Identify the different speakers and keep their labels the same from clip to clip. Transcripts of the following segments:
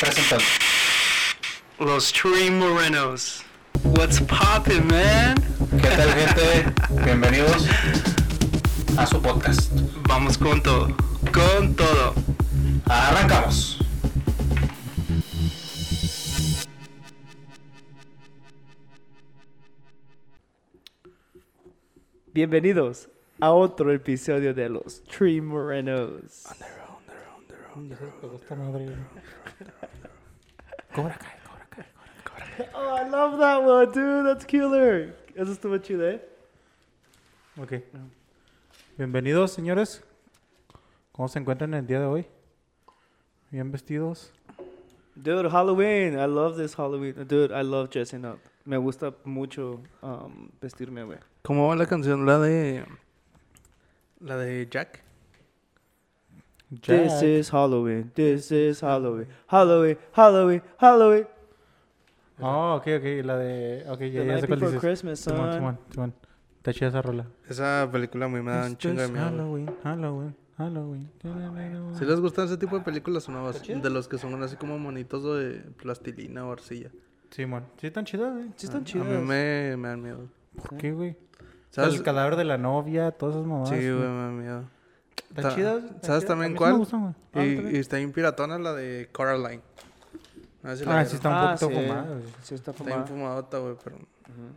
Speaker 1: presentando.
Speaker 2: Los Tree Morenos. What's poppin', man?
Speaker 1: ¿Qué tal, gente? Bienvenidos a su podcast.
Speaker 2: Vamos con todo. Con todo.
Speaker 1: Arrancamos.
Speaker 3: Bienvenidos a otro episodio de los Tree Morenos.
Speaker 1: Cobra Kai, Cobra Kai, Cobra Kai.
Speaker 3: Oh, I love that one, dude. That's killer. Eso estuvo chido, ¿eh?
Speaker 4: Ok. Bienvenidos, señores. ¿Cómo se encuentran el día de hoy? ¿Bien vestidos?
Speaker 3: Dude, Halloween. I love this Halloween. Dude, I love dressing up. Me gusta mucho um, vestirme, güey.
Speaker 2: ¿Cómo va la canción? La de. La de Jack.
Speaker 3: This is Halloween. This is Halloween. Halloween, Halloween, Halloween.
Speaker 4: Oh, ok, ok. La de... Ok, ya,
Speaker 3: The
Speaker 4: ya
Speaker 3: night
Speaker 4: sé cuál
Speaker 3: before
Speaker 4: dices.
Speaker 3: Christmas,
Speaker 4: Simón,
Speaker 3: son.
Speaker 4: Simón, Simón. Está chida esa rola.
Speaker 2: Esa película a mí me da un
Speaker 4: Esto
Speaker 2: chingo de
Speaker 4: es
Speaker 2: miedo.
Speaker 4: Halloween, Halloween, Halloween.
Speaker 2: Si les gustan ese tipo de películas nuevas, de los que son así como monitos de plastilina o arcilla.
Speaker 4: Simón. Sí, están chidas, güey.
Speaker 3: Sí están
Speaker 2: A mí
Speaker 3: chidas.
Speaker 2: me, me dan miedo.
Speaker 4: ¿Por qué, güey?
Speaker 2: ¿Sabes?
Speaker 4: El cadáver de la novia, todas esas mamadas.
Speaker 2: Ah, Sí, güey, me da miedo. Ta-
Speaker 4: ¿Están chidas?
Speaker 2: ¿Sabes
Speaker 4: están chidas.
Speaker 2: también
Speaker 4: A mí sí
Speaker 2: cuál?
Speaker 4: me gustan, güey. Ah,
Speaker 2: Y, y está bien piratona la de Coraline. A ver si la
Speaker 4: Ah,
Speaker 2: vieron.
Speaker 4: sí, está un
Speaker 3: Ah,
Speaker 4: poquito
Speaker 3: sí.
Speaker 4: fumada, güey.
Speaker 3: Sí está
Speaker 2: Está bien
Speaker 3: fumada.
Speaker 2: fumadota, güey, pero...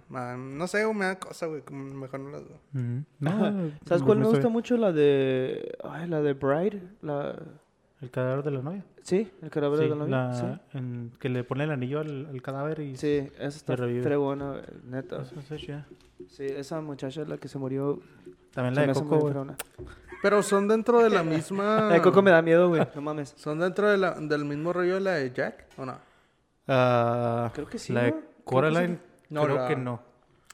Speaker 2: ma, no sé, güey, me da cosa, güey, como mejor no las veo.
Speaker 4: Ujú.
Speaker 3: Ajá.
Speaker 4: No, pues,
Speaker 3: ¿Sabes cuál me
Speaker 4: estoy-
Speaker 3: gusta mucho? La de... Ay, la de Bride. La...
Speaker 4: El cadáver de la novia.
Speaker 3: Sí, el cadáver
Speaker 4: Sí,
Speaker 3: de la novia.
Speaker 4: la-
Speaker 3: Sí.
Speaker 4: en- que le pone el anillo al, al cadáver y...
Speaker 3: Sí, esa está
Speaker 4: La revive.
Speaker 3: re buena, güey, neta.
Speaker 4: Eso está chida.
Speaker 3: Sí, esa muchacha es la que se murió.
Speaker 4: También
Speaker 3: se
Speaker 4: Ah, la
Speaker 3: me
Speaker 4: de
Speaker 3: hace
Speaker 4: Coco,
Speaker 3: muy
Speaker 4: güey.
Speaker 3: fregona.
Speaker 2: Pero son dentro de la misma...
Speaker 3: La de Coco me da miedo, güey. No mames.
Speaker 2: ¿Son dentro de la- del mismo rollo de la de Jack o no?
Speaker 4: Ah,
Speaker 3: Creo que sí,
Speaker 4: La
Speaker 3: ¿no?
Speaker 4: de
Speaker 3: Creo que
Speaker 4: Coraline,
Speaker 2: No,
Speaker 4: creo
Speaker 2: la-
Speaker 4: que no.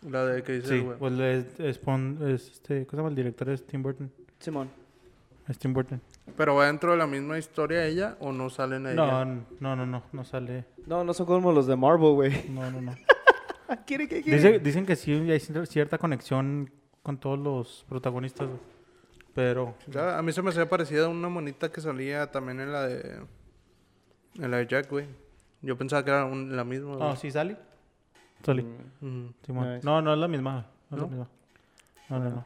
Speaker 2: La de que dice,
Speaker 4: Sí,
Speaker 2: güey.
Speaker 4: pues le- es, pon- es este, ¿cómo se llama el director? Es Tim Burton.
Speaker 3: Simón.
Speaker 4: Es Tim Burton.
Speaker 2: ¿Pero va dentro de la misma historia ella o no salen
Speaker 4: No,
Speaker 2: ella?
Speaker 4: no, no, no, no sale.
Speaker 3: No, no son como los de Marvel, güey.
Speaker 4: No, no, no.
Speaker 3: ¿Quiere que
Speaker 4: Dice- dicen que sí hay cier- cierta conexión con todos los protagonistas, güey. pero
Speaker 2: Ya, a mí se me hacía parecida a una monita que salía también en la de... En la de Jack, güey. Yo pensaba que era un- la misma, güey.
Speaker 4: Ah, sí sale. Sale.
Speaker 2: Ujú.
Speaker 4: Simón.
Speaker 3: Oh. Mm, Nice.
Speaker 4: No, no es la misma. No,
Speaker 2: ¿No?
Speaker 4: es la misma. No, no, no.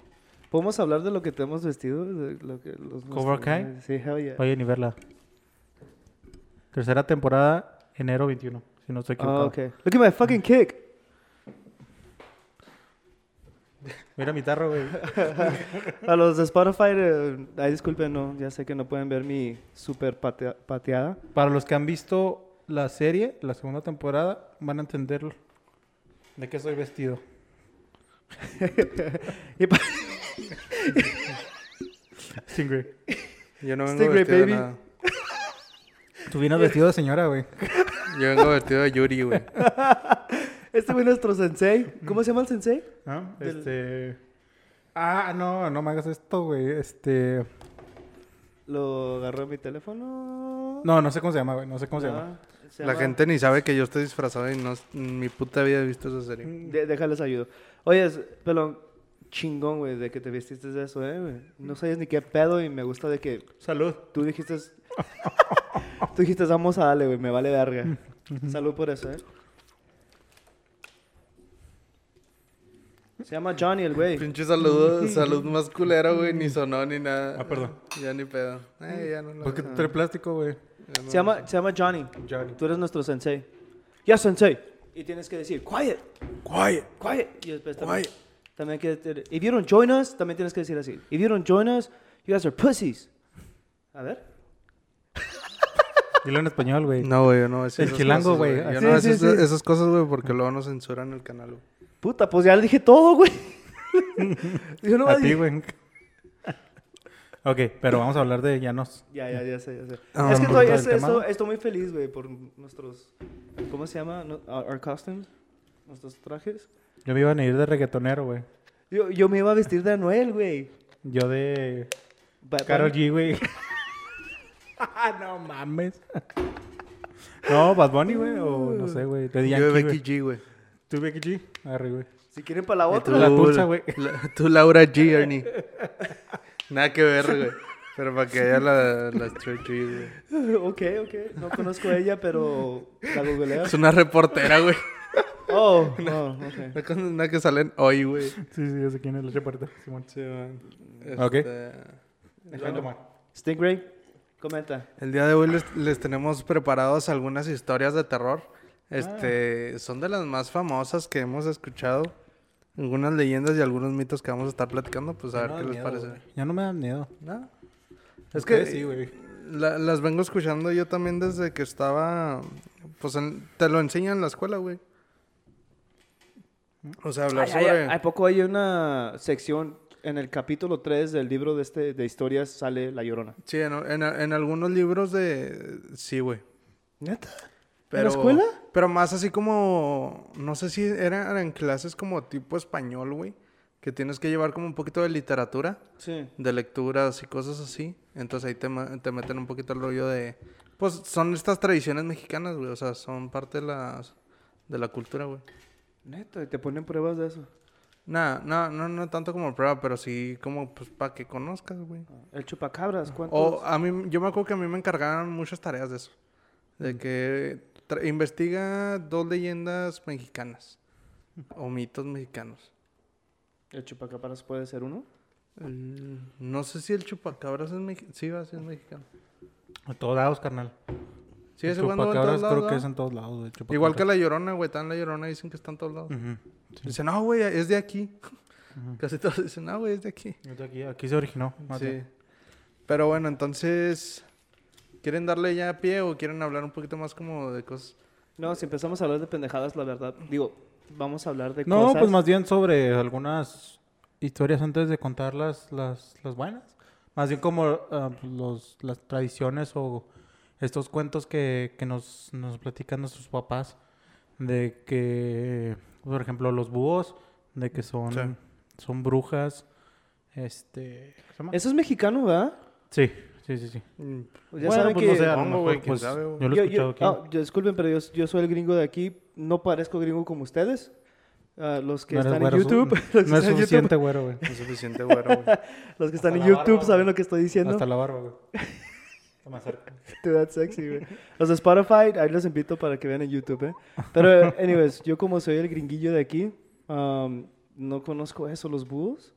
Speaker 3: ¿Podemos hablar de lo que tenemos vestido? De lo que, los
Speaker 4: ¿Cobra
Speaker 3: nuestros-
Speaker 4: Kai?
Speaker 3: Sí, hell yeah.
Speaker 4: Vayan y verla. Tercera temporada, enero 21, si no estoy
Speaker 3: Ah,
Speaker 4: equivocado.
Speaker 3: ok. Look at my fucking kick.
Speaker 4: Mira mi tarro, güey.
Speaker 3: A los de Spotify, eh, ay, disculpen, no. Ya sé que no pueden ver mi super patea- pateada.
Speaker 4: Para los que han visto la serie, la segunda temporada, van a entender de qué soy vestido.
Speaker 3: Y pa-
Speaker 4: Stingray.
Speaker 2: Yo no vengo
Speaker 3: Stingray,
Speaker 2: vestido de
Speaker 3: baby.
Speaker 2: nada.
Speaker 4: Tú vienes vestido de señora, güey.
Speaker 2: Yo vengo vestido de Yuri, güey.
Speaker 3: este fue nuestro sensei. ¿Cómo se llama el sensei?
Speaker 4: ¿Ah?
Speaker 3: Del-
Speaker 4: Este... Ah, no, no me hagas esto, güey. Este...
Speaker 3: Lo agarró mi teléfono.
Speaker 4: No, no sé cómo se llama, güey. No sé cómo se
Speaker 3: No,
Speaker 4: llama.
Speaker 3: se
Speaker 2: La
Speaker 3: llama-
Speaker 2: gente ni sabe que yo estoy disfrazado y no... en Mi puta vida he visto esa serie.
Speaker 3: De- déjales ayudo. Oye, es- pelón, chingón, güey, de que te vestiste de eso, eh, güey. No sabes ni qué pedo y me gusta de que
Speaker 4: Salud.
Speaker 3: tú dijiste... tú dijiste, vamos a darle, güey, me vale verga. Salud por eso, eh. Se llama Johnny el güey.
Speaker 2: Pinche saludo, salud más culero, güey, ni sonó ni nada.
Speaker 4: Ah, perdón.
Speaker 2: Ya ni pedo. Eh, ya no lo
Speaker 4: ¿Por qué tú traes plástico, güey?
Speaker 2: ya no-
Speaker 3: Se llama, se llama Johnny.
Speaker 4: Johnny.
Speaker 3: Tú eres nuestro sensei. Ya, sensei. Y tienes que decir, quiet,
Speaker 2: Quiet,
Speaker 3: quiet. Y después también,
Speaker 2: quiet.
Speaker 3: también que... te- If you don't join us, también tienes que decir así. If you don't join us, you guys are pussies. A ver.
Speaker 4: Dilo en español, güey.
Speaker 2: No, güey, yo no voy a decir
Speaker 4: El
Speaker 2: esas cosas,
Speaker 4: chilango, güey.
Speaker 2: Yo
Speaker 4: Así.
Speaker 2: no voy a
Speaker 3: Sí,
Speaker 2: decir
Speaker 3: sí, sí.
Speaker 2: esas cosas, güey, porque luego nos censuran el canal, güey.
Speaker 3: Puta, pues ya le dije todo, güey. Yo no
Speaker 4: A ti, güey. ok, pero vamos a hablar de Llanos.
Speaker 3: Ya, ya, ya sé, ya sé.
Speaker 2: Ah,
Speaker 3: es que estoy,
Speaker 4: bueno, todo el
Speaker 3: es-
Speaker 4: tema,
Speaker 3: estoy-
Speaker 4: ¿no?
Speaker 3: estoy muy feliz, güey, por nuestros... ¿Cómo se llama? No, Our our costumes. Nuestros trajes.
Speaker 4: Yo me iba a venir de reggaetonero, güey.
Speaker 3: Yo, yo me iba a vestir de Anuel, güey.
Speaker 4: Yo de
Speaker 3: Ba-
Speaker 4: Carol
Speaker 3: Bunny.
Speaker 4: G, güey. no mames. No, Bad Bunny, güey, o no sé, güey. De
Speaker 2: Yo
Speaker 4: Yankee,
Speaker 2: de
Speaker 4: güey.
Speaker 2: Becky G, güey.
Speaker 4: ¿Tú Becky G? Arre, güey.
Speaker 3: Si quieren para la
Speaker 2: Y
Speaker 3: otra.
Speaker 4: La Tulsa, güey.
Speaker 2: la- Tú Laura G, Ernie. Nada que ver, güey. Pero para que haya la, las Trey Trees, güey.
Speaker 3: ok, ok. No conozco a ella, pero la googleo.
Speaker 2: Es una reportera, güey.
Speaker 3: Oh, oh, ok.
Speaker 2: Una cosa- Una que salen hoy, güey.
Speaker 4: Sí, sí, yo sé quién es la chaparrita. Simón.
Speaker 2: Sí, man.
Speaker 4: Ok.
Speaker 2: Este,
Speaker 3: Déjame Stingray, comenta.
Speaker 2: El día de hoy les, les tenemos preparados algunas historias de terror. Este,
Speaker 4: Ah.
Speaker 2: son de las más famosas que hemos escuchado. Algunas leyendas y algunos mitos que vamos a estar platicando, pues a
Speaker 4: Ya
Speaker 2: ver
Speaker 4: no
Speaker 2: qué
Speaker 4: dan
Speaker 2: les
Speaker 4: miedo,
Speaker 2: parece.
Speaker 4: güey. Ya no me dan miedo.
Speaker 2: ¿No? Es que
Speaker 4: Ustedes sí, güey.
Speaker 2: la- las vengo escuchando yo también desde que estaba, pues en- te lo enseñan en la escuela, güey. O sea, hablar
Speaker 3: Ay, ay,
Speaker 2: sobre...
Speaker 3: ay, ¿A poco hay una sección en el capítulo 3 del libro de, este, de historias sale La Llorona?
Speaker 2: Sí, en, en- en algunos libros de... Sí, güey.
Speaker 3: ¿Neta?
Speaker 2: Pero,
Speaker 3: la escuela?
Speaker 2: Pero más así como, no sé si era- eran clases como tipo español, güey, que tienes que llevar como un poquito de literatura,
Speaker 3: Sí.
Speaker 2: de lecturas y cosas así. Entonces ahí te, ma- te meten un poquito el rollo de, pues son estas tradiciones mexicanas, güey, o sea, son parte de, las, de la cultura, güey.
Speaker 3: Neta, y te ponen pruebas de eso.
Speaker 2: Nah, nah, no, no tanto como prueba, pero sí como pues para que conozcas, güey.
Speaker 4: Ah,
Speaker 3: El
Speaker 4: Oh.
Speaker 3: chupacabras, ¿cuántos?
Speaker 4: pues.
Speaker 2: O a mí, yo me acuerdo que a mí me encargaron muchas tareas de eso.
Speaker 4: Mm.
Speaker 2: De que tra- investiga dos leyendas mexicanas. O mitos mexicanos.
Speaker 3: ¿El chupacabras puede ser uno?
Speaker 2: El- no sé si el chupacabras es mexicano. Sí, va, sí es mexicano.
Speaker 4: A todos lados, carnal.
Speaker 2: Sí,
Speaker 4: El
Speaker 2: ese güey anduvo en todos
Speaker 4: chupacabras
Speaker 2: lados,
Speaker 4: creo que es
Speaker 2: ¿no?
Speaker 4: en todos lados. el chupacabras.
Speaker 2: Igual que la llorona, güey. Está en la llorona, dicen que está en todos lados.
Speaker 4: Ujú. Sí.
Speaker 2: Dicen, no, güey, es de aquí. Casi todos dicen, no, güey, es de aquí.
Speaker 4: Esto Aquí, aquí se originó. más
Speaker 2: Sí.
Speaker 4: bien.
Speaker 2: Pero bueno, entonces. ¿Quieren darle ya a pie o quieren hablar un poquito más como de cosas?
Speaker 3: No, si empezamos a hablar de pendejadas, la verdad, digo, vamos a hablar de
Speaker 4: No,
Speaker 3: cosas.
Speaker 4: pues más bien sobre algunas historias antes de contar las, las, las buenas. Más bien como ah, los, las tradiciones o estos cuentos que, que nos, nos platican nuestros papás. De que, por ejemplo, los búhos, de que son,
Speaker 2: Sí.
Speaker 4: son brujas. Este, ¿qué se llama?
Speaker 3: Eso es mexicano, ¿verdad?
Speaker 4: Sí, sí, sí. sí.
Speaker 2: Mm,
Speaker 3: Pues ya
Speaker 4: Bueno,
Speaker 3: saben
Speaker 4: pues
Speaker 3: que...
Speaker 4: no sé, a lo
Speaker 2: Supongo,
Speaker 4: mejor,
Speaker 2: güey, quién
Speaker 4: pues,
Speaker 2: sabe, güey.
Speaker 4: yo lo he
Speaker 3: Yo-
Speaker 4: escuchado
Speaker 3: yo-
Speaker 4: aquí.
Speaker 3: ah, yo- disculpen, pero yo, yo soy el gringo de aquí. No parezco gringo como ustedes. Ah, los que
Speaker 4: No eres
Speaker 3: están
Speaker 4: güero,
Speaker 3: en
Speaker 4: su-
Speaker 3: YouTube. los que
Speaker 4: No es
Speaker 3: están en
Speaker 4: suficiente, güero, güey.
Speaker 2: No es suficiente, güero, güey.
Speaker 3: YouTube, los que están
Speaker 4: Hasta
Speaker 3: en
Speaker 4: la barba,
Speaker 3: YouTube
Speaker 4: güey.
Speaker 3: saben lo que estoy diciendo.
Speaker 4: Hasta la barba, güey. Toma cerca.
Speaker 3: Dude, that's sexy, güey. Los de Spotify, ahí los invito para que vean en YouTube, ¿eh? Pero, anyways, yo como soy el gringuillo de aquí, um, no conozco eso. Los búhos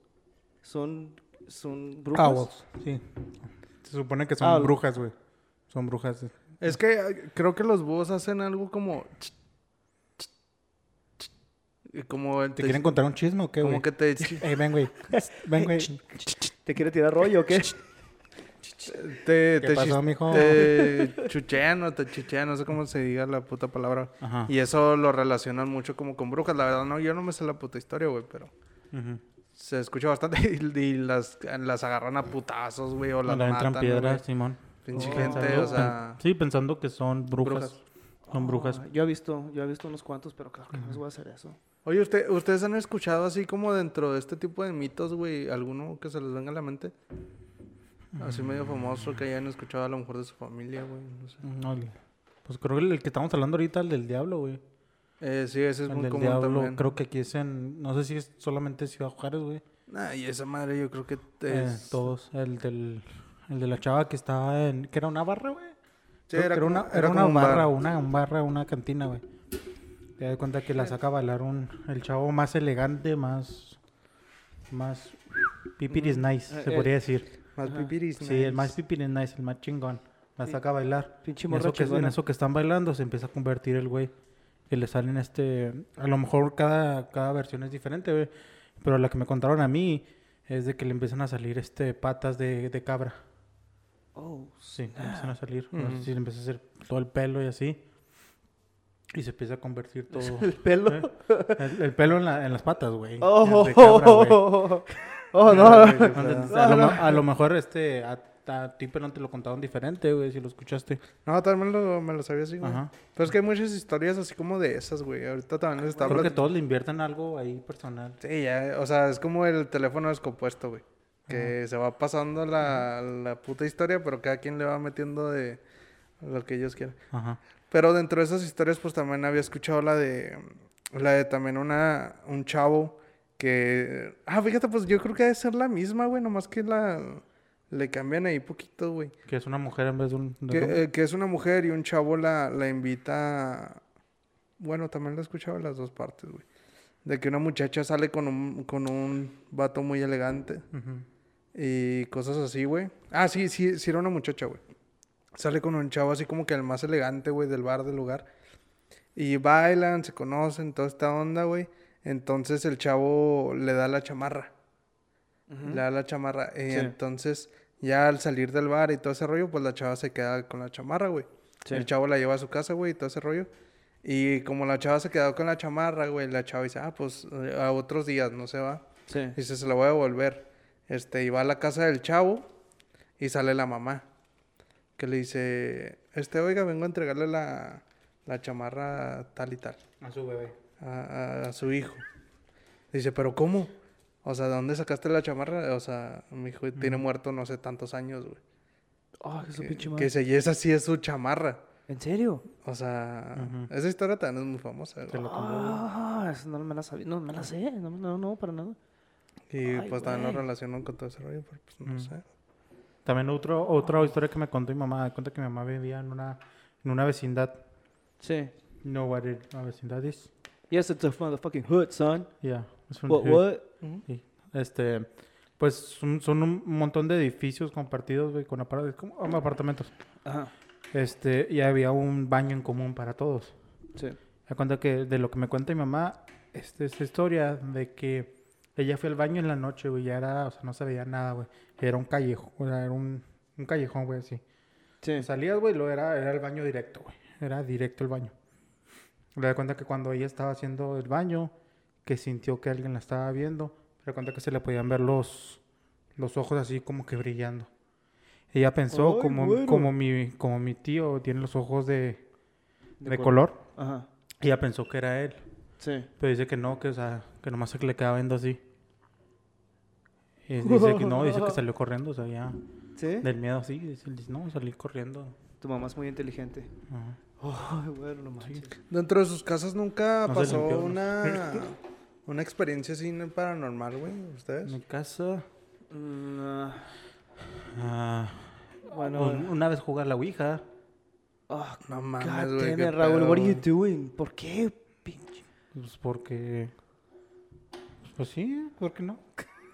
Speaker 3: son, son brujas.
Speaker 4: Owls, sí. Se supone que son
Speaker 3: Owl.
Speaker 4: brujas, güey. Son brujas. sí.
Speaker 2: Es que eh, creo que los búhos hacen algo como. ch- ch- ch- y Como el
Speaker 4: ¿Te quieren contar un chisme o qué,
Speaker 2: Como
Speaker 4: güey?
Speaker 2: que te, ch-
Speaker 4: Eh, ven, güey. Ven, güey.
Speaker 3: ¿Te quiere tirar rollo o qué?
Speaker 2: te,
Speaker 4: ¿Qué
Speaker 2: te,
Speaker 4: pasó,
Speaker 2: chis-
Speaker 4: mijo?
Speaker 2: te chuchean o te chichean, no sé cómo se diga la puta palabra.
Speaker 4: Ajá.
Speaker 2: Y eso lo relacionan mucho como con brujas. La verdad, no, yo no me sé la puta historia, güey, pero
Speaker 4: Ujú.
Speaker 2: se escucha bastante. Y, y las, las agarran a putazos, güey, o las
Speaker 4: Le entran
Speaker 2: matan.
Speaker 4: piedras,
Speaker 2: güey.
Speaker 4: Simón.
Speaker 2: Pinche
Speaker 3: Oh.
Speaker 2: gente,
Speaker 4: Pensando-
Speaker 2: o sea.
Speaker 4: Sí, pensando que son brujas.
Speaker 2: Brujas.
Speaker 4: Son brujas.
Speaker 3: Ah, yo he visto, yo he visto unos cuantos, pero claro que no les voy a hacer eso.
Speaker 2: Oye, usted, ¿ustedes han escuchado así como dentro de este tipo de mitos, güey, alguno que se les venga a la mente?
Speaker 4: Mm.
Speaker 2: Así medio famoso que hayan escuchado a lo mejor de su familia, güey, no sé.
Speaker 4: No, el- pues creo que el el que estamos hablando ahorita, el del diablo, güey.
Speaker 2: Eh, sí, ese es
Speaker 4: El
Speaker 2: muy
Speaker 4: del
Speaker 2: común
Speaker 4: diablo,
Speaker 2: también.
Speaker 4: creo que aquí es en... No sé si es solamente Ciudad Juárez, güey.
Speaker 2: Nah, y esa madre yo creo que
Speaker 4: Eh,
Speaker 2: es...
Speaker 4: todos. El del... El de la chava que estaba en... Que era una barra, güey.
Speaker 2: Sí,
Speaker 4: Creo que
Speaker 2: era, como-
Speaker 4: una,
Speaker 2: era
Speaker 4: era
Speaker 2: como
Speaker 4: una
Speaker 2: un bar.
Speaker 4: barra, una barra, una cantina, güey. Te das cuenta que la saca a bailar un, el chavo más elegante, más. más. Pipiris nice,
Speaker 3: Eh,
Speaker 4: se
Speaker 3: eh.
Speaker 4: podría decir.
Speaker 2: Más Mm, pipiris,
Speaker 4: Sí, el más
Speaker 2: nice.
Speaker 4: pipiris nice, el más chingón. La saca a bailar.
Speaker 3: Pinche
Speaker 4: En
Speaker 3: morra
Speaker 4: eso, que, en
Speaker 3: chingona.
Speaker 4: eso que están bailando se empieza a convertir el güey. Y le salen este. A lo mejor cada, cada versión es diferente, güey. Pero la que me contaron a mí es de que le empiezan a salir este patas de, de cabra.
Speaker 3: Oh,
Speaker 4: Sí, le empiezan a salir.
Speaker 2: Ujú.
Speaker 4: Así le empieza a hacer todo el pelo y así. Y se empieza a convertir todo.
Speaker 3: el pelo.
Speaker 4: ¿Eh? El, el pelo en, la- en las patas, güey.
Speaker 3: Oh,
Speaker 4: De cabra, güey.
Speaker 3: oh,
Speaker 2: Ay,
Speaker 3: no.
Speaker 2: güey, qué
Speaker 4: Entonces,
Speaker 2: pedo.
Speaker 4: a, lo,
Speaker 3: No,
Speaker 4: me- a lo mejor este. A, a ti, pero no te lo contaron diferente, güey, si lo escuchaste.
Speaker 2: No, también lo- me lo sabía
Speaker 3: Mm.
Speaker 2: así, güey.
Speaker 4: Ajá.
Speaker 2: Pero es que hay muchas historias así como de esas, güey. Ahorita también les estaba
Speaker 4: Creo que
Speaker 2: platic-
Speaker 4: todos le invierten algo ahí personal.
Speaker 2: Sí, ya, o sea, es como el teléfono descompuesto, güey. Que se va pasando la, la puta historia, pero cada quien le va metiendo de lo que ellos quieran.
Speaker 4: Ajá.
Speaker 2: Pero dentro de esas historias, pues también había escuchado la de. La de también una, un chavo que. Ah, fíjate, pues yo creo que debe ser la misma, güey, nomás que la. Le cambian ahí poquito, güey.
Speaker 4: Que es una mujer en vez de un... de un-
Speaker 2: Que, eh, que es una mujer y un chavo la, la invita. a- Bueno, también la he escuchado en las dos partes, güey. De que una muchacha sale con un, con un vato muy elegante
Speaker 4: Ujú.
Speaker 2: y cosas así, güey. Ah, sí, sí, sí era una muchacha, güey. Sale con un chavo así como que el más elegante, güey, del bar, del lugar. Y bailan, se conocen, toda esta onda, güey. Entonces el chavo le da la chamarra. Le da la chamarra. Y
Speaker 3: Sí.
Speaker 2: entonces, ya al salir del bar y todo ese rollo, pues la chava se queda con la chamarra, güey.
Speaker 3: Sí.
Speaker 2: El chavo la lleva a su casa, güey, y todo ese rollo. Y como la chava se quedó con la chamarra, güey, la chava dice, ah, pues eh, a otros días no se va.
Speaker 3: Sí.
Speaker 2: Y dice, se la voy a devolver. Este, y va a la casa del chavo y sale la mamá. Que le dice, este, oiga, vengo a entregarle la, la chamarra tal y tal
Speaker 4: A su bebé.
Speaker 2: a, a- a su hijo. Dice, ¿pero cómo? O sea, ¿de dónde sacaste la chamarra? O sea, mi hijo tiene muerto no sé tantos años, güey.
Speaker 3: Ah, que su
Speaker 2: Que,
Speaker 3: pinche
Speaker 2: que
Speaker 3: madre.
Speaker 2: se- y esa sí es su chamarra.
Speaker 3: ¿En serio?
Speaker 2: O sea,
Speaker 4: Ujú.
Speaker 2: esa historia también es muy famosa, güey.
Speaker 3: Ah, esa no me la sabía. No me la sé. No, no, no, para nada.
Speaker 2: Y
Speaker 3: Ay,
Speaker 2: pues también lo
Speaker 3: güey.
Speaker 2: relacionan con todo ese rollo, pero pues no
Speaker 4: Mm.
Speaker 2: sé.
Speaker 4: También otro, otra historia que me contó mi mamá. Me cuenta que mi mamá vivía en una, en una vecindad.
Speaker 3: Sí.
Speaker 4: No, what it- una vecindad is.
Speaker 3: Yes, it's a motherfucking hood, son.
Speaker 4: Yeah. es un
Speaker 3: What,
Speaker 4: hood.
Speaker 3: what?
Speaker 4: Sí. Este, pues son, son un montón de edificios compartidos, güey, con apar- como- um, apartamentos.
Speaker 3: Ajá.
Speaker 4: Este, y había un baño en común para todos.
Speaker 3: Sí.
Speaker 4: Me cuenta que de lo que me cuenta mi mamá, este, esta historia de que ella fue al baño en la noche, güey, ya era, o sea, no se veía nada, güey. Era un callejón, o sea, era un, un callejón, güey, así.
Speaker 3: Sí.
Speaker 4: Salías, güey, lo era, era el baño directo, güey. Era directo el baño. Le da cuenta que cuando ella estaba haciendo el baño, que sintió que alguien la estaba viendo, le da cuenta que se le podían ver los, los ojos así como que brillando. Ella pensó,
Speaker 3: Ay,
Speaker 4: como,
Speaker 3: bueno.
Speaker 4: como, mi, como mi tío tiene los ojos de, de,
Speaker 3: col-
Speaker 4: color,
Speaker 3: Ajá.
Speaker 4: ella pensó que era él.
Speaker 3: Sí.
Speaker 4: Pero dice que no, que, o sea, que nomás se le quedaba viendo así. Y dice que no, dice que salió corriendo, o sea, ya
Speaker 3: ¿Sí?
Speaker 4: del miedo así. Dice, no, salí corriendo.
Speaker 3: Tu mamá es muy inteligente.
Speaker 4: Ajá.
Speaker 3: Ay, bueno, no manches.
Speaker 2: Dentro de sus casas nunca
Speaker 4: No se
Speaker 2: pasó
Speaker 4: limpió, ¿no?
Speaker 2: una, una experiencia así paranormal, güey, ustedes.
Speaker 4: Mi casa.
Speaker 3: Mm, ah,
Speaker 4: ah,
Speaker 3: bueno,
Speaker 4: un- una vez jugar la Ouija.
Speaker 3: ah,
Speaker 2: No
Speaker 3: God
Speaker 2: mames, güey.
Speaker 3: damn
Speaker 2: qué
Speaker 3: it, Raúl,
Speaker 2: pedo,
Speaker 3: what are you
Speaker 2: güey.
Speaker 3: doing? ¿Por qué, pinche?
Speaker 4: Pues porque. Pues sí, ¿por qué no?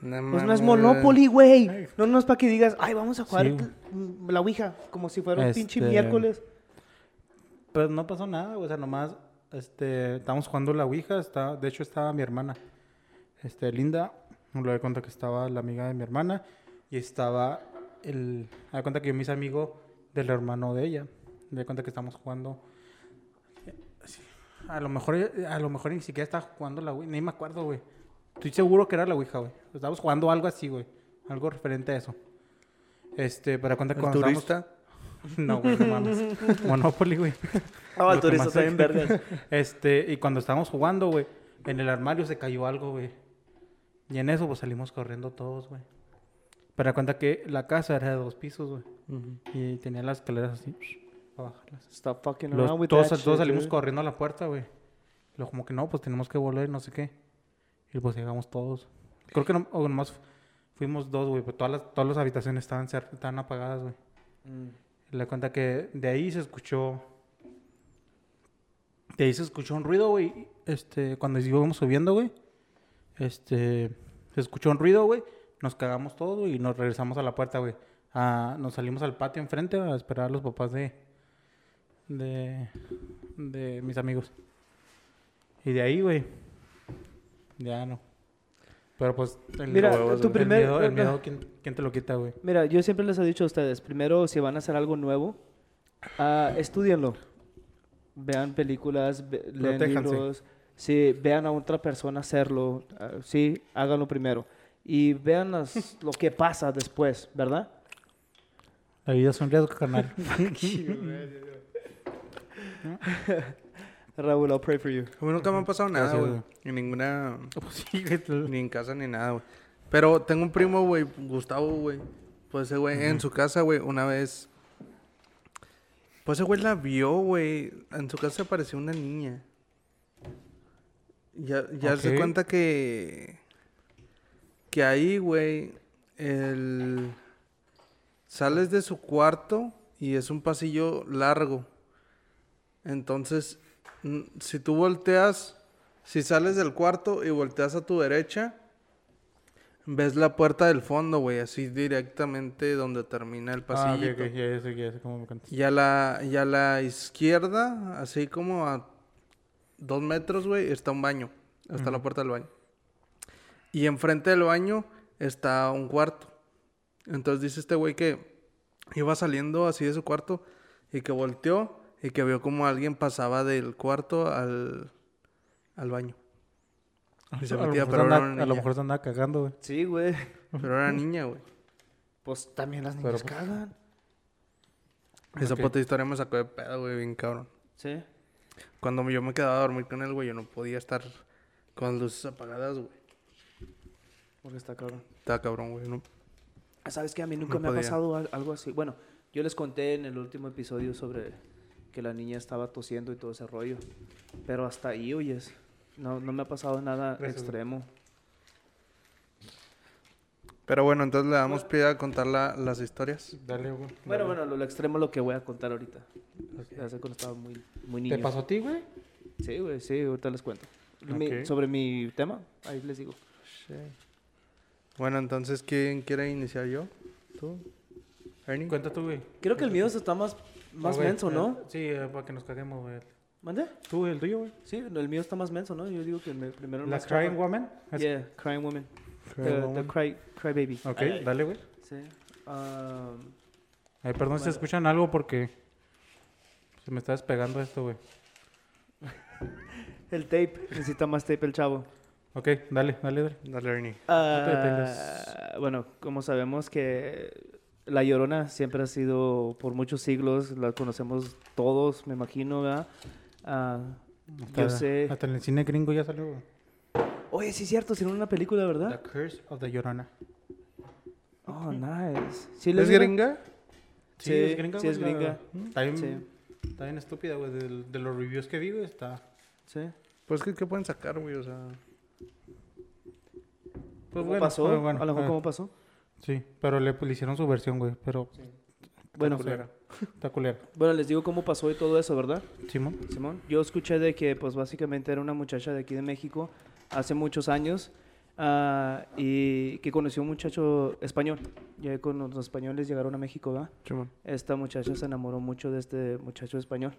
Speaker 2: No
Speaker 3: Pues no es
Speaker 2: mames, güey.
Speaker 3: Monopoly, güey. No, no es para que digas, ay, vamos a jugar
Speaker 4: Sí,
Speaker 3: l-
Speaker 4: güey.
Speaker 3: m- la Ouija, como si fuera un pinche
Speaker 4: Este,
Speaker 3: miércoles.
Speaker 4: Pues no pasó nada, güey, O sea, nomás. Este. Estábamos jugando la Ouija. Está, de hecho, estaba mi hermana. Este, Linda. Me lo di cuenta que estaba la amiga de mi hermana. Y estaba el. Me di cuenta que yo me hice amigo del hermano de ella. Me di cuenta que estamos jugando. Sí, A lo mejor, a lo mejor ni siquiera estaba jugando la Ouija. Ni me acuerdo, güey. Estoy seguro que era la Ouija, güey. Estábamos jugando algo así, güey. Algo referente a eso. Este, para cuenta que
Speaker 2: ¿El
Speaker 4: cuando estábamos-
Speaker 2: turista?
Speaker 4: No, güey, no mames. Monopoly, güey.
Speaker 3: Ah, tú
Speaker 4: Lo que
Speaker 3: eres
Speaker 4: más
Speaker 3: también
Speaker 4: hay.
Speaker 3: vergas.
Speaker 4: Este, y cuando estábamos jugando, güey, en el armario se cayó algo, güey. Y en eso, pues salimos corriendo todos, güey. Pero da cuenta que la casa era de dos pisos, güey. Y tenía las escaleras así, para bajarlas.
Speaker 3: Stop fucking
Speaker 4: Los-
Speaker 3: around with
Speaker 4: todos,
Speaker 3: that shit,
Speaker 4: todos salimos
Speaker 3: dude.
Speaker 4: corriendo a la puerta, güey. Y luego como que no, pues tenemos que volver, no sé qué. Y pues llegamos todos. Creo que no, o nomás fuimos dos, güey. Pero todas las, todas las habitaciones estaban, cer- estaban apagadas, güey.
Speaker 3: Mm.
Speaker 4: Le da cuenta que de ahí se escuchó. De ahí se escuchó un ruido, güey. Este, cuando íbamos subiendo, güey. Este, se escuchó un ruido, güey. Nos cagamos todo güey, y nos regresamos a la puerta, güey. Ah, nos salimos al patio enfrente a esperar a los papás de. de. de mis amigos. Y de ahí, güey. Ya no. Pero pues. el-
Speaker 3: Mira,
Speaker 4: el
Speaker 3: tu primer-
Speaker 4: miedo- el miedo, ¿quién, quién te lo quita, güey?
Speaker 3: Mira, yo siempre les he dicho a ustedes, primero si van a hacer algo nuevo, ah, estudienlo. Vean películas, ve- lean
Speaker 4: Protéjanse.
Speaker 3: libros, sí, vean a otra persona hacerlo, ah, sí, háganlo primero. Y vean las- lo que pasa después, ¿verdad?
Speaker 4: La vida es un riesgo, carnal.
Speaker 3: Raúl, I'll pray for you.
Speaker 2: A mí nunca me ha pasado nada,
Speaker 4: Gracias,
Speaker 2: güey.
Speaker 4: güey.
Speaker 2: En ninguna...
Speaker 4: Pues sí, güey, te lo-
Speaker 2: Ni en casa ni nada, güey. Pero tengo un primo, güey, Gustavo, güey. Pues ese güey, en su casa, güey, una vez. Pues ese güey la vio, güey. En su casa apareció una niña. Ya, ya se
Speaker 4: Ok.
Speaker 2: cuenta que. Que ahí, güey. El. Sales de su cuarto y es un pasillo largo. Entonces, mm, si tú volteas, si sales del cuarto y volteas a tu derecha, ves la puerta del fondo, güey, así directamente donde termina el
Speaker 4: Ah,
Speaker 2: pasillo.
Speaker 4: ok, ok, ya sé, ya sé cómo me cantas.
Speaker 2: Y a la, y a la izquierda, así como a dos metros, güey, está un baño. Está la puerta del baño. Y enfrente del baño está un cuarto. Entonces dice este güey que iba saliendo así de su cuarto y que volteó y que vio como alguien pasaba del cuarto al, al baño. Y se
Speaker 4: a, lo
Speaker 2: metía,
Speaker 4: mejor
Speaker 2: pero
Speaker 4: se
Speaker 2: era
Speaker 4: anda-
Speaker 2: una
Speaker 4: a lo
Speaker 2: niña.
Speaker 4: mejor se andaba cagando, güey.
Speaker 3: Sí, güey.
Speaker 2: Pero era niña, güey.
Speaker 3: Pues también las
Speaker 4: Pero,
Speaker 3: niñas
Speaker 4: pues,
Speaker 3: cagan.
Speaker 2: Esa
Speaker 4: Ok.
Speaker 2: puta historia me sacó de pedo, güey, bien cabrón.
Speaker 3: Sí.
Speaker 2: Cuando yo me quedaba a dormir con él, güey, yo no podía estar con luces apagadas, güey.
Speaker 3: Porque está cabrón.
Speaker 2: Está cabrón, güey. ¿no?
Speaker 3: Ah, Sabes que a mí nunca
Speaker 2: No
Speaker 3: me
Speaker 2: podía.
Speaker 3: ha pasado al- algo así. Bueno, yo les conté en el último episodio sobre que la niña estaba tosiendo y todo ese rollo. Pero hasta ahí, oyes. No, no me ha pasado nada extremo.
Speaker 2: Pero bueno, entonces le damos pie a contar la- las historias.
Speaker 4: Dale, güey.
Speaker 3: Bueno, bueno, lo, lo extremo es lo que voy a contar ahorita. Hace cuando estaba muy, muy niño.
Speaker 4: ¿Te pasó a ti, güey?
Speaker 3: Sí, güey, sí, ahorita les cuento. Mi-
Speaker 4: Ok.
Speaker 3: sobre mi tema, ahí les digo.
Speaker 2: Bueno, entonces, ¿quién quiere iniciar yo?
Speaker 3: ¿Tú?
Speaker 2: ¿Ernie?
Speaker 4: Cuenta tú, güey.
Speaker 3: Creo que el mío está más, más
Speaker 4: Ah, güey,
Speaker 3: menso,
Speaker 4: eh,
Speaker 3: ¿no?
Speaker 4: Sí, eh, para que nos caguemos, güey.
Speaker 3: ¿Mande?
Speaker 4: Tú, el tuyo, güey.
Speaker 3: Sí, el mío está más menso, ¿no? Yo digo que el me- primero... el
Speaker 4: La
Speaker 3: más
Speaker 4: Crying
Speaker 3: chafa.
Speaker 4: Woman. Es-
Speaker 3: Yeah, Crying Woman.
Speaker 2: Crying
Speaker 3: the, the
Speaker 2: Woman.
Speaker 3: cry, cry Baby.
Speaker 4: Ok, dale, güey.
Speaker 3: Sí.
Speaker 4: Ah,
Speaker 3: Um,
Speaker 4: Ay, perdón si escuchan algo porque se me está despegando esto, güey.
Speaker 3: el tape. Necesita más tape el chavo.
Speaker 4: Ok, dale, dale, dale.
Speaker 2: Dale, Ernie.
Speaker 4: te
Speaker 3: Ah,
Speaker 4: detengas.
Speaker 3: bueno, como sabemos que La Llorona siempre ha sido, por muchos siglos, la conocemos todos, me imagino, ¿verdad? Ah, yo sé...
Speaker 4: Hasta en el cine gringo ya salió, güey.
Speaker 3: Oye, sí es cierto, sino una película, ¿verdad?
Speaker 4: The Curse of the Llorona.
Speaker 3: Oh, nice. ¿Sí la
Speaker 2: ¿Es
Speaker 3: vieron?
Speaker 2: gringa?
Speaker 3: Sí, sí
Speaker 4: güey,
Speaker 3: es
Speaker 4: la- ¿Mm?
Speaker 3: gringa.
Speaker 4: Está bien,
Speaker 3: Sí.
Speaker 4: está bien estúpida, güey. del- De, los reviews que vi, güey, está...
Speaker 3: Sí.
Speaker 2: Pues, ¿qué, qué pueden sacar, güey? O sea,
Speaker 4: Pues
Speaker 3: ¿Cómo
Speaker 4: bueno,
Speaker 3: pasó?
Speaker 4: pero bueno,
Speaker 3: A lo mejor,
Speaker 4: ah.
Speaker 3: ¿cómo pasó?
Speaker 4: Sí, pero le, le hicieron su versión, güey. Pero
Speaker 3: Bueno,
Speaker 4: culera. está culera.
Speaker 3: bueno, les digo cómo pasó y todo eso, ¿verdad?
Speaker 4: Simón.
Speaker 3: Simón, yo escuché de que pues básicamente era una muchacha de aquí de México hace muchos años ah, y que conoció a un muchacho español. Ya con los españoles llegaron a México, ¿va?
Speaker 2: Simón.
Speaker 3: Esta muchacha se enamoró mucho de este muchacho español.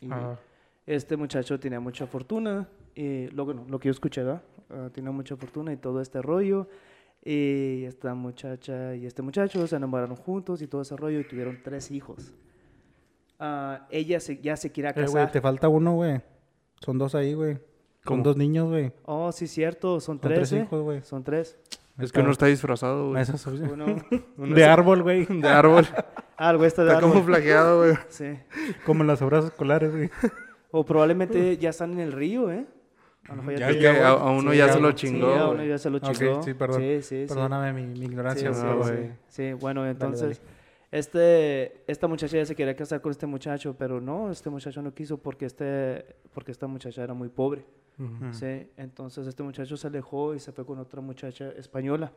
Speaker 2: Mm.
Speaker 3: Y
Speaker 4: Ah,
Speaker 3: Este muchacho tenía mucha fortuna, y lo, bueno, lo que yo escuché, ¿verdad? Ah, tenía mucha fortuna y todo este rollo. Y esta muchacha y este muchacho se enamoraron juntos y todo ese rollo y tuvieron tres hijos. Ah, ella se- ya se quiere
Speaker 4: eh,
Speaker 3: casar.
Speaker 4: güey, te falta uno, güey. Son dos ahí, güey. Con
Speaker 2: ¿Cómo?
Speaker 4: dos niños, güey.
Speaker 3: Oh, sí, cierto, son
Speaker 4: Son tres
Speaker 3: tres. ¿eh?
Speaker 4: hijos, güey.
Speaker 3: Son tres.
Speaker 2: Es que uno está disfrazado, güey.
Speaker 4: Esas-
Speaker 3: Uno.
Speaker 4: de árbol, güey.
Speaker 2: De árbol.
Speaker 3: Ah, el güey está de
Speaker 2: está como
Speaker 3: árbol.
Speaker 2: flaqueado, güey.
Speaker 3: Sí.
Speaker 4: Como las obras escolares, güey.
Speaker 3: O probablemente ya están en el río, ¿eh? A lo mejor
Speaker 4: Ya,
Speaker 2: Es
Speaker 3: tienen-
Speaker 2: que
Speaker 4: güey.
Speaker 2: a, a uno
Speaker 4: Sí,
Speaker 2: ya
Speaker 4: ya,
Speaker 2: se lo
Speaker 4: güey.
Speaker 3: Sí,
Speaker 2: chingó,
Speaker 3: a uno
Speaker 2: güey.
Speaker 3: ya se lo
Speaker 4: Ok,
Speaker 3: chingó.
Speaker 4: sí, perdón.
Speaker 3: Sí, sí, sí.
Speaker 4: Perdóname mi, mi
Speaker 3: Sí,
Speaker 4: ignorancia,
Speaker 3: sí,
Speaker 4: ¿verdad,
Speaker 3: sí,
Speaker 4: güey.
Speaker 3: sí, bueno, entonces
Speaker 4: eh. dale.
Speaker 3: este esta muchacha ya se quería casar con este muchacho, pero no, este muchacho no quiso porque este porque esta muchacha era muy pobre.
Speaker 4: Ujú.
Speaker 3: Sí, entonces este muchacho se alejó y se fue con otra muchacha española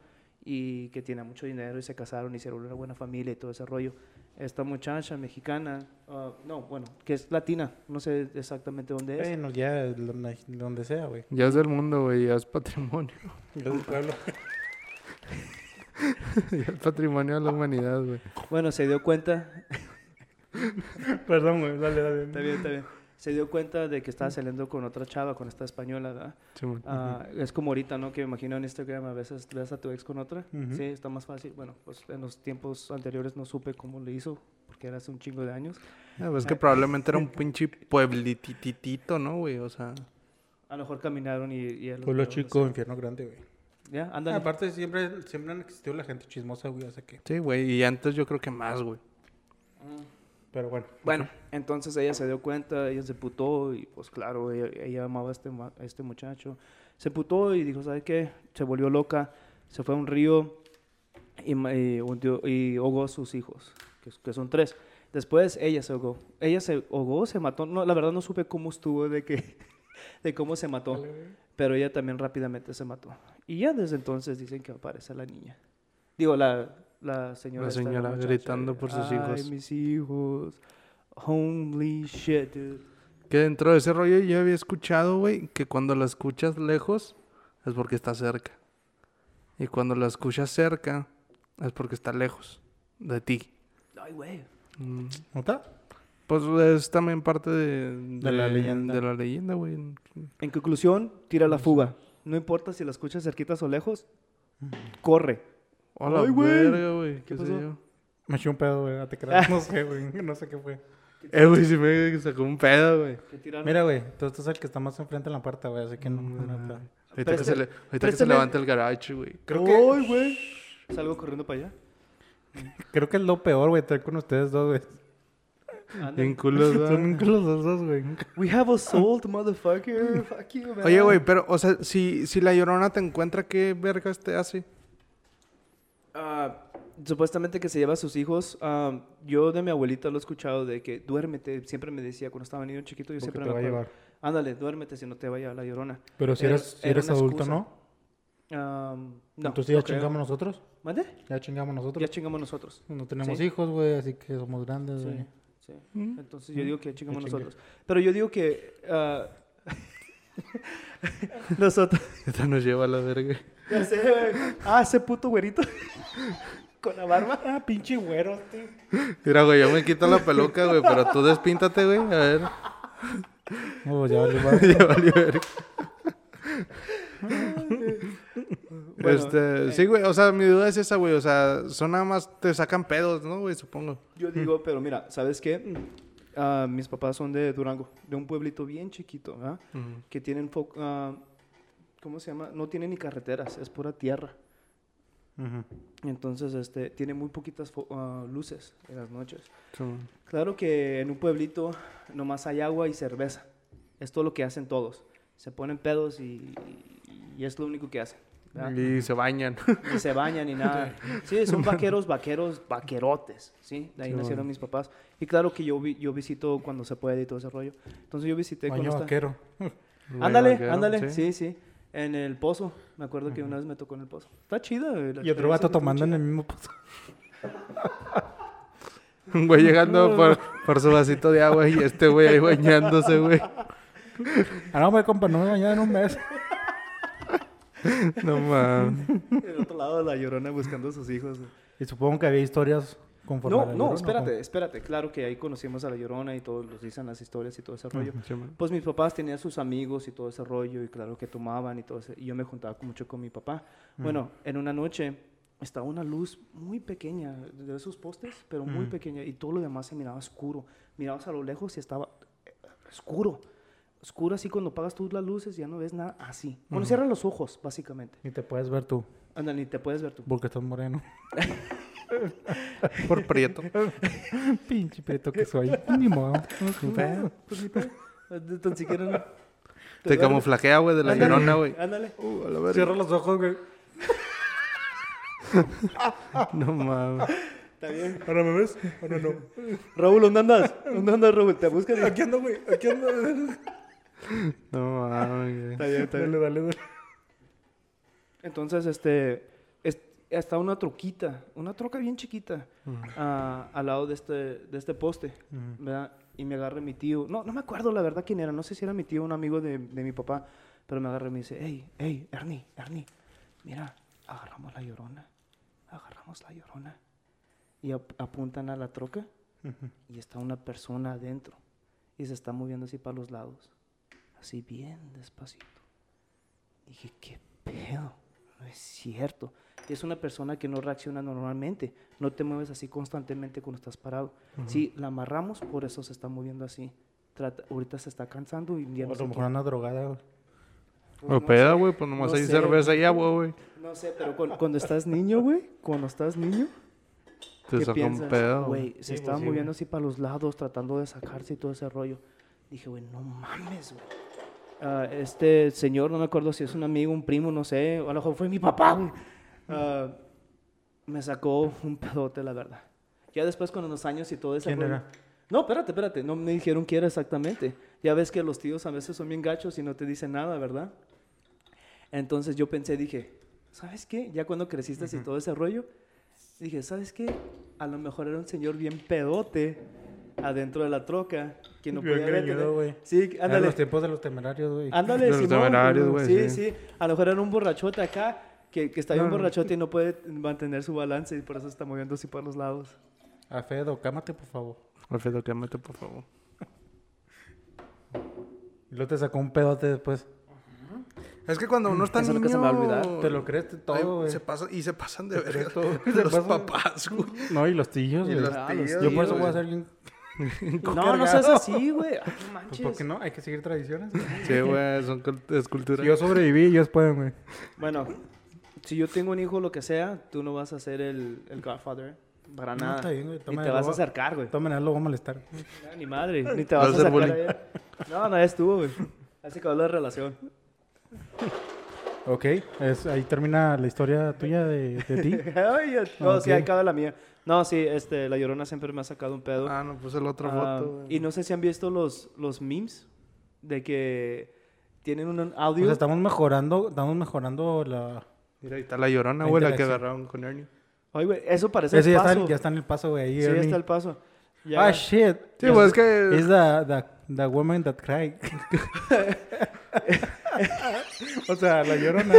Speaker 3: y que tiene mucho dinero y se casaron y hicieron una buena familia y todo ese rollo. Esta muchacha mexicana, ah, no, bueno, que es latina, no sé exactamente dónde es.
Speaker 4: Bueno, ya donde, donde sea, güey.
Speaker 2: Ya es del mundo, güey. Ya es patrimonio.
Speaker 4: pueblo.
Speaker 2: ya es patrimonio de la humanidad, güey.
Speaker 3: Bueno, se dio cuenta
Speaker 4: Perdón, güey. Dale, dale.
Speaker 3: Está bien, está bien. Se dio cuenta de que estaba saliendo con otra chava, con esta española, ¿verdad?
Speaker 2: Simón.
Speaker 3: Ah, es como ahorita, ¿no? Que me imagino en Instagram a veces le das a tu ex con otra.
Speaker 4: Ujú.
Speaker 3: Sí, está más fácil. Bueno, pues en los tiempos anteriores no supe cómo le hizo, porque era hace un chingo de años.
Speaker 2: Ah, pues es que probablemente era un pinche pueblititito, ¿no, güey? O sea,
Speaker 3: A lo mejor caminaron y... y a los
Speaker 4: Pueblo
Speaker 3: pedos,
Speaker 4: chico, infierno grande, güey.
Speaker 3: así. Ya, ándale.
Speaker 4: Aparte, siempre, siempre han existido la gente chismosa, güey, hace que.
Speaker 2: sí, güey. Y antes yo creo que más, güey.
Speaker 4: Pero bueno.
Speaker 3: Bueno, entonces ella se dio cuenta, ella se putó y pues claro, ella, ella amaba a este, ma- a este muchacho. Se putó y dijo, ¿sabes qué? Se volvió loca, se fue a un río y, ma- y hundió- y ahogó a sus hijos, que, que son tres. Después ella se ahogó. Ella se ahogó, se mató. No, la verdad no supe cómo estuvo de que de cómo se mató, pero ella también rápidamente se mató. Y ya desde entonces dicen que aparece la niña. Digo, la, la señora.
Speaker 2: La
Speaker 3: esta,
Speaker 2: señora
Speaker 3: muchacha,
Speaker 2: gritando
Speaker 3: de,
Speaker 2: por sus
Speaker 3: Ay,
Speaker 2: hijos".
Speaker 3: mis hijos. Holy shit, dude.
Speaker 2: Que dentro de ese rollo yo había escuchado, güey, que cuando la escuchas lejos es porque está cerca. Y cuando la escuchas cerca es porque está lejos de ti.
Speaker 3: Ay, güey.
Speaker 2: Mm.
Speaker 4: ¿Nota?
Speaker 2: Pues es también parte de,
Speaker 4: De la leyenda.
Speaker 2: De la leyenda, güey.
Speaker 3: En conclusión, tira la fuga. No importa si la escuchas cerquitas o lejos, corre.
Speaker 2: Hola,
Speaker 3: Ay, güey.
Speaker 2: verga, güey. ¿Qué, sé
Speaker 3: pasó?
Speaker 2: yo?
Speaker 4: Me eché un pedo, güey, no te
Speaker 3: Ah.
Speaker 4: creas. No sé, güey, no sé qué fue.
Speaker 2: Eh, güey, se me sacó un pedo, güey.
Speaker 4: Mira, güey, tú estás el que está más enfrente en la puerta, güey, así que no. Mm, no te-
Speaker 2: Ahorita, que se, le- ahorita que se
Speaker 3: préstame-
Speaker 2: levanta el garage, güey.
Speaker 4: Creo que-
Speaker 3: Ay, güey. Salgo corriendo para allá.
Speaker 4: Creo que es lo peor, güey, estar con ustedes dos, güey.
Speaker 3: Ándale.
Speaker 2: En culo,
Speaker 4: Son
Speaker 2: ¿verdad?
Speaker 4: incluso los dos, güey.
Speaker 3: We have assault, motherfucker. Fuck you, man.
Speaker 2: Oye, güey, pero, o sea, si, si la llorona te encuentra, ¿qué vergas te hace?
Speaker 3: Ah, supuestamente que se lleva a sus hijos. ah, yo de mi abuelita lo he escuchado de que duérmete. Siempre me decía cuando estaba niño chiquito, yo
Speaker 4: Porque
Speaker 3: siempre
Speaker 4: te
Speaker 3: me
Speaker 4: va a
Speaker 3: acuerdo,
Speaker 4: llevar.
Speaker 3: Ándale, duérmete si no te vaya la llorona.
Speaker 4: Pero si
Speaker 3: Era-
Speaker 4: eres, si
Speaker 3: Eh, era
Speaker 4: eres
Speaker 3: una
Speaker 4: adulto,
Speaker 3: excusa.
Speaker 4: ¿no?
Speaker 3: Ah, no.
Speaker 4: Entonces ya
Speaker 3: no creo.
Speaker 4: chingamos nosotros.
Speaker 3: ¿Mande?
Speaker 4: Ya chingamos
Speaker 3: Ya
Speaker 4: nosotros.
Speaker 3: chingamos nosotros.
Speaker 4: no tenemos
Speaker 3: Sí.
Speaker 4: hijos, güey, así que somos grandes,
Speaker 3: Sí,
Speaker 4: güey.
Speaker 3: sí. Entonces yo digo que chingamos
Speaker 4: Ya chingué.
Speaker 3: nosotros. Pero yo digo que ah, nosotros.
Speaker 2: Esta nos lleva a la verga.
Speaker 3: Ya sé, güey. Ah, ese puto güerito. Con la barba.
Speaker 4: Ah, pinche güero,
Speaker 3: este.
Speaker 4: tío.
Speaker 2: Mira, güey, yo me quito la peluca, güey, pero tú despíntate, güey. A ver.
Speaker 4: No, pues ya valió, madre.
Speaker 2: Ya valió verga.
Speaker 3: Bueno, eh.
Speaker 2: este, sí, güey, o sea, mi duda es esa, güey. O sea, son nada más, te sacan pedos, ¿no, güey? Supongo.
Speaker 3: Yo digo, pero mira, ¿sabes qué? Ah, mis papás son de Durango, de un pueblito bien chiquito, ¿ah? que tienen, fo- ah, ¿cómo se llama? No tiene ni carreteras, es pura tierra.
Speaker 4: Ujú.
Speaker 3: Entonces, este, tiene muy poquitas fo- ah, luces en las noches.
Speaker 2: Sí, güey.
Speaker 3: Claro que en un pueblito nomás hay agua y cerveza. Es todo lo que hacen todos. Se ponen pedos y, y es lo único que hacen. ¿verdad?
Speaker 2: Y se bañan.
Speaker 3: ni se bañan ni nada. Sí, son vaqueros, vaqueros, vaquerotes, ¿sí? De ahí
Speaker 2: Sí,
Speaker 3: nacieron mis papás. Y claro que yo, vi- yo visito cuando se puede y todo ese rollo. Entonces yo visité
Speaker 4: Baño
Speaker 3: cuando está-
Speaker 4: vaquero.
Speaker 3: Ándale,
Speaker 2: Güey, vaquero,
Speaker 3: ándale, sí. sí, En el pozo, me acuerdo que una vez me tocó en el pozo. Está chida. güey, la
Speaker 4: Y otro
Speaker 3: experiencia
Speaker 4: vato
Speaker 3: estuvo
Speaker 4: tomando en
Speaker 3: chida.
Speaker 4: el mismo pozo.
Speaker 2: Un güey llegando por, por su vasito de agua y este güey ahí bañándose, güey.
Speaker 4: Ah, no, güey, compa, no me he bañado en un mes.
Speaker 2: No mames.
Speaker 3: Del otro lado de la llorona buscando a sus hijos. güey.
Speaker 4: Y supongo que había historias conforme a
Speaker 3: No,
Speaker 4: la
Speaker 3: no,
Speaker 4: llorona,
Speaker 3: espérate, espérate. Claro que ahí conocimos a la llorona y todos nos dicen las historias y todo ese rollo. Pues mis papás tenían sus amigos y todo ese rollo y claro que tomaban y todo ese, y yo me juntaba con- mucho con mi papá. Bueno, en una noche estaba una luz muy pequeña de esos postes, pero muy pequeña y todo lo demás se miraba oscuro. Mirabas a lo lejos y estaba eh, oscuro. Oscuro así cuando apagas tú las luces ya no ves nada así. Bueno, cierra los ojos básicamente.
Speaker 4: Y te puedes ver tú,
Speaker 3: Anda, ni te puedes ver tú.
Speaker 4: porque estás moreno.
Speaker 2: Por prieto.
Speaker 4: Pinche preto que soy. Ni modo. Pues Ni pedo.
Speaker 3: Tan siquiera no.
Speaker 2: Te camuflajea, güey, de la
Speaker 3: Ándale,
Speaker 2: llorona, güey.
Speaker 3: Ándale.
Speaker 2: Uh, a la verga.
Speaker 4: Cierra los ojos, güey.
Speaker 2: No mames.
Speaker 3: Está bien.
Speaker 4: Ahora me ves. Ahora no.
Speaker 3: Raúl, ¿dónde andas? ¿Dónde andas, Raúl? Te buscas.
Speaker 4: Aquí ando, güey. Aquí ando.
Speaker 2: No mames, güey.
Speaker 3: Está bien, está bien.
Speaker 4: Dale, dale, dale.
Speaker 3: Entonces, este, es- está una troquita, una troca bien chiquita, ah, al lado de este, de este poste, ¿verdad? Y me agarra mi tío, no, no me acuerdo la verdad quién era, no sé si era mi tío o un amigo de, de mi papá, pero me agarra y me dice, hey, hey, Ernie, Ernie, mira, agarramos la llorona, agarramos la llorona. Y ap- apuntan a la troca y está una persona adentro y se está moviendo así para los lados, así bien despacito. Dije, ¿qué pedo? No es cierto. Y es una persona que no reacciona normalmente. No te mueves así constantemente cuando estás parado. Sí, la amarramos, por eso se está moviendo así. Trata- ahorita se está cansando y ya
Speaker 4: A
Speaker 3: no, sé
Speaker 4: lo mejor
Speaker 3: qué-
Speaker 4: anda drogada, güey.
Speaker 2: O peda, güey, pues nomás
Speaker 3: No
Speaker 2: hay
Speaker 3: sé.
Speaker 2: cerveza y agua, güey.
Speaker 3: no sé, pero cu- cuando estás niño, güey, cuando estás niño,
Speaker 2: Te saca un pedo. güey.
Speaker 3: Güey, se
Speaker 4: pues
Speaker 3: estaba moviendo así para los lados, tratando de sacarse y todo ese rollo. Dije, güey, no mames, güey. Ah, este señor, no me acuerdo si es un amigo, un primo, no sé, o a lo mejor fue mi papá, güey. Ah, me sacó un pedote, la verdad. Ya después, con los años y todo ese
Speaker 4: ¿Quién
Speaker 3: rollo-
Speaker 4: era?
Speaker 3: No, espérate, espérate, no me dijeron quién era exactamente. Ya ves que los tíos a veces son bien gachos y no te dicen nada, ¿verdad? Entonces yo pensé, dije, ¿sabes qué? Ya cuando creciste y todo ese rollo, dije, ¿sabes qué? A lo mejor era un señor bien pedote adentro de la troca que no
Speaker 4: Bien
Speaker 3: podía ver.
Speaker 4: greñudo,
Speaker 3: ¿no?
Speaker 4: güey.
Speaker 3: Sí,
Speaker 4: Eran
Speaker 3: ándale.
Speaker 4: los tiempos de los temerarios, güey.
Speaker 3: Ándale,
Speaker 2: De los
Speaker 3: Simón,
Speaker 2: temerarios,
Speaker 3: güey,
Speaker 2: güey,
Speaker 3: Sí,
Speaker 2: sí.
Speaker 3: sí, A lo mejor era un borrachote acá que, que está bien
Speaker 5: No, no.
Speaker 3: borrachote y no puede mantener su balance y por eso está moviendo así por los lados.
Speaker 4: A Fedo, cámate, por favor.
Speaker 2: Alfredo, cámate, por favor.
Speaker 4: Y luego te sacó un pedote después.
Speaker 5: Es que cuando uno está
Speaker 3: Eso
Speaker 5: niño...
Speaker 3: nunca se me va a olvidar.
Speaker 4: Te lo crees
Speaker 5: ay,
Speaker 4: todo, güey.
Speaker 5: se pasa, y se pasan de verga
Speaker 4: crees todo. Se
Speaker 5: los
Speaker 4: pasan-
Speaker 5: papás, güey.
Speaker 4: No, y los tíos,
Speaker 5: Y
Speaker 4: güey.
Speaker 5: los
Speaker 3: Ah,
Speaker 5: tíos.
Speaker 3: los tíos,
Speaker 4: Yo por eso voy
Speaker 5: güey.
Speaker 4: a ser bien...
Speaker 3: No, no seas así, güey. Ay, no
Speaker 4: Pues,
Speaker 3: manches.
Speaker 4: ¿Por qué no? Hay que seguir tradiciones.
Speaker 2: Sí, güey, son cult- es cultura.
Speaker 4: Si yo sobreviví, ellos pueden, güey.
Speaker 3: Bueno, si yo tengo un hijo, lo que sea, tú no vas a ser el, el Godfather. Para
Speaker 4: No,
Speaker 3: nada.
Speaker 4: está bien, güey,
Speaker 3: ni
Speaker 4: toma
Speaker 3: te
Speaker 4: de
Speaker 3: vas a
Speaker 4: lobo.
Speaker 3: acercar, güey.
Speaker 4: De todas maneras lo voy a molestar.
Speaker 3: No, Ni madre, ni te
Speaker 2: Va a
Speaker 3: vas a
Speaker 2: ser
Speaker 3: acercar.
Speaker 2: bullying.
Speaker 3: a ella. No, no, ya estuvo, güey. Así que la relación.
Speaker 4: Ok, es- ahí termina la historia tuya de, de ti.
Speaker 3: Ay, ya- no, sí,
Speaker 4: Ah, Ok.
Speaker 3: ahí cabe la mía. No, sí, este, la llorona siempre me ha sacado un pedo.
Speaker 5: Ah, no, puse la otra
Speaker 3: Ah,
Speaker 5: foto, güey.
Speaker 3: y no sé si han visto los, los memes de que tienen un
Speaker 4: O sea,
Speaker 3: audio.
Speaker 4: estamos mejorando, estamos mejorando la...
Speaker 2: Mira, ahí está la llorona,
Speaker 4: La
Speaker 2: güey, la que
Speaker 4: interacción.
Speaker 2: agarraron con Ernie.
Speaker 3: Ay, güey, eso parece
Speaker 4: Eso
Speaker 3: el
Speaker 4: Eh, ya está,
Speaker 3: paso.
Speaker 4: en- ya está en el paso, güey. ahí,
Speaker 3: sí, ya
Speaker 4: Ernie.
Speaker 3: está el paso. Ya-
Speaker 4: Ah, shit.
Speaker 5: Sí, pues, es que-
Speaker 4: Es the, the, the woman that cried. o sea, la llorona.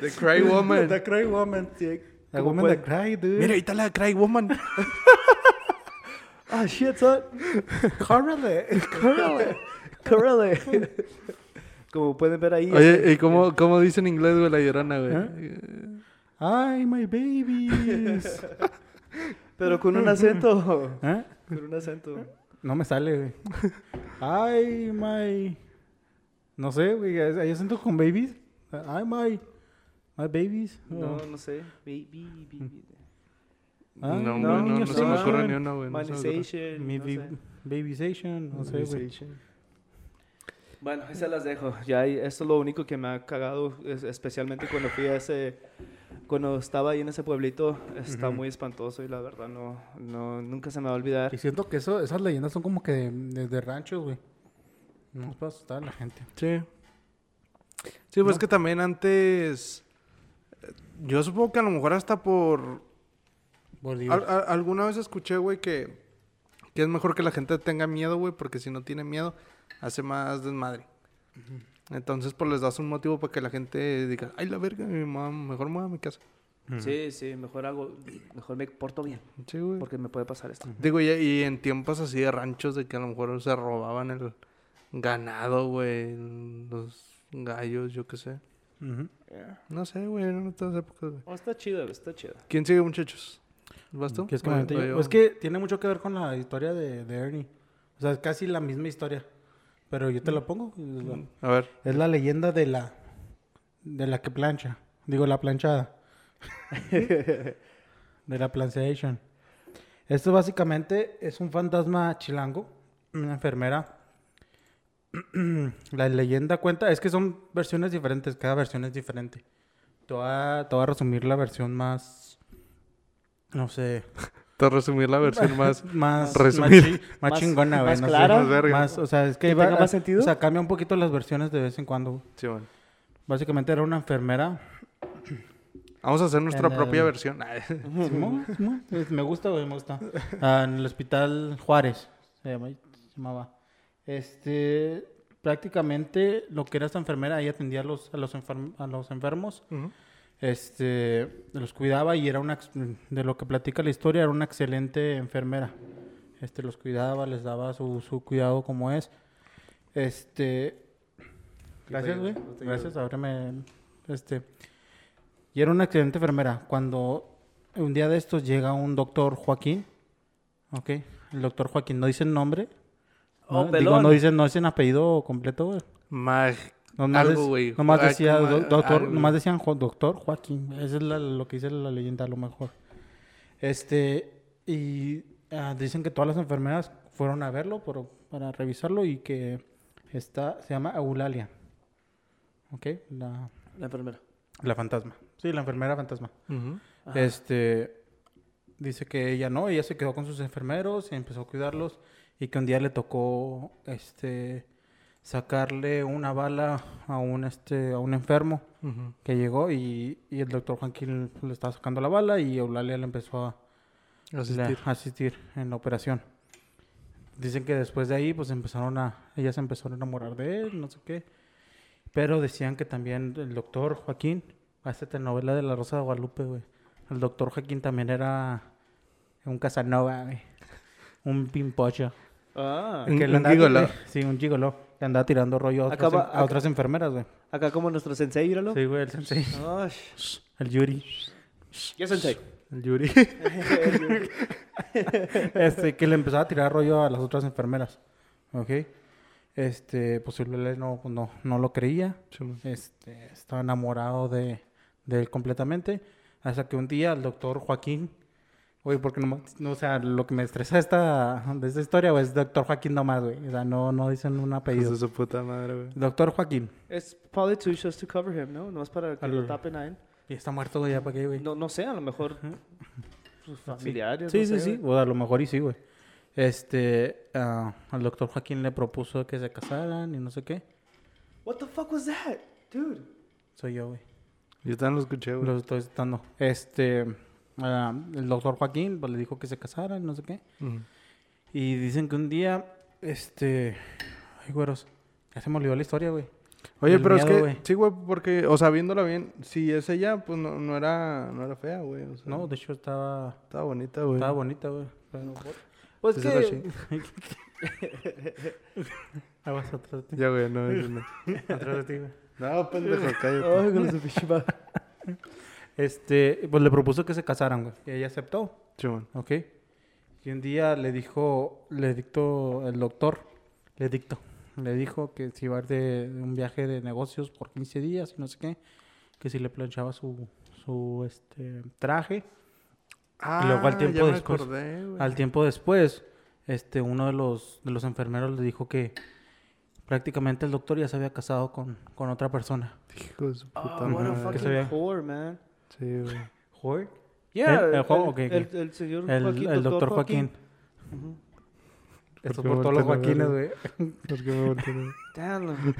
Speaker 5: The Cry Woman.
Speaker 4: the cry woman.
Speaker 3: Sí.
Speaker 4: The
Speaker 3: Como
Speaker 4: woman
Speaker 3: puede-
Speaker 4: that cried, dude.
Speaker 5: Mira, ahí está la Cry Woman.
Speaker 3: Ah, shit, son.
Speaker 4: córrele.
Speaker 3: Correle. Correle. Como pueden ver ahí. este,
Speaker 2: Oye, ¿y cómo, cómo dice en inglés, güey, la llorona, güey?
Speaker 4: Ay, my babies.
Speaker 3: Pero con un acento.
Speaker 4: ¿Eh?
Speaker 3: Con un acento.
Speaker 4: No me sale, güey. Ay, my. No sé, güey. ¿Hay acento con babies? Ay, my. My babies.
Speaker 3: No, no sé. Baby, baby.
Speaker 2: No,
Speaker 4: Ay,
Speaker 2: güey,
Speaker 3: no,
Speaker 2: no, no,
Speaker 3: niños,
Speaker 2: se me
Speaker 3: no.
Speaker 2: ocurre ni una, güey. no se me ocurre.
Speaker 3: Manization.
Speaker 4: Mi
Speaker 3: no
Speaker 4: baby
Speaker 3: sé.
Speaker 4: babysation. No sé, güey.
Speaker 3: Bueno, ahí se las dejo. Ya, y esto es lo único que me ha cagado, es- especialmente cuando fui a ese, cuando estaba ahí en ese pueblito, está muy espantoso y la verdad no, no, nunca se me va a olvidar.
Speaker 4: Y siento que eso, esas leyendas son como que de, de- de ranchos, güey. No es para asustar a la gente.
Speaker 5: Sí. Sí, pues es que también antes. eh, Yo supongo que a lo mejor hasta por.
Speaker 4: Por Dios.
Speaker 5: al- a- alguna vez escuché, güey, que, que es mejor que la gente tenga miedo, güey, porque si no tiene miedo, hace más desmadre. Entonces, pues les das un motivo para que la gente diga, ay, la verga, mi mamá, mejor mueva a mi casa.
Speaker 3: Sí, sí, mejor hago, mejor me porto bien,
Speaker 5: Sí, güey.
Speaker 3: porque me puede pasar esto.
Speaker 5: Digo, y, y en tiempos así de ranchos, de que a lo mejor se robaban el ganado, güey, los gallos, yo qué sé.
Speaker 4: Ujú.
Speaker 5: No sé, güey, eran otras épocas, güey.
Speaker 3: Oh, está chido, está chido.
Speaker 5: ¿Quién sigue, muchachos? ¿Vas tú?
Speaker 4: ¿Quieres que
Speaker 5: O-
Speaker 4: me
Speaker 5: o
Speaker 4: aviente yo?
Speaker 5: yo.
Speaker 4: Pues Es que tiene mucho que ver con la historia de, de Ernie. O sea, es casi la misma historia. Pero yo te la pongo. Es la-
Speaker 5: A ver.
Speaker 4: Es la leyenda de la de la que plancha. Digo, la planchada. de la planchation. Esto básicamente es un fantasma chilango, una enfermera. la leyenda cuenta, es que son versiones diferentes, cada versión es diferente. Te voy a, te voy a resumir la versión más, no sé,
Speaker 2: Te voy a resumir la versión más.
Speaker 4: más,
Speaker 2: Resumir.
Speaker 4: más chi- más
Speaker 3: Más-
Speaker 4: chingona, güey.
Speaker 3: más
Speaker 4: no sé,
Speaker 3: clara.
Speaker 4: más verga. Más- o sea, es que
Speaker 3: ¿Que
Speaker 4: iba-
Speaker 3: tenga más sentido?
Speaker 4: O sea, cambia un poquito las versiones de vez en cuando. güey.
Speaker 2: Sí, bueno.
Speaker 4: Básicamente era una enfermera.
Speaker 5: Vamos a hacer nuestra
Speaker 4: En
Speaker 5: propia
Speaker 4: el-
Speaker 5: versión. Ay,
Speaker 4: Simón, Simón. Es- Me gusta, güey, me gusta. Ah, en el hospital Juárez se, llama- se llamaba. Este, prácticamente lo que era esta enfermera, ella atendía a los, a los, enfer- a los enfermos. Este, los cuidaba y era una, ex- de lo que platica la historia, era una excelente enfermera. Este, los cuidaba, les daba su, su cuidado como es. Este, gracias, güey. Gracias, ábreme, este. Y era una excelente enfermera. Cuando un día de estos llega un doctor Joaquín, ok, el doctor Joaquín no dice el nombre,
Speaker 3: Oh,
Speaker 4: ¿no? Digo,
Speaker 3: pelón.
Speaker 4: no dicen, no dicen apellido completo, güey.
Speaker 5: Mag.
Speaker 4: Nomás,
Speaker 5: Algo,
Speaker 4: dec-
Speaker 5: güey,
Speaker 4: nomás
Speaker 5: Joaquín,
Speaker 4: decía
Speaker 5: ma-
Speaker 4: do- doctor,
Speaker 5: algo.
Speaker 4: nomás decían Jo- doctor Joaquín. Esa es la- lo que dice la leyenda a lo mejor. Este, y ah, dicen que todas las enfermeras fueron a verlo por- para revisarlo y que está, se llama Eulalia. Ok, la,
Speaker 3: La enfermera.
Speaker 4: la fantasma. Sí, la enfermera fantasma.
Speaker 5: Ujú.
Speaker 3: Ajá.
Speaker 4: Este dice que ella no, ella se quedó con sus enfermeros y empezó a cuidarlos y que un día le tocó este sacarle una bala a un, este, a un enfermo que llegó y, y el doctor Joaquín le estaba sacando la bala y Eulalia le empezó a le-
Speaker 2: Asistir.
Speaker 4: a asistir en la operación. Dicen que después de ahí, pues empezaron a, ella se empezó a enamorar de él, no sé qué. Pero decían que también el doctor Joaquín, a esta telenovela de La Rosa de Guadalupe, güey. El doctor Joaquín también era un Casanova, güey. Un pimpocho.
Speaker 3: Ah.
Speaker 2: Un-
Speaker 4: Que le
Speaker 2: un
Speaker 4: andaba-
Speaker 2: gigoló.
Speaker 4: güey, Sí, un gigoló. Que andaba tirando rollo a otras,
Speaker 3: Acaba-
Speaker 4: en- a
Speaker 3: acá-
Speaker 4: otras enfermeras, güey.
Speaker 3: Acá como nuestro sensei, míralo.
Speaker 4: Sí, güey, el sensei.
Speaker 3: Ay,
Speaker 4: El Yuri.
Speaker 3: ya sensei.
Speaker 2: El Yuri.
Speaker 4: Este, que le empezaba a tirar rollo a las otras enfermeras. ¿Ok? Este, pues Ulele no, pues, no, no lo creía.
Speaker 2: Simón.
Speaker 4: Este, estaba enamorado de, de él completamente. Hasta que un día el doctor Joaquín, oye, porque no, no, o sea, lo que me estresa esta, de esta historia güey, es doctor Joaquín nomás, güey. O sea, no, no dicen un
Speaker 2: Hijos
Speaker 4: apellido.
Speaker 2: de su puta madre, güey.
Speaker 4: Doctor Joaquín.
Speaker 3: Es probably two just to cover him, ¿no? No es para que lo
Speaker 4: Al-
Speaker 3: tapen a él.
Speaker 4: Y está muerto güey, ya para qué, güey.
Speaker 3: No, no sé, a lo mejor sus familiares.
Speaker 4: Sí,
Speaker 3: no
Speaker 4: sí,
Speaker 3: sé,
Speaker 4: sí. O a lo mejor y sí, güey. Este, ah, al doctor Joaquín le propuso que se casaran y no sé qué.
Speaker 3: What the fuck was that, dude?
Speaker 4: Soy yo, güey.
Speaker 2: Yo también lo escuché, güey.
Speaker 4: Lo estoy citando. Este, ah, el doctor Joaquín pues, le dijo que se casaran, no sé qué.
Speaker 2: Ujú.
Speaker 4: Y dicen que un día, este, ay, güeros, ya se me olvidó la historia, güey.
Speaker 5: Oye,
Speaker 4: El
Speaker 5: pero es
Speaker 4: miedo,
Speaker 5: que,
Speaker 4: güey.
Speaker 5: sí, güey, porque, o sea, viéndola bien, si es ella, pues no, no era, no era fea, güey. O sea,
Speaker 4: No, de hecho estaba,
Speaker 5: estaba bonita, güey.
Speaker 4: estaba bonita, güey.
Speaker 3: Pues
Speaker 5: Sí, se la
Speaker 3: que...
Speaker 4: Ah, vas atrás de ti.
Speaker 2: Ya, güey, no, eso no.
Speaker 4: Atrás de ti, güey.
Speaker 5: No, pendejo, cállate.
Speaker 3: Ay, con ese pinche madre.
Speaker 4: Este, pues le propuso que se casaran, güey. Y ella aceptó.
Speaker 2: Simón.
Speaker 4: ¿Ok? Y un día le dijo, le dictó el doctor, le dictó, le dijo que se iba a ir de, de un viaje de negocios por 15 días y no sé qué, que si le planchaba su, su este, traje.
Speaker 5: Ah,
Speaker 4: luego al tiempo
Speaker 5: ya me
Speaker 4: después.
Speaker 5: acordé, güey.
Speaker 4: Al tiempo después, este, uno de los, de los enfermeros le dijo que prácticamente el doctor ya se había casado con, con otra persona.
Speaker 2: Hijo de su puta
Speaker 4: Ah,
Speaker 3: Oh, what a
Speaker 2: madre.
Speaker 4: Que se
Speaker 3: fucking
Speaker 4: vea.
Speaker 3: whore, man.
Speaker 2: Sí, güey.
Speaker 4: ¿Joder?
Speaker 3: Yeah,
Speaker 4: el jo- ok, ok.
Speaker 3: el- el señor
Speaker 4: El,
Speaker 3: Joaquín,
Speaker 4: el doctor Joaquín. Esto
Speaker 2: Porque
Speaker 4: por todos los
Speaker 2: voltean a
Speaker 4: Joaquines,
Speaker 2: ver,
Speaker 4: güey.
Speaker 2: ¿Por qué me voltearon?
Speaker 3: Damn,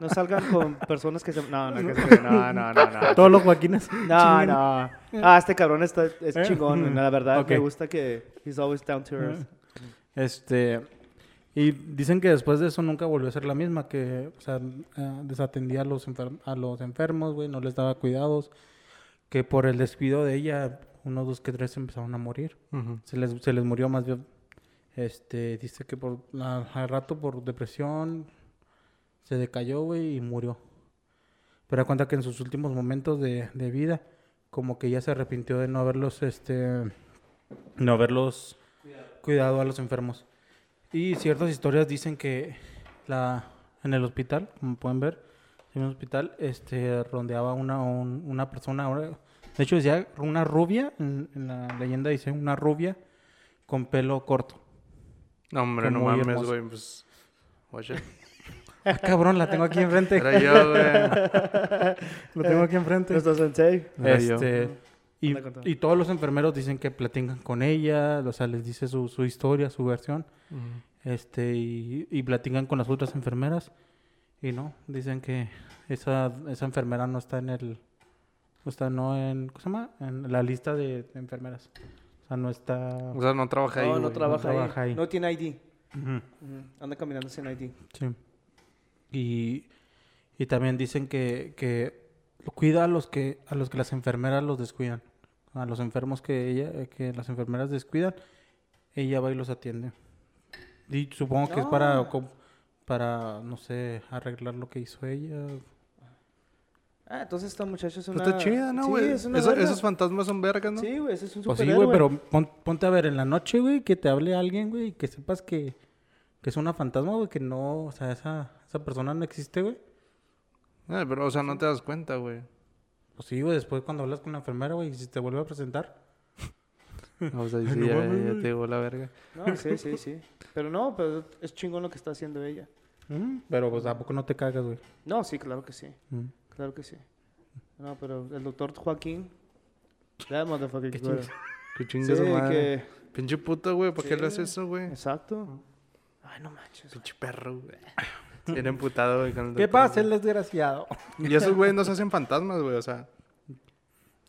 Speaker 3: no salgan con personas que se... No, no, que se- no, no, no, no.
Speaker 4: Todos los Joaquines.
Speaker 3: No, no. Ah, este cabrón está, es
Speaker 4: ¿Eh?
Speaker 3: chingón. güey. La verdad,
Speaker 4: Ok.
Speaker 3: me gusta que he's always down to earth.
Speaker 4: Este. Y dicen que después de eso nunca volvió a ser la misma, que o sea, eh, desatendía a los, enfer- a los enfermos, güey, no les daba cuidados, que por el descuido de ella, uno, dos, que tres empezaron a morir.
Speaker 2: Ujú.
Speaker 4: Se les, se les murió más bien. Este, dice que por a- al rato por depresión se decayó, güey, y murió. Pero da cuenta que en sus últimos momentos de, de vida, como que ya se arrepintió de no haberlos, este, no haberlos cuidado a los enfermos. Y ciertas historias dicen que la, en el hospital, como pueden ver, en el hospital, este, rondeaba una, un- una persona, ahora- de hecho decía una rubia, en, en la leyenda dice una rubia con pelo corto.
Speaker 2: No, hombre,
Speaker 4: Fue
Speaker 2: no
Speaker 4: muy
Speaker 2: mames,
Speaker 4: hermoso.
Speaker 2: güey. Pues. Oye,
Speaker 4: Ah, cabrón, la tengo aquí enfrente.
Speaker 2: era yo, güey.
Speaker 4: Lo tengo aquí enfrente.
Speaker 3: Nuestro sensei.
Speaker 2: Era yo.
Speaker 4: Este, y,
Speaker 3: Anda con todo.
Speaker 4: y todos los enfermeros dicen que platican con ella, o sea, les dice su, su historia, su versión, este, y, y platican con las otras enfermeras. Y no, dicen que esa, esa enfermera no está en el, o sea, no en, ¿cómo se llama? En la lista de enfermeras. O sea, no está...
Speaker 2: O sea, no trabaja ahí.
Speaker 3: No, no
Speaker 2: güey.
Speaker 3: trabaja, ahí.
Speaker 4: trabaja ahí.
Speaker 3: No tiene ID.
Speaker 4: Ujú.
Speaker 3: Ujú. Anda caminando sin ID.
Speaker 4: Sí. Y, y también dicen que, que cuida a los que, a los que las enfermeras los descuidan. A los enfermos que ella, que las enfermeras descuidan, ella va y los atiende. Y supongo que es para,
Speaker 3: Ah.
Speaker 4: com- para, no sé, arreglar lo que hizo ella.
Speaker 3: Ah, entonces esta muchacha es
Speaker 5: Pues
Speaker 3: una...
Speaker 5: está chida, ¿no,
Speaker 3: Sí,
Speaker 5: güey?
Speaker 3: es una
Speaker 5: Eso-
Speaker 3: verga.
Speaker 5: esos fantasmas son vergas, ¿no?
Speaker 3: Sí, güey, ese es un
Speaker 4: Pues sí,
Speaker 3: superhéroe.
Speaker 4: güey, pero pon- ponte a ver en la noche, güey, que te hable alguien, güey, y que sepas que, que es una fantasma, güey, que no, o sea, esa, esa persona no existe, güey.
Speaker 2: Ah, pero, o sea, no te das cuenta, güey.
Speaker 4: Pues sí, güey, después cuando hablas con la enfermera, güey, y si te vuelve a presentar,
Speaker 2: O sea,
Speaker 4: no
Speaker 2: sí, ya,
Speaker 4: mames,
Speaker 2: ya
Speaker 4: güey.
Speaker 2: te digo la verga.
Speaker 3: No, sí, sí, sí. Pero no, pero es chingón lo que está haciendo ella.
Speaker 4: Mm, Pero pues tampoco no te cagas, güey.
Speaker 3: No, sí, claro que sí.
Speaker 4: Mm.
Speaker 3: Claro que sí. No, pero el doctor Joaquín... That motherfucker.
Speaker 4: Qué
Speaker 3: güey.
Speaker 2: Que
Speaker 3: Sí,
Speaker 2: chingue su madre.
Speaker 3: que...
Speaker 2: Pinche puto, güey. ¿Por qué
Speaker 3: Sí.
Speaker 2: le haces eso, güey?
Speaker 3: Exacto. Ay, no manches.
Speaker 2: Pinche perro, güey. Bien emputado, güey. con el
Speaker 4: ¿Qué
Speaker 2: doctor,
Speaker 4: pasa, el
Speaker 2: güey.
Speaker 4: desgraciado?
Speaker 2: Y esos güeyes no se hacen fantasmas, güey. O sea,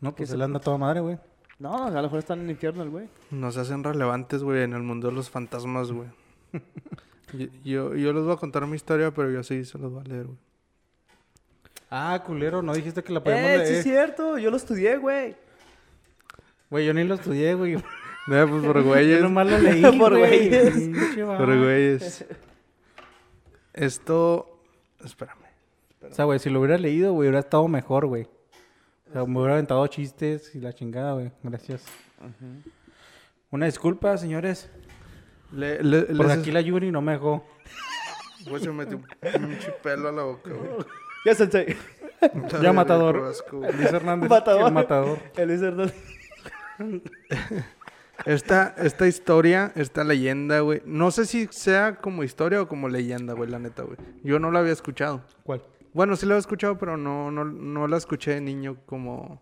Speaker 4: No, pues él anda toda madre, güey.
Speaker 3: No, a lo mejor están en el infierno el güey.
Speaker 2: no se hacen relevantes, güey, en el mundo de los fantasmas, güey. Yo, yo, yo les voy a contar mi historia, pero yo sí se los voy a leer, güey.
Speaker 4: Ah, culero, no dijiste que la podíamos
Speaker 3: Eh, sí es
Speaker 4: leer.
Speaker 3: cierto, yo lo estudié, güey.
Speaker 4: Güey, yo ni lo estudié, güey.
Speaker 2: No, pues por güeyes.
Speaker 4: Yo nomás lo leí,
Speaker 3: Por
Speaker 4: güey.
Speaker 3: güeyes.
Speaker 4: Pinche
Speaker 2: Por
Speaker 4: vato.
Speaker 2: güeyes. Esto. Espérame.
Speaker 4: O sea, güey, si lo hubiera leído, güey, hubiera estado mejor, güey. O sea, me hubiera aventado chistes y la chingada, güey. Gracias. Una disculpa, señores.
Speaker 2: Le, le,
Speaker 4: Por
Speaker 2: les-
Speaker 4: aquí la Yuri no me dejó.
Speaker 2: Güey, se me metió un pinche pelo a la boca, güey.
Speaker 3: Ya, sensei.
Speaker 2: Puta
Speaker 4: Ya
Speaker 2: verga,
Speaker 4: matador.
Speaker 2: qué asco, güey.
Speaker 4: Luis Hernández.
Speaker 3: Matador.
Speaker 4: El matador.
Speaker 3: El Luis Hernández.
Speaker 2: Esta, esta historia, esta leyenda, güey. No sé si sea como historia o como leyenda, güey, la neta, güey. Yo no la había escuchado.
Speaker 4: ¿Cuál?
Speaker 2: Bueno, sí la había escuchado, pero no, no, no la escuché de niño como.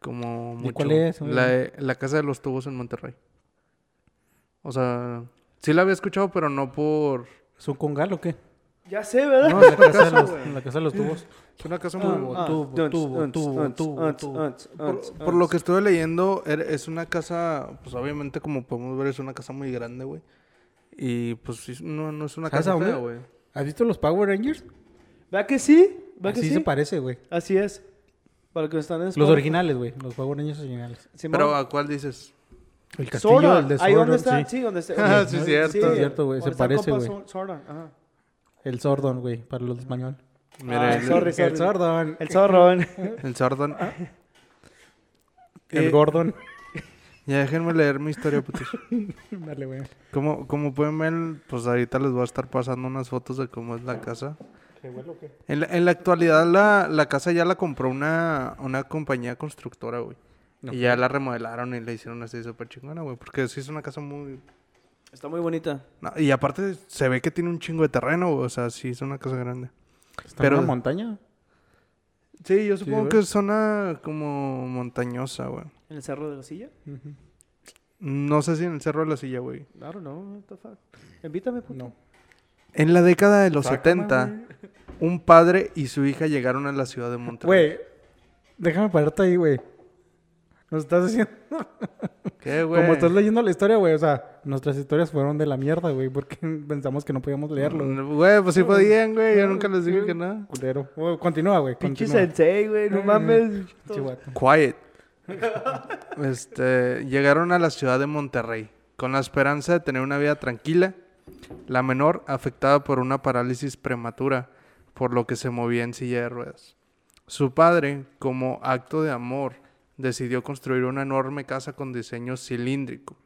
Speaker 2: Como mucho.
Speaker 4: cuál
Speaker 2: güey.
Speaker 4: es, güey?
Speaker 2: La, de- la Casa de los Tubos en Monterrey. O sea, sí la había escuchado, pero no por.
Speaker 4: ¿Es un congal o qué?
Speaker 3: Ya sé, ¿verdad?
Speaker 4: No, en la casa de los, en la casa de los tubos. Ah,
Speaker 2: Es una casa muy.
Speaker 4: Tubo, tubo, tubo, tubo, tubo, tubo.
Speaker 2: Por, por lo que estuve leyendo, er- es una casa, pues obviamente como podemos ver es una casa muy grande, güey. Y pues sí, no, no es una
Speaker 4: ¿Sabes
Speaker 2: casa
Speaker 4: a
Speaker 2: fea,
Speaker 4: dónde?
Speaker 2: güey.
Speaker 4: ¿Has visto los Power Rangers?
Speaker 3: ¿Va que sí? ¿Va que
Speaker 4: Así
Speaker 3: sí?
Speaker 4: se parece, güey.
Speaker 3: Así es. Para que están en
Speaker 4: Los originales, güey. Los Power Rangers originales.
Speaker 3: Simón.
Speaker 2: Pero ¿a cuál dices?
Speaker 4: El
Speaker 3: Sora, ahí donde está,
Speaker 4: sí.
Speaker 3: sí, donde está.
Speaker 2: Ah, sí, cierto.
Speaker 4: Sí, cierto, güey, se parece, güey.
Speaker 3: Sordan,
Speaker 4: El Sordon, güey, para los español.
Speaker 2: Mira,
Speaker 3: Ah,
Speaker 2: el,
Speaker 3: sorry, sorry.
Speaker 4: El Sordon.
Speaker 3: El Zorrón.
Speaker 2: el Sordon.
Speaker 4: El
Speaker 2: Eh,
Speaker 4: Gordon.
Speaker 2: Ya déjenme leer mi historia, putos.
Speaker 4: Dale, güey.
Speaker 2: Como, como pueden ver, pues ahorita les voy a estar pasando unas fotos de cómo es la casa. En la, en la actualidad la, la casa ya la compró una, una compañía constructora, güey. Y ya la remodelaron y la hicieron así súper chingona, güey. Porque sí es una casa muy...
Speaker 3: Está muy bonita.
Speaker 2: No, y aparte se ve que tiene un chingo de terreno, güey, o sea, sí es una casa grande.
Speaker 4: ¿Está
Speaker 2: pero-
Speaker 4: en una montaña?
Speaker 2: Sí, yo supongo
Speaker 4: güey.
Speaker 2: que es zona como montañosa, güey.
Speaker 3: ¿En el Cerro de la Silla?
Speaker 2: No sé si en el Cerro de la Silla, güey.
Speaker 3: I don't know, what the fuck. Invítame, puto.
Speaker 4: No.
Speaker 2: En la década de los 70, un padre y su hija llegaron a la ciudad de Monterrey.
Speaker 4: Güey, déjame pararte ahí, güey. Nos estás haciendo...
Speaker 2: ¿Qué, güey?
Speaker 4: Como estás leyendo la historia, güey. O sea, nuestras historias fueron de la mierda, güey. Porque pensamos que no podíamos leerlo.
Speaker 2: Mm, Güey, pues sí podían, güey. Yo nunca les dije que no.
Speaker 4: Culero. Güey, Continúa, güey.
Speaker 3: Pinche
Speaker 4: continúa. Eh,
Speaker 3: sensei, güey, no mames.
Speaker 4: Pinche vato.
Speaker 2: Quiet. Este, llegaron a la ciudad de Monterrey con la esperanza de tener una vida tranquila. La menor afectada por una parálisis prematura, por lo que se movía en silla de ruedas. Su padre, como acto de amor, decidió construir una enorme casa con diseño cilíndrico,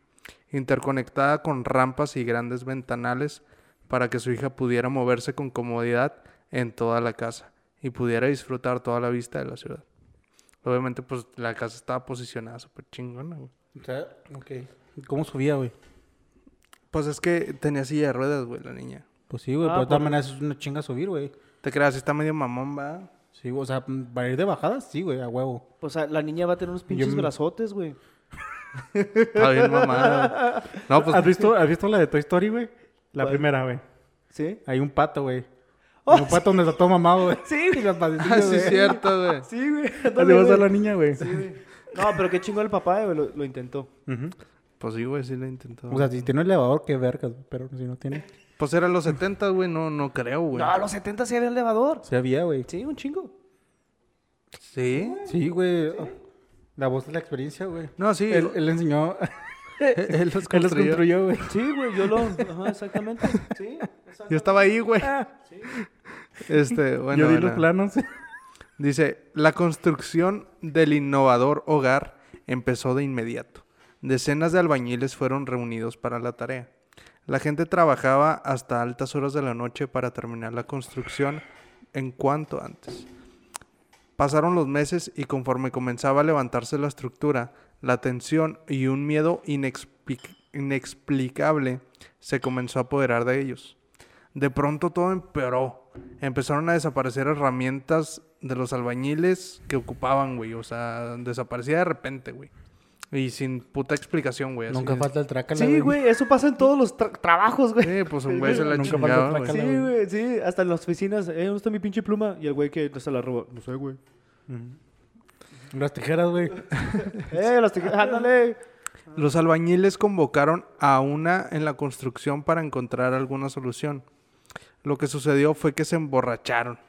Speaker 2: interconectada con rampas y grandes ventanales para que su hija pudiera moverse con comodidad en toda la casa y pudiera disfrutar toda la vista de la ciudad. Obviamente, pues la casa estaba posicionada súper chingona, güey.
Speaker 4: O sea, ok. ¿Cómo subía, güey?
Speaker 2: Pues es que tenía silla de ruedas, güey, la niña.
Speaker 4: Pues sí, güey.
Speaker 3: Ah,
Speaker 4: pero de todas
Speaker 3: por-
Speaker 4: maneras es una chinga subir, güey.
Speaker 2: Te creas, está medio mamón, va.
Speaker 4: Sí, o sea, para ir de bajada, sí, güey, a huevo.
Speaker 3: Pues ah, la niña va a tener unos pinches
Speaker 4: Yo me-
Speaker 3: brazotes, güey.
Speaker 2: Está bien mamada. güey. No, pues
Speaker 4: ¿Has visto, has visto la de Toy Story, güey? La
Speaker 3: ¿Cuál?
Speaker 4: primera, güey.
Speaker 3: ¿Sí?
Speaker 4: Hay un pato, güey.
Speaker 3: Oh,
Speaker 4: Hay un pato donde está todo mamado, güey.
Speaker 3: Sí, güey.
Speaker 4: Y los patecillos,
Speaker 2: Ah, sí,
Speaker 4: güey.
Speaker 2: es cierto, güey.
Speaker 3: Sí, güey.
Speaker 4: Así
Speaker 3: ándale,
Speaker 4: vas a la
Speaker 3: güey.
Speaker 4: niña, güey.
Speaker 3: Sí, güey. No, pero qué chingo el papá, eh, güey, lo, lo intentó.
Speaker 4: Ujú.
Speaker 2: Pues sí, güey, sí lo intentó.
Speaker 4: O sea, si tiene un elevador, qué vergas, güey, pero si no tiene.
Speaker 2: pues era los 70, güey, no, no creo, güey.
Speaker 3: No, a los 70 sí había elevador.
Speaker 4: Se había, güey.
Speaker 3: Sí, un chingo.
Speaker 2: ¿Sí?
Speaker 4: Sí, güey. La voz de la experiencia, güey.
Speaker 2: No, sí.
Speaker 4: Él, él enseñó,
Speaker 2: él los
Speaker 4: él los
Speaker 2: construyó.
Speaker 4: construyó, güey.
Speaker 3: Sí, güey, yo lo... Ajá, exactamente. Sí,
Speaker 2: Yo estaba ahí, güey.
Speaker 3: Ah.
Speaker 2: Este, bueno.
Speaker 4: Yo di los
Speaker 2: bueno.
Speaker 4: planos.
Speaker 2: Dice, la construcción del innovador hogar empezó de inmediato. Decenas de albañiles fueron reunidos para la tarea. La gente trabajaba hasta altas horas de la noche para terminar la construcción en cuanto antes. Pasaron los meses y conforme comenzaba a levantarse la estructura, la tensión y un miedo inexplic- inexplicable se comenzó a apoderar de ellos. De pronto todo empeoró. Empezaron a desaparecer herramientas de los albañiles que ocupaban, güey. O sea, desaparecía de repente, güey. Y sin puta explicación, güey. así
Speaker 4: Nunca
Speaker 2: es.
Speaker 4: falta el trácala.
Speaker 3: Sí, güey, eso pasa en todos los tra- trabajos, güey.
Speaker 2: Sí, pues un güey se la
Speaker 4: Nunca falta
Speaker 2: chingaba,
Speaker 4: otra
Speaker 2: güey.
Speaker 4: cara.
Speaker 3: Sí,
Speaker 4: Guácala, güey.
Speaker 3: güey, sí, hasta en las oficinas. Eh, ¿Dónde está mi pinche pluma? Y el güey que se la robó. No sé, güey.
Speaker 4: Las tijeras, güey.
Speaker 3: ¡Eh, las tijeras! ¡Ándale!
Speaker 2: Los albañiles convocaron a una en la construcción para encontrar alguna solución. Lo que sucedió fue que se emborracharon.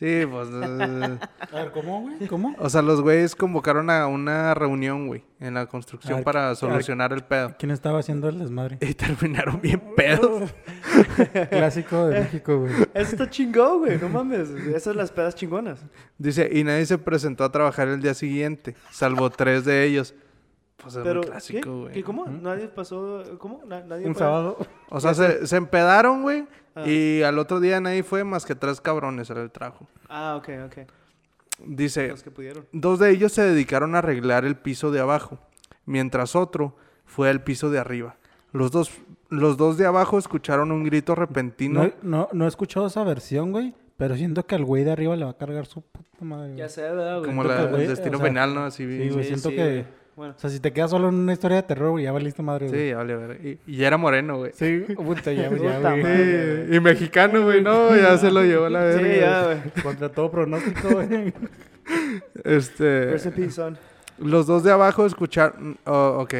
Speaker 2: Sí, pues. eh,
Speaker 4: A ver, ¿cómo, güey? ¿Cómo?
Speaker 2: o sea, los güeyes convocaron a una reunión, güey, en la construcción
Speaker 4: Ar-
Speaker 2: para solucionar el pedo.
Speaker 4: ¿Quién estaba haciendo el desmadre?
Speaker 2: Y terminaron bien pedos.
Speaker 4: Clásico de México, güey.
Speaker 3: Eso está chingón, güey. No mames. Esas son las pedas chingonas.
Speaker 2: Dice, y nadie se presentó a trabajar el día siguiente, salvo tres de ellos. Pues es
Speaker 3: Pero,
Speaker 2: un clásico,
Speaker 3: ¿qué?
Speaker 2: güey.
Speaker 3: ¿Qué? ¿Cómo? ¿Nadie pasó? ¿Cómo? Na- ¿Nadie
Speaker 4: Un
Speaker 3: fue?
Speaker 4: sábado.
Speaker 2: O sea, se, se empedaron, güey. Y al otro día nadie fue más que tres cabrones al trabajo.
Speaker 3: Ah, ok, ok.
Speaker 2: Dice,
Speaker 3: Los que pudieron.
Speaker 2: Dos de ellos se dedicaron a arreglar el piso de abajo, mientras otro fue al piso de arriba. Los dos, los dos de abajo escucharon un grito repentino.
Speaker 4: No, no, no he escuchado esa versión, güey. Pero siento que al güey de arriba le va a cargar su puta madre. güey.
Speaker 3: Ya sé, ¿verdad, güey?
Speaker 2: como
Speaker 4: Siento
Speaker 2: la,
Speaker 4: que, güey,
Speaker 2: el destino
Speaker 4: o sea,
Speaker 2: penal, ¿no? Así
Speaker 4: Sí,
Speaker 2: bien.
Speaker 4: güey,
Speaker 3: Sí,
Speaker 4: siento
Speaker 3: sí,
Speaker 4: que.
Speaker 3: güey. Bueno.
Speaker 4: O sea, si te quedas solo en una historia de terror, güey, ya valiste madre,
Speaker 2: Sí,
Speaker 4: güey.
Speaker 2: ya vale, vale. Y, y ya era moreno, güey. Sí.
Speaker 4: Sí, puta, ya, güey, ya,
Speaker 3: Puta
Speaker 4: güey.
Speaker 3: madre.
Speaker 2: y mexicano, güey, no, ya se lo llevó la verga.
Speaker 3: Sí, ya,
Speaker 2: güey.
Speaker 3: güey.
Speaker 4: Contra todo pronóstico, güey.
Speaker 2: Este.
Speaker 3: Rest in peace, son.
Speaker 2: Los dos de abajo escucharon... oh, ok.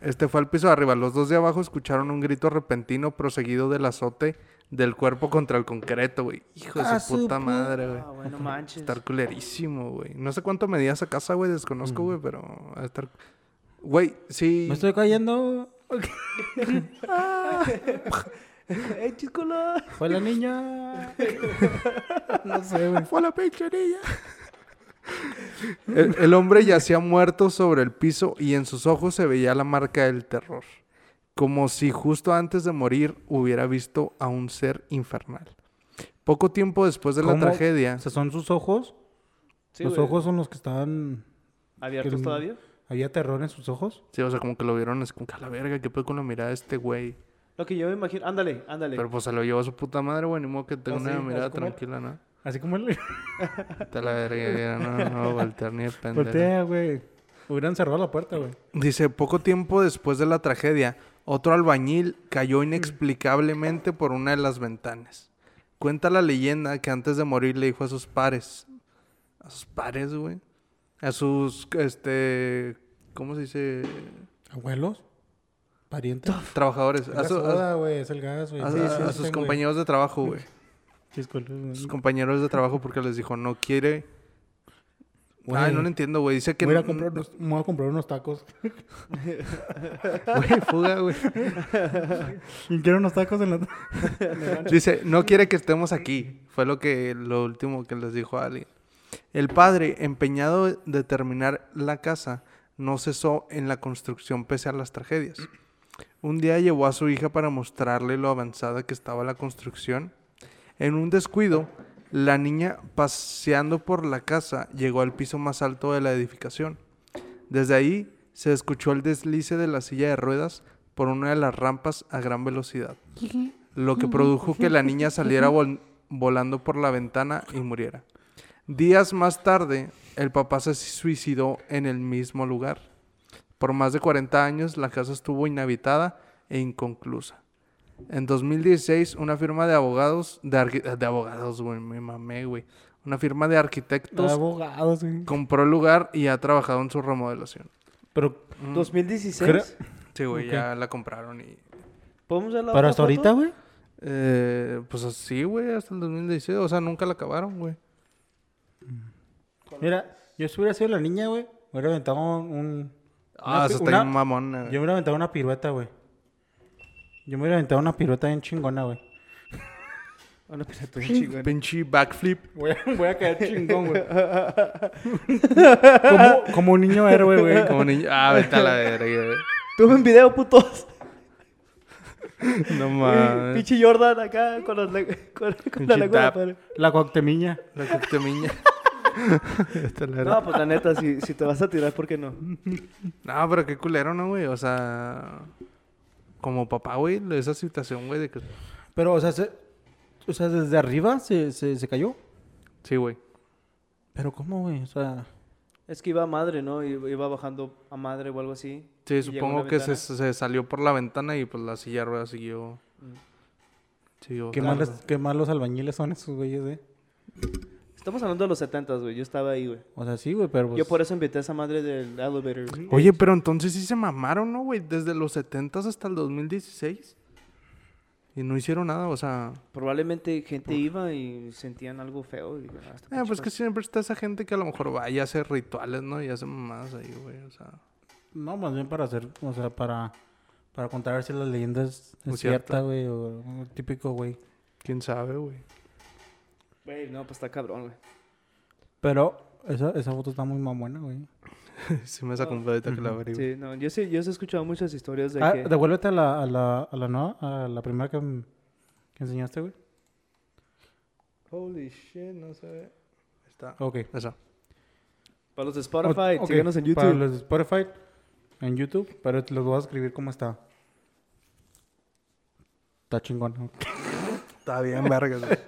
Speaker 2: Este fue al piso de arriba. Los dos de abajo escucharon un grito repentino proseguido del azote del cuerpo contra el concreto, güey. Hijo de
Speaker 4: Ah,
Speaker 2: su
Speaker 4: su
Speaker 2: puta
Speaker 4: pu-
Speaker 2: madre, güey.
Speaker 3: Ah, bueno, manches.
Speaker 4: Pues,
Speaker 2: Estar culerísimo, güey. No sé cuánto medía esa casa, güey. Desconozco, güey, pero... ha de estar... Güey, sí...
Speaker 4: Me Mm. estoy cayendo.
Speaker 3: ¡Eh, chiscola!
Speaker 4: Fue la niña. No sé, güey.
Speaker 2: Fue la pinche niña. El, el hombre yacía muerto sobre el piso y en sus ojos se veía la marca del terror. Como si justo antes de morir hubiera visto a un ser infernal. Poco tiempo después de la
Speaker 4: ¿Cómo?
Speaker 2: tragedia.
Speaker 4: O sea, son sus ojos.
Speaker 3: Sí,
Speaker 4: los
Speaker 3: güey.
Speaker 4: ojos son los que estaban.
Speaker 3: ¿Abiertos
Speaker 4: que-
Speaker 3: todavía?
Speaker 4: ¿Había terror en sus ojos?
Speaker 2: Sí, o sea, como que lo vieron así como que a la verga, ¿qué pedo con la mirada de este güey?
Speaker 3: Lo que yo me imagino. Ándale, ándale.
Speaker 2: Pero pues se lo llevó a su puta madre, güey, ni modo que tenga
Speaker 4: Ah,
Speaker 2: una
Speaker 4: sí,
Speaker 2: mirada
Speaker 4: así como él.
Speaker 2: tranquila, ¿no?
Speaker 4: Así como el.
Speaker 2: Está la verga, no, no, no, voltear ni de pendejo.
Speaker 4: Voltea, güey. Hubieran cerrado la puerta, güey.
Speaker 2: Dice, poco tiempo después de la tragedia, otro albañil cayó inexplicablemente por una de las ventanas. Cuenta la leyenda que antes de morir le dijo a sus pares, a sus pares, güey, a sus, este, ¿cómo se dice?
Speaker 4: ¿Abuelos? ¿Parientes?
Speaker 2: Trabajadores,
Speaker 4: Es
Speaker 2: a,
Speaker 4: la
Speaker 2: su- a-
Speaker 4: soda, güey. Es el gas, güey.
Speaker 2: a-
Speaker 4: Sí, sí,
Speaker 2: a
Speaker 4: sí,
Speaker 2: sus
Speaker 4: güey. Mm.
Speaker 2: compañeros de trabajo, güey.
Speaker 4: Chiscol, güey.
Speaker 2: Sus compañeros de trabajo porque les dijo, no quiere...
Speaker 4: Güey.
Speaker 2: Ay, no lo entiendo, güey. Dice que...
Speaker 4: Voy a ir a
Speaker 2: no-
Speaker 4: comprar unos- me voy a comprar unos tacos.
Speaker 2: Güey, fuga, güey.
Speaker 4: Y quiero unos tacos en la...
Speaker 2: Dice, no quiere que estemos aquí. Fue lo que lo último que les dijo a alguien. El padre, empeñado de terminar la casa, no cesó en la construcción pese a las tragedias. Un día llevó a su hija para mostrarle lo avanzada que estaba la construcción. En un descuido, la niña, paseando por la casa, llegó al piso más alto de la edificación. Desde ahí se escuchó el deslice de la silla de ruedas por una de las rampas a gran velocidad lo que produjo que la niña saliera vol- volando por la ventana y muriera. Días más tarde, el papá se suicidó en el mismo lugar. Por más de 40 años, la casa estuvo inhabitada e inconclusa. En 2016, una firma de abogados, de, arqui- de abogados, güey, me mamé, güey. Una firma de arquitectos
Speaker 4: Abogados, güey.
Speaker 2: compró el lugar y ha trabajado en su remodelación.
Speaker 4: Pero,
Speaker 2: mm.
Speaker 3: 2016.
Speaker 4: Creo-
Speaker 2: Sí, güey,
Speaker 4: Ok.
Speaker 2: ya la compraron y...
Speaker 3: ¿Podemos ver la
Speaker 4: pero
Speaker 3: otra
Speaker 4: hasta ahorita,
Speaker 3: foto?
Speaker 4: güey.
Speaker 2: eh, pues así, güey, hasta el 2016. O sea, nunca la acabaron, güey.
Speaker 4: Mira, yo si hubiera sido la niña, güey, hubiera aventado un...
Speaker 2: Ah,
Speaker 4: una
Speaker 2: eso
Speaker 4: pi-
Speaker 2: está
Speaker 4: una-
Speaker 2: bien mamón.
Speaker 4: Yo me hubiera aventado una pirueta, güey. Yo me hubiera aventado una pirueta bien chingona, güey.
Speaker 3: Una pirata bien chingona.
Speaker 2: Pinche backflip.
Speaker 4: Voy a, voy a caer chingón, güey. como, como un niño héroe, güey.
Speaker 2: Como niño. Ah, vete a la verga, güey.
Speaker 3: Tomen video, putos.
Speaker 2: No
Speaker 3: Pinche
Speaker 2: mames.
Speaker 3: Jordan acá con, las le- con, con la
Speaker 2: Ah. Pinche
Speaker 3: lengua. en la
Speaker 2: tap.
Speaker 3: pared.
Speaker 4: La cuactemiña.
Speaker 2: La coctemiña. Vete a la verga.
Speaker 3: No, pues la neta, si, si te vas a tirar, ¿por qué no?
Speaker 2: No, pero qué culero, ¿no, güey? O sea. Como papá, güey, esa situación, güey, de que.
Speaker 4: Pero, o sea, se- o sea desde arriba se, se, se cayó.
Speaker 2: Sí, güey.
Speaker 4: Pero, ¿cómo, güey? O sea...
Speaker 3: Es que iba a madre, ¿no? I- Iba bajando a madre o algo así. y
Speaker 2: Sí,
Speaker 3: llegó a
Speaker 2: supongo
Speaker 3: una
Speaker 2: que se,
Speaker 3: ventana.
Speaker 2: se salió por la ventana y pues la silla de ruedas siguió. siguió
Speaker 4: Qué
Speaker 2: dando.
Speaker 4: malos, qué malos albañiles son esos güeyes, eh.
Speaker 3: Estamos hablando de los 70, güey. Yo estaba ahí, güey.
Speaker 4: O sea, sí, güey, pero pues,
Speaker 3: Yo por eso invité a esa madre del elevator.
Speaker 2: Oye, pero entonces sí se mamaron, ¿no, güey? Desde los 70 hasta el 2016. Y no hicieron nada, o sea...
Speaker 3: Probablemente gente iba y sentían algo feo. Y, digo, "Ah, esta
Speaker 2: Eh,
Speaker 3: pinche
Speaker 2: pues que
Speaker 3: madre".
Speaker 2: siempre está esa gente que a lo mejor va y hace rituales, ¿no? Y hace mamadas ahí, güey, o sea...
Speaker 4: No, más bien para hacer, o sea, para, para contar a ver si la leyenda es, es
Speaker 2: Muy cierta.
Speaker 4: cierta, güey, o o típico, güey.
Speaker 2: ¿Quién sabe, güey?
Speaker 3: Güey, no, pues está cabrón, güey.
Speaker 4: Pero esa, esa foto está muy mamona, güey.
Speaker 2: sí me sacó un pedo ahorita que la abrí, güey.
Speaker 3: Sí, no, yo sí, yo sí he escuchado muchas historias de
Speaker 4: Ah,
Speaker 3: que...
Speaker 4: devuélvete a la, a la, a la nueva, a la primera que, m- que enseñaste, güey.
Speaker 2: Holy shit, no se ve. Está.
Speaker 4: Ok.
Speaker 2: Esa.
Speaker 3: Para los de Spotify,
Speaker 4: Ok,
Speaker 3: síganos en
Speaker 4: Para
Speaker 3: YouTube.
Speaker 4: los de Spotify, en YouTube, pero te los voy a escribir cómo está. Está chingón. ¿no?
Speaker 2: Está bien, vergas, güey.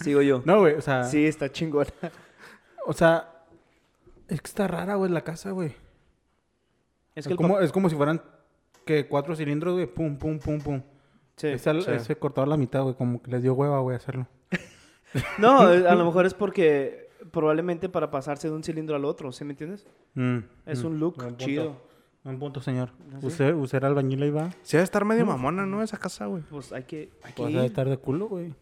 Speaker 3: Sigo yo.
Speaker 4: No, güey, o
Speaker 2: Ah.
Speaker 4: sea,
Speaker 3: Sí, está chingona.
Speaker 4: o sea, es que está rara, güey, la casa, güey.
Speaker 3: Es
Speaker 4: Es,
Speaker 3: que el
Speaker 4: como, es como si fueran que cuatro cilindros, güey, pum, pum, pum, pum.
Speaker 3: Sí.
Speaker 4: Ese al- ese cortado a la mitad, güey, como que les dio hueva, güey, hacerlo.
Speaker 3: No, eh, a lo mejor es porque probablemente para pasarse de un cilindro al otro, ¿sí me entiendes?
Speaker 4: Mm,
Speaker 3: Es
Speaker 4: mm.
Speaker 3: un look
Speaker 4: Buen punto.
Speaker 3: chido.
Speaker 4: Buen punto, señor.
Speaker 3: ¿Ah, sí?
Speaker 4: Usted, usted era albañil ahí va.
Speaker 2: Sí, debe estar medio mamona, ¿no? Esa casa, güey.
Speaker 3: Pues hay que... hay que
Speaker 4: Vas
Speaker 3: ir.
Speaker 4: a estar de culo, güey.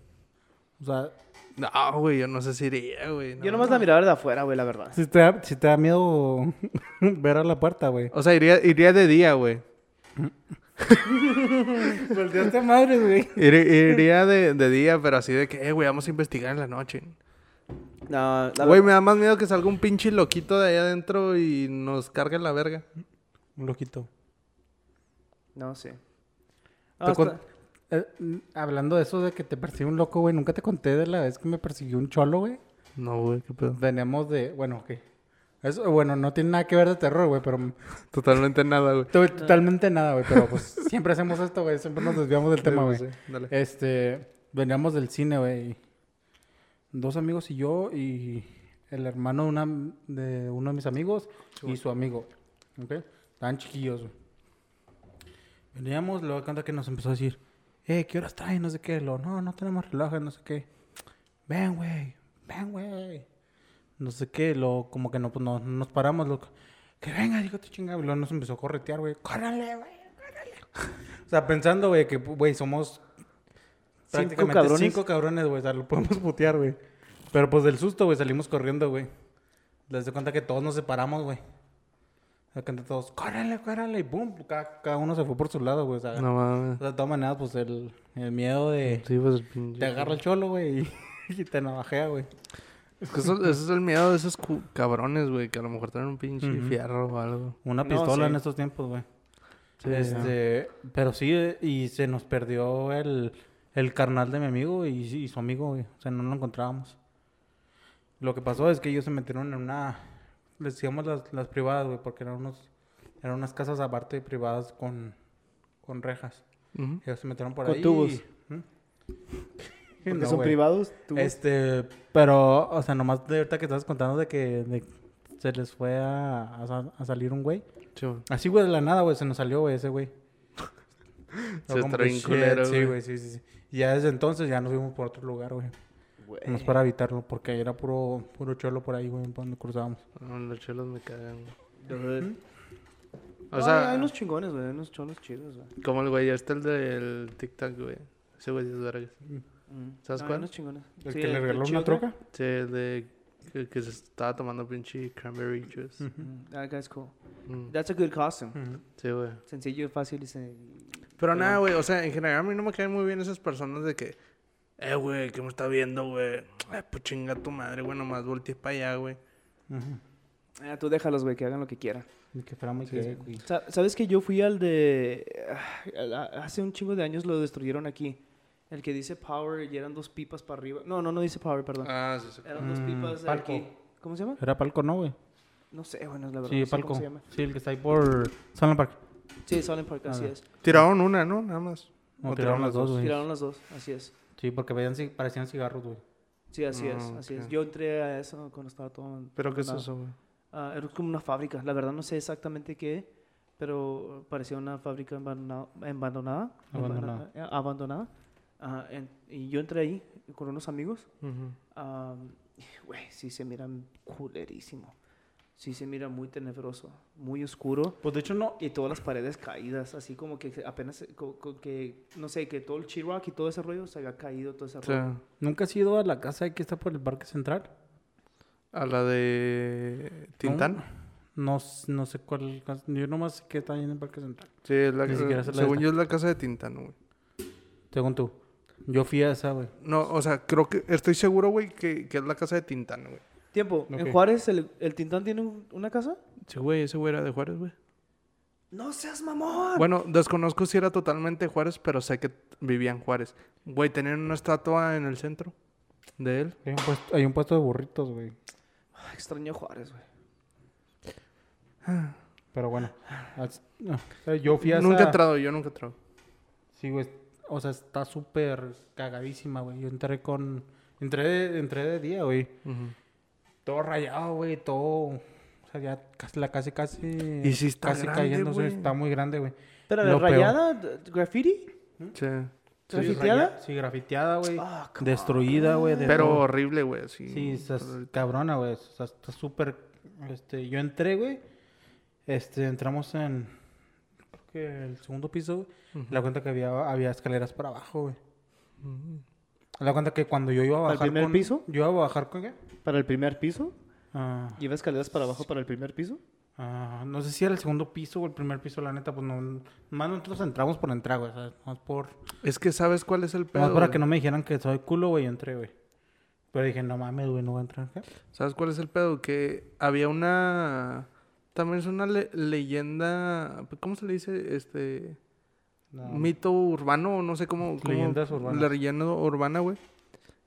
Speaker 4: O sea,
Speaker 2: No, güey, yo no sé si iría, güey. no.
Speaker 3: Yo nomás la miraba de afuera, güey, la verdad.
Speaker 4: si te da, si te da miedo ver a la puerta, güey.
Speaker 2: O sea, iría, iría de día, güey.
Speaker 3: Pues,
Speaker 4: Volteaste madre, güey.
Speaker 2: Ir- Iría de, de día, pero así de que, eh, güey, vamos a investigar en la noche.
Speaker 3: No, la
Speaker 2: Güey,
Speaker 3: verdad-
Speaker 2: me da más miedo que salga un pinche loquito de ahí adentro y nos cargue la verga.
Speaker 4: Un loquito.
Speaker 3: No sé. Ah,
Speaker 4: Te con- eh, mm, hablando de eso de que te persiguió un loco, güey, nunca te conté de la vez que me persiguió un cholo, güey.
Speaker 2: No, güey, qué pedo.
Speaker 4: Veníamos de. Bueno, ok. Eso, bueno, no tiene nada que ver de terror, güey, pero.
Speaker 2: Totalmente nada, güey.
Speaker 4: to- Totalmente nada, güey, pero pues siempre hacemos esto, güey. Siempre nos desviamos del tema, güey.
Speaker 2: Sí, Dale.
Speaker 4: Este, veníamos del cine, güey. y Dos amigos y yo y el hermano de, una, de uno de mis amigos y su amigo. ¿Ok? Estaban chiquillos, güey. Veníamos, luego canta que nos empezó a decir, eh, ¿qué horas trae? No sé qué. Lo, no, no tenemos relojes, no sé qué. Ven, güey. Ven, güey. No sé qué. Lo, como que no, pues, no, no nos paramos, loco. Que venga, digo, te chingada. Y luego nos empezó a corretear, güey. Córrale, güey. O sea, pensando, güey, que, güey, somos prácticamente
Speaker 3: cabrones.
Speaker 4: cinco cabrones, güey. O sea, lo podemos putear, güey. Pero pues del susto, güey, salimos corriendo, güey. Les doy cuenta que todos nos separamos, güey. De cuenta todos, córrele, córrele, y boom, cada, cada uno se fue por su lado, güey. O sea,
Speaker 2: No mames.
Speaker 4: o sea, de todas maneras, pues el, el miedo de.
Speaker 2: Sí, pues el pinche.
Speaker 4: Te agarra el cholo, güey, y, y te navajea, güey.
Speaker 2: Es que eso, ese es el miedo de esos cu- cabrones, güey, que a lo mejor traen un pinche
Speaker 4: Ujú.
Speaker 2: fierro o algo.
Speaker 4: Una
Speaker 3: No,
Speaker 4: pistola
Speaker 3: sí.
Speaker 4: en estos tiempos, güey.
Speaker 2: Sí,
Speaker 4: este, pero sí, eh, y se nos perdió el, el carnal de mi amigo y, y su amigo, güey. O sea, no lo encontrábamos. Lo que pasó es que ellos se metieron en una, les decíamos las, las privadas, güey, porque eran unos, eran unas casas aparte privadas con, con rejas.
Speaker 2: Ujú.
Speaker 4: Ellos se metieron por
Speaker 3: Con
Speaker 4: ahí.
Speaker 3: tubos.
Speaker 4: y- ¿Mm?
Speaker 3: Porque
Speaker 4: No,
Speaker 3: son
Speaker 4: güey.
Speaker 3: privados, tú...
Speaker 4: Este, pero, o sea, nomás de ahorita que estabas contando de que de- se les fue a, a sa- a salir un güey.
Speaker 2: Sí, güey.
Speaker 4: Así, güey, de la nada, güey, se nos salió, güey, ese güey.
Speaker 2: Se
Speaker 4: Como
Speaker 2: está
Speaker 4: que,
Speaker 2: bien
Speaker 4: "Shit",
Speaker 2: culero,
Speaker 4: Sí,
Speaker 2: güey.
Speaker 4: güey, sí, sí, sí. Y ya desde entonces ya nos fuimos por otro lugar, güey.
Speaker 3: Güey.
Speaker 4: Nomás para evitarlo, porque era puro, puro cholo por ahí, güey, por donde cruzábamos.
Speaker 2: No, los chelos me cagan, güey.
Speaker 3: No,
Speaker 2: O sea,
Speaker 3: hay unos chingones, güey. Hay unos cholos chidos, güey.
Speaker 2: como el güey este, el del TikTok, güey. Ese güey es verga.
Speaker 3: Mm.
Speaker 2: ¿Sabes
Speaker 3: No,
Speaker 2: cuál?
Speaker 3: Hay unos chingones.
Speaker 4: El
Speaker 3: Sí,
Speaker 4: que le regaló
Speaker 3: chido,
Speaker 4: una troca.
Speaker 2: Sí, el de que, que se estaba tomando pinche cranberry juice.
Speaker 3: güey. Mm, That guy's cool.
Speaker 2: Mm.
Speaker 3: That's a good costume.
Speaker 2: Sí, güey.
Speaker 3: Sencillo, fácil y se...
Speaker 2: Pero nada, güey, o sea, en general a mí no me caen muy bien esas personas de que, eh, güey, ¿qué me está viendo, güey? Ay, pues chinga tu madre, güey, nomás volteé para allá, güey.
Speaker 4: Ujú.
Speaker 3: Ah, tú déjalos, güey, que hagan lo que quieran.
Speaker 4: Y que fuera muy gay, güey.
Speaker 3: Sa- ¿Sabes que yo fui al de... ah, a- Hace un chingo de años lo destruyeron aquí. El que dice Power y eran dos pipas para arriba. No, no, no dice Power, perdón.
Speaker 2: Ah, sí, sí.
Speaker 3: Eran dos
Speaker 4: Mm,
Speaker 3: pipas de
Speaker 4: Palco.
Speaker 3: aquí. ¿Cómo se llama?
Speaker 4: Era palco, ¿no, güey?
Speaker 3: No sé, bueno, es la verdad.
Speaker 4: Sí,
Speaker 3: no sé
Speaker 4: palco.
Speaker 3: ¿Cómo se llama?
Speaker 4: Sí, el que está ahí por San Park.
Speaker 3: Sí, Silent Park, así
Speaker 4: Ah.
Speaker 3: es.
Speaker 2: Tiraron una, ¿no? Nada más.
Speaker 4: No,
Speaker 2: O
Speaker 4: tiraron las dos, güey.
Speaker 3: Tiraron las dos, así es.
Speaker 4: Sí, porque veían, ci- parecían cigarros, güey.
Speaker 3: Sí, así es,
Speaker 2: Ah,
Speaker 3: así es.
Speaker 2: ok.
Speaker 3: Yo entré a eso cuando estaba todo...
Speaker 2: ¿Pero qué es
Speaker 3: nada.
Speaker 2: eso, güey?
Speaker 3: Ah, Ah, era como una fábrica, la verdad no sé exactamente qué, pero parecía una fábrica abandona- abandonada.
Speaker 4: Abandonada.
Speaker 3: eh, abandonada. Ah, en- y yo entré ahí con unos amigos. Ah, Güey, sí se mira culerísimo. Sí se mira muy tenebroso, muy oscuro.
Speaker 4: Pues de hecho no.
Speaker 3: Y todas las paredes caídas, así como que apenas, se- co- co- que, no sé, que todo el Chirac y todo ese rollo se había caído, todo ese
Speaker 2: O sea,
Speaker 3: rollo.
Speaker 4: ¿Nunca has ido a la casa que está por el Parque Central?
Speaker 2: a la de Tintán.
Speaker 4: No, s- no sé cuál. casa- Yo nomás sé que está ahí en el Parque Central.
Speaker 2: Sí, es la
Speaker 4: Ni
Speaker 2: casa-
Speaker 4: siquiera sé la de
Speaker 2: Según
Speaker 4: esta.
Speaker 2: yo es la casa de Tintán, güey.
Speaker 4: Según tú. Yo fui a esa, güey.
Speaker 2: No, o sea, creo que estoy seguro, güey, que, que es la casa de Tintán, güey.
Speaker 3: Tiempo,
Speaker 4: Ok.
Speaker 3: ¿en Juárez el, el Tintán tiene un- una casa?
Speaker 2: Sí, güey, ese güey era de Juárez, güey.
Speaker 3: ¡No seas mamón!
Speaker 2: Ah. Bueno, desconozco si era totalmente Juárez, pero sé que vivía en Juárez. Güey, tenían una estatua en el centro de él.
Speaker 4: Hay un puesto, hay un puesto de burritos, güey.
Speaker 3: Ay, Ah, extraño Juárez, güey.
Speaker 4: Pero bueno. as- no, o sea, Yo fui a esa.
Speaker 2: Nunca he entrado, yo nunca he entrado.
Speaker 4: Sí, güey. O sea, está súper cagadísima, güey. Yo entré con. Entré de, entré de día, güey. Todo rayado, güey. Todo. O sea, ya casi, la casi, casi.
Speaker 2: Y sí está
Speaker 4: casi
Speaker 2: grande,
Speaker 4: cayéndose.
Speaker 2: güey.
Speaker 4: Está muy grande, güey.
Speaker 3: Pero la
Speaker 4: Lo peor.
Speaker 3: rayada, d- graffiti,
Speaker 2: Sí.
Speaker 4: Sí,
Speaker 3: grafiteada.
Speaker 4: raya- Sí, grafiteada, güey.
Speaker 3: Ah, come
Speaker 4: Destruida, güey. de
Speaker 2: Pero
Speaker 4: todo.
Speaker 2: horrible, güey. Sí,
Speaker 4: Sí, estás cabrona, güey. O sea, está súper. Este, yo entré, güey. Este, entramos en. Creo que el segundo piso, güey. La cuenta que había, había escaleras para abajo, güey. La cuenta que cuando yo iba a
Speaker 3: Mm. ¿Al
Speaker 4: bajar.
Speaker 3: primer
Speaker 4: con-
Speaker 3: piso?
Speaker 4: Yo iba a bajar con qué?
Speaker 3: ¿Para el primer piso?
Speaker 4: Ah,
Speaker 3: ¿Lleva escaleras para abajo para el primer piso?
Speaker 4: ah, no sé si era el segundo piso o el primer piso, la neta, pues no. Más nosotros entramos por entrar, güey. ¿sabes? Más por.
Speaker 2: Es que sabes cuál es el
Speaker 4: Más
Speaker 2: pedo.
Speaker 4: para
Speaker 2: güey?
Speaker 4: que no me dijeran que soy culo, güey, yo entré, güey. Pero dije, no mames, güey, no voy a entrar acá.
Speaker 2: ¿Sabes cuál es el pedo? Que había una. También es una le- leyenda. ¿Cómo se le dice? Este.
Speaker 4: No.
Speaker 2: mito urbano, no sé cómo. cómo-
Speaker 4: Leyendas urbanas.
Speaker 2: La leyenda urbana, güey.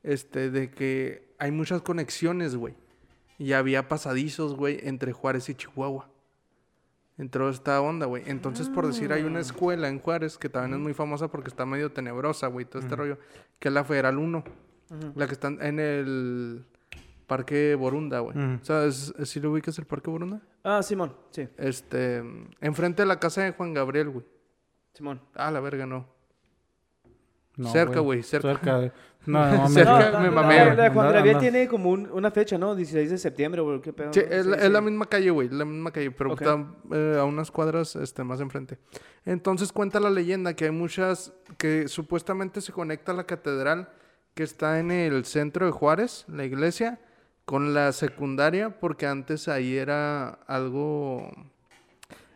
Speaker 2: Este, de que hay muchas conexiones, güey. Y había pasadizos, güey, entre Juárez y Chihuahua. Entró esta onda, güey. Entonces, por decir, hay
Speaker 4: Ah.
Speaker 2: una escuela en Juárez que también es muy famosa porque está medio tenebrosa, güey, todo este rollo, que es la Federal 1. La que está en el Parque Borunda, güey.
Speaker 4: Ujú.
Speaker 2: O sea, es- es- si lo ubicas el Parque Borunda.
Speaker 3: Ah, Simón, sí,
Speaker 2: Este, enfrente de la casa de Juan Gabriel, güey.
Speaker 3: Simón.
Speaker 2: Ah, la verga, no.
Speaker 4: No,
Speaker 2: Cerca, güey, cerca.
Speaker 4: Cerca. de- No, no, mames.
Speaker 2: Cerca,
Speaker 4: No,
Speaker 2: me
Speaker 4: no,
Speaker 2: mamé,
Speaker 4: no,
Speaker 2: güey.
Speaker 3: La de Juan
Speaker 4: no,
Speaker 3: Gabriel
Speaker 4: no.
Speaker 3: tiene como un- una fecha, ¿no? 16 de septiembre, güey, qué pedo.
Speaker 2: Sí,
Speaker 3: ¿no?
Speaker 2: es, la-
Speaker 3: Sí,
Speaker 2: es la
Speaker 3: sí.
Speaker 2: misma calle, güey, la misma calle, pero
Speaker 3: Ok.
Speaker 2: está eh, a unas cuadras este, más enfrente. Entonces cuenta la leyenda que hay muchas, que supuestamente se conecta la catedral que está en el centro de Juárez, la iglesia, con la secundaria, porque antes ahí era algo...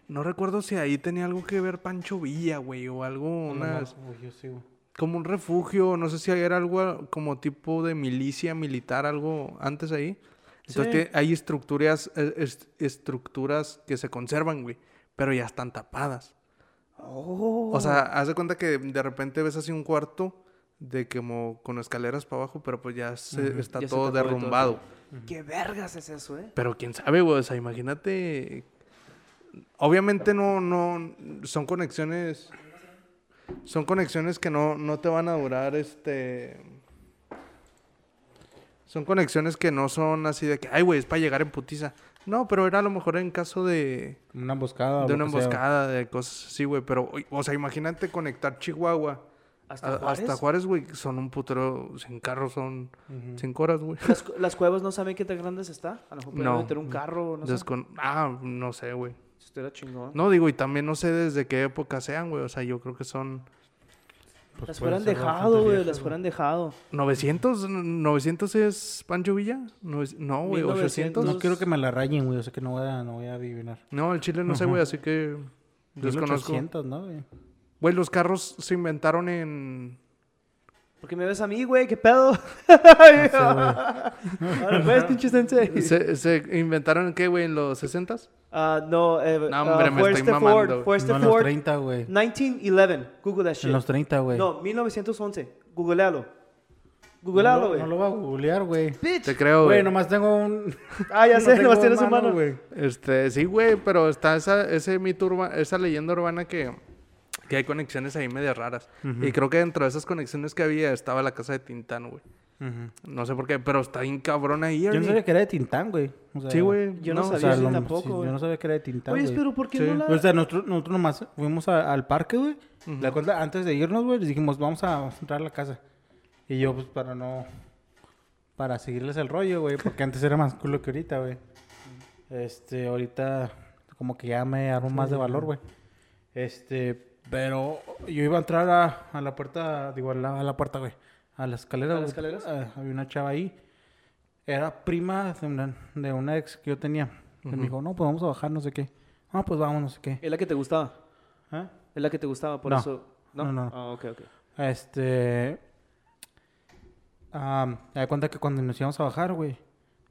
Speaker 2: No recuerdo si ahí tenía algo que ver Pancho Villa, güey, o algo, unas-
Speaker 4: Uy, yo sí, güey.
Speaker 2: como un refugio, no sé si ahí era algo a- como tipo de milicia militar, algo antes ahí. Entonces
Speaker 3: Sí.
Speaker 2: tie- hay estructuras, eh, est- estructuras que se conservan, güey, pero ya están tapadas.
Speaker 3: Oh.
Speaker 2: O sea, haz de cuenta que de repente ves así un cuarto de como con escaleras para abajo, pero pues ya se, está
Speaker 3: Ya se
Speaker 2: todo
Speaker 3: tapó y todo.
Speaker 2: derrumbado.
Speaker 3: ¿Qué vergas es eso, eh?
Speaker 2: Pero quién sabe, güey, o sea, imagínate. Obviamente no, no, son conexiones, son conexiones que no, no te van a durar, este, son conexiones que no son así de que, ay, güey, es para llegar en putiza. No, pero era a lo mejor en caso de,
Speaker 3: Ah,
Speaker 4: Una emboscada.
Speaker 2: de una
Speaker 4: lo que sea.
Speaker 2: emboscada, de cosas así, güey, pero, oy- o sea, imagínate conectar Chihuahua
Speaker 3: ¿Hasta
Speaker 2: a-
Speaker 3: Juárez?
Speaker 2: hasta Juárez, güey, son un putero, sin carro son cinco horas, güey.
Speaker 3: Las, cu- las cuevas no saben qué tan grandes está. A lo mejor pueden
Speaker 2: No.
Speaker 3: meter un carro, no sé.
Speaker 2: Descon- Ah, no sé, güey.
Speaker 3: Si estuviera chingón.
Speaker 2: No, digo, y también no sé desde qué época sean, güey. O sea, yo creo que son
Speaker 4: Pues
Speaker 3: las
Speaker 4: pueden
Speaker 3: fueran
Speaker 4: ser
Speaker 3: dejado,
Speaker 4: bastante
Speaker 3: güey,
Speaker 4: viejas,
Speaker 3: las fueran dejado.
Speaker 2: 900. 900 es Pancho Villa. Nove- No, güey,
Speaker 3: 1900.
Speaker 2: 800.
Speaker 4: No quiero que me la rayen, güey. O sea que no voy a, no voy a adivinar.
Speaker 2: No, el Chile no sé, güey, así que desconozco.
Speaker 4: 1800, ¿no, güey?
Speaker 2: Güey, los carros se inventaron en.
Speaker 3: ¿Por qué me ves a mí, güey? ¿Qué pedo? Ahora pues, pinche sensei.
Speaker 2: ¿Se, se inventaron en qué, güey? ¿En los 60s?
Speaker 3: Ah, no, eh,
Speaker 2: No,
Speaker 3: ah,
Speaker 2: hombre, me
Speaker 3: Forrest
Speaker 2: estoy
Speaker 3: Ford,
Speaker 2: mamando, güey.
Speaker 3: Forrest
Speaker 4: No, en los
Speaker 3: Este Ford,
Speaker 4: 30, güey.
Speaker 3: 1911. Google that shit.
Speaker 4: En los 30, güey.
Speaker 3: No, 1911. Googlealo.
Speaker 4: No
Speaker 3: Googlealo,
Speaker 4: lo-
Speaker 3: güey.
Speaker 4: No lo va a googlear, güey.
Speaker 3: Bitch.
Speaker 2: Te creo,
Speaker 4: Güey,
Speaker 2: güey.
Speaker 4: nomás tengo un.
Speaker 3: Ah, ya sé,
Speaker 4: tengo
Speaker 3: nomás tienes
Speaker 4: dos
Speaker 3: su mano.
Speaker 4: manos, güey.
Speaker 2: Este, sí, güey, pero está esa, ese mito urba- esa leyenda urbana que, que hay conexiones ahí medio raras. Y creo que dentro de esas conexiones que había estaba la casa de Tintán, güey.
Speaker 4: Ujú.
Speaker 2: No sé por qué, pero está bien cabrón ahí.
Speaker 4: Yo no
Speaker 2: Ernie.
Speaker 4: sabía que era de Tintán, güey. O sea,
Speaker 2: Sí, güey.
Speaker 3: Yo no
Speaker 4: o sea,
Speaker 3: sabía eso
Speaker 4: lo-
Speaker 3: tampoco,
Speaker 4: sí,
Speaker 3: güey.
Speaker 4: yo no sabía que era de Tintán,
Speaker 3: Oye,
Speaker 4: güey.
Speaker 3: pero ¿por qué
Speaker 2: Sí.
Speaker 3: no la...?
Speaker 4: O sea, nosotros, nosotros nomás fuimos a- al parque, güey. La cosa, antes de irnos, güey, les dijimos, vamos a entrar a la casa. Y yo, pues, para no... Para seguirles el rollo, güey, porque antes era más culo que ahorita, güey. Este, ahorita como que ya me armo más de valor, güey. Este, pero yo iba a entrar a, a la puerta, digo, a la, a la puerta, güey. A la escalera.
Speaker 3: ¿A las
Speaker 4: güey.
Speaker 3: escaleras?
Speaker 4: Ah, había una chava ahí. Era prima de una, de una ex que yo tenía. Que me dijo, no, pues vamos a bajar, no sé qué. Ah, pues vamos, no sé qué.
Speaker 3: Es la que te gustaba.
Speaker 4: ¿Ah?
Speaker 3: Es la que te gustaba, por
Speaker 4: No.
Speaker 3: eso...
Speaker 4: No, no, no.
Speaker 3: Ah, ok, ok.
Speaker 4: Este. ah, me da cuenta que cuando nos íbamos a bajar, güey. eh,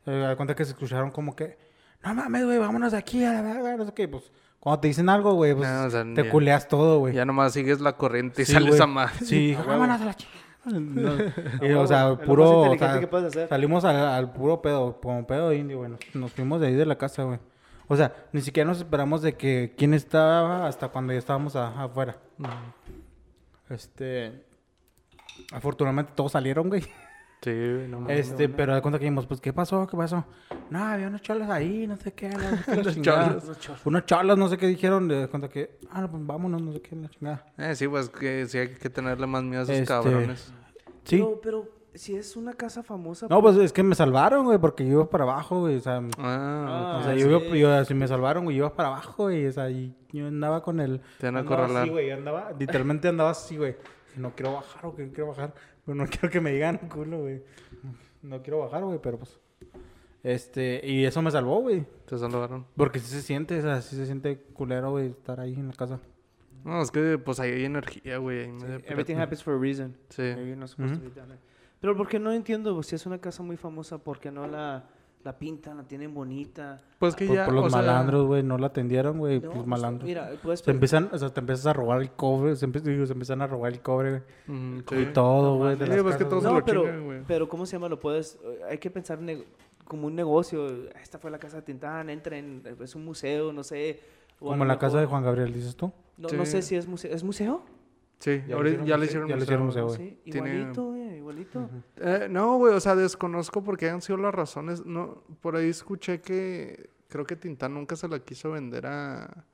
Speaker 4: Me da cuenta que se escucharon como que. No mames, güey, vámonos de aquí a la verga", No sé qué. Pues cuando te dicen algo, güey, pues
Speaker 2: No, o sea,
Speaker 4: te
Speaker 2: ya-
Speaker 4: culeas todo, güey.
Speaker 2: Ya nomás sigues la corriente y
Speaker 4: Sí,
Speaker 2: sales
Speaker 4: güey.
Speaker 2: a más.
Speaker 4: Sí, dijo, vámonos a la chingada. No, y,
Speaker 3: huevo,
Speaker 4: o sea,
Speaker 3: es lo más
Speaker 4: puro. o
Speaker 3: inteligente
Speaker 4: sea,
Speaker 3: que puedes hacer.
Speaker 4: Salimos al, al puro pedo, como pedo indio, güey. Nos, nos fuimos de ahí de la casa, güey. O sea, ni siquiera nos esperamos de que quién estaba hasta cuando ya estábamos a- afuera. Este. Afortunadamente todos salieron, güey.
Speaker 2: Sí, güey, no mames.
Speaker 4: Este, pero de cuenta que dijimos, pues, ¿qué pasó? ¿Qué pasó? No, había unos cholos ahí, no sé qué. la- la chingada. Unos cholos, no sé qué dijeron. De cuenta que, ah, no, pues vámonos, no sé qué, la chingada.
Speaker 2: Eh, sí, pues que sí hay que tenerle más miedo a esos
Speaker 4: Este,
Speaker 2: cabrones.
Speaker 4: Sí.
Speaker 3: Pero, pero si es una casa famosa...
Speaker 4: No, pues es que me salvaron, güey, porque yo iba para abajo, güey. O sea,
Speaker 2: Ah,
Speaker 3: Ah,
Speaker 4: o sea, yo, iba, yo así me salvaron, güey, yo iba para abajo, güey. O sea, y yo andaba con el.
Speaker 2: Te van a
Speaker 4: andaba
Speaker 2: acorralar.
Speaker 4: así, güey, yo andaba, literalmente andaba así, güey. No quiero bajar, o que no quiero bajar. Pero no quiero que me digan culo, güey. No quiero bajar, güey, pero pues. Este, y eso me salvó, güey.
Speaker 2: te salvaron.
Speaker 4: Porque sí se siente, o sea, sí se siente culero, güey, estar ahí en la casa.
Speaker 2: No, es que pues ahí hay energía, güey. ahí me
Speaker 3: pues, eh, Everything
Speaker 2: depre-
Speaker 3: happens for a reason.
Speaker 2: Sí.
Speaker 3: Maybe not supposed to be done. Pero porque no entiendo, pues, si es una casa muy famosa, ¿por qué no la, la pintan, la tienen bonita?
Speaker 2: Pues que
Speaker 4: Por,
Speaker 2: ya.
Speaker 4: por los
Speaker 2: o sea,
Speaker 4: malandros, güey, no la atendieron, güey,
Speaker 3: No,
Speaker 4: los
Speaker 3: pues,
Speaker 4: malandros.
Speaker 3: Mira, puedes
Speaker 4: Se empiezan, o sea, te empiezas a robar el cobre, se, empie- digo, se empiezan a robar el cobre, güey.
Speaker 2: mm,
Speaker 4: Y
Speaker 2: sí.
Speaker 4: todo, güey, de
Speaker 2: Sí,
Speaker 4: las
Speaker 2: pues que todo
Speaker 4: casas,
Speaker 2: se
Speaker 4: güey.
Speaker 2: lo
Speaker 3: No, pero,
Speaker 2: chingan, güey.
Speaker 3: pero ¿cómo se llama? Lo puedes, eh, hay que pensar nego- como un negocio. Esta fue la casa de Tintán, entren, es un museo, no sé. o a
Speaker 4: Como
Speaker 3: lo
Speaker 4: en la casa de
Speaker 3: mejor-
Speaker 4: Juan Gabriel, dices tú.
Speaker 3: No,
Speaker 2: Sí.
Speaker 3: no sé si es museo. ¿Es museo?
Speaker 2: Sí,
Speaker 4: Ya
Speaker 2: ahorita-
Speaker 4: lo
Speaker 2: ya le hicieron.
Speaker 4: hicieron museo, ya lo hicieron museo. güey.
Speaker 3: Sí,
Speaker 2: Tiene-
Speaker 3: igualito, eh, igualito.
Speaker 2: Eh, no, güey, o sea, desconozco por qué han sido las razones. No, por ahí escuché que creo que Tintán nunca se la quiso vender a.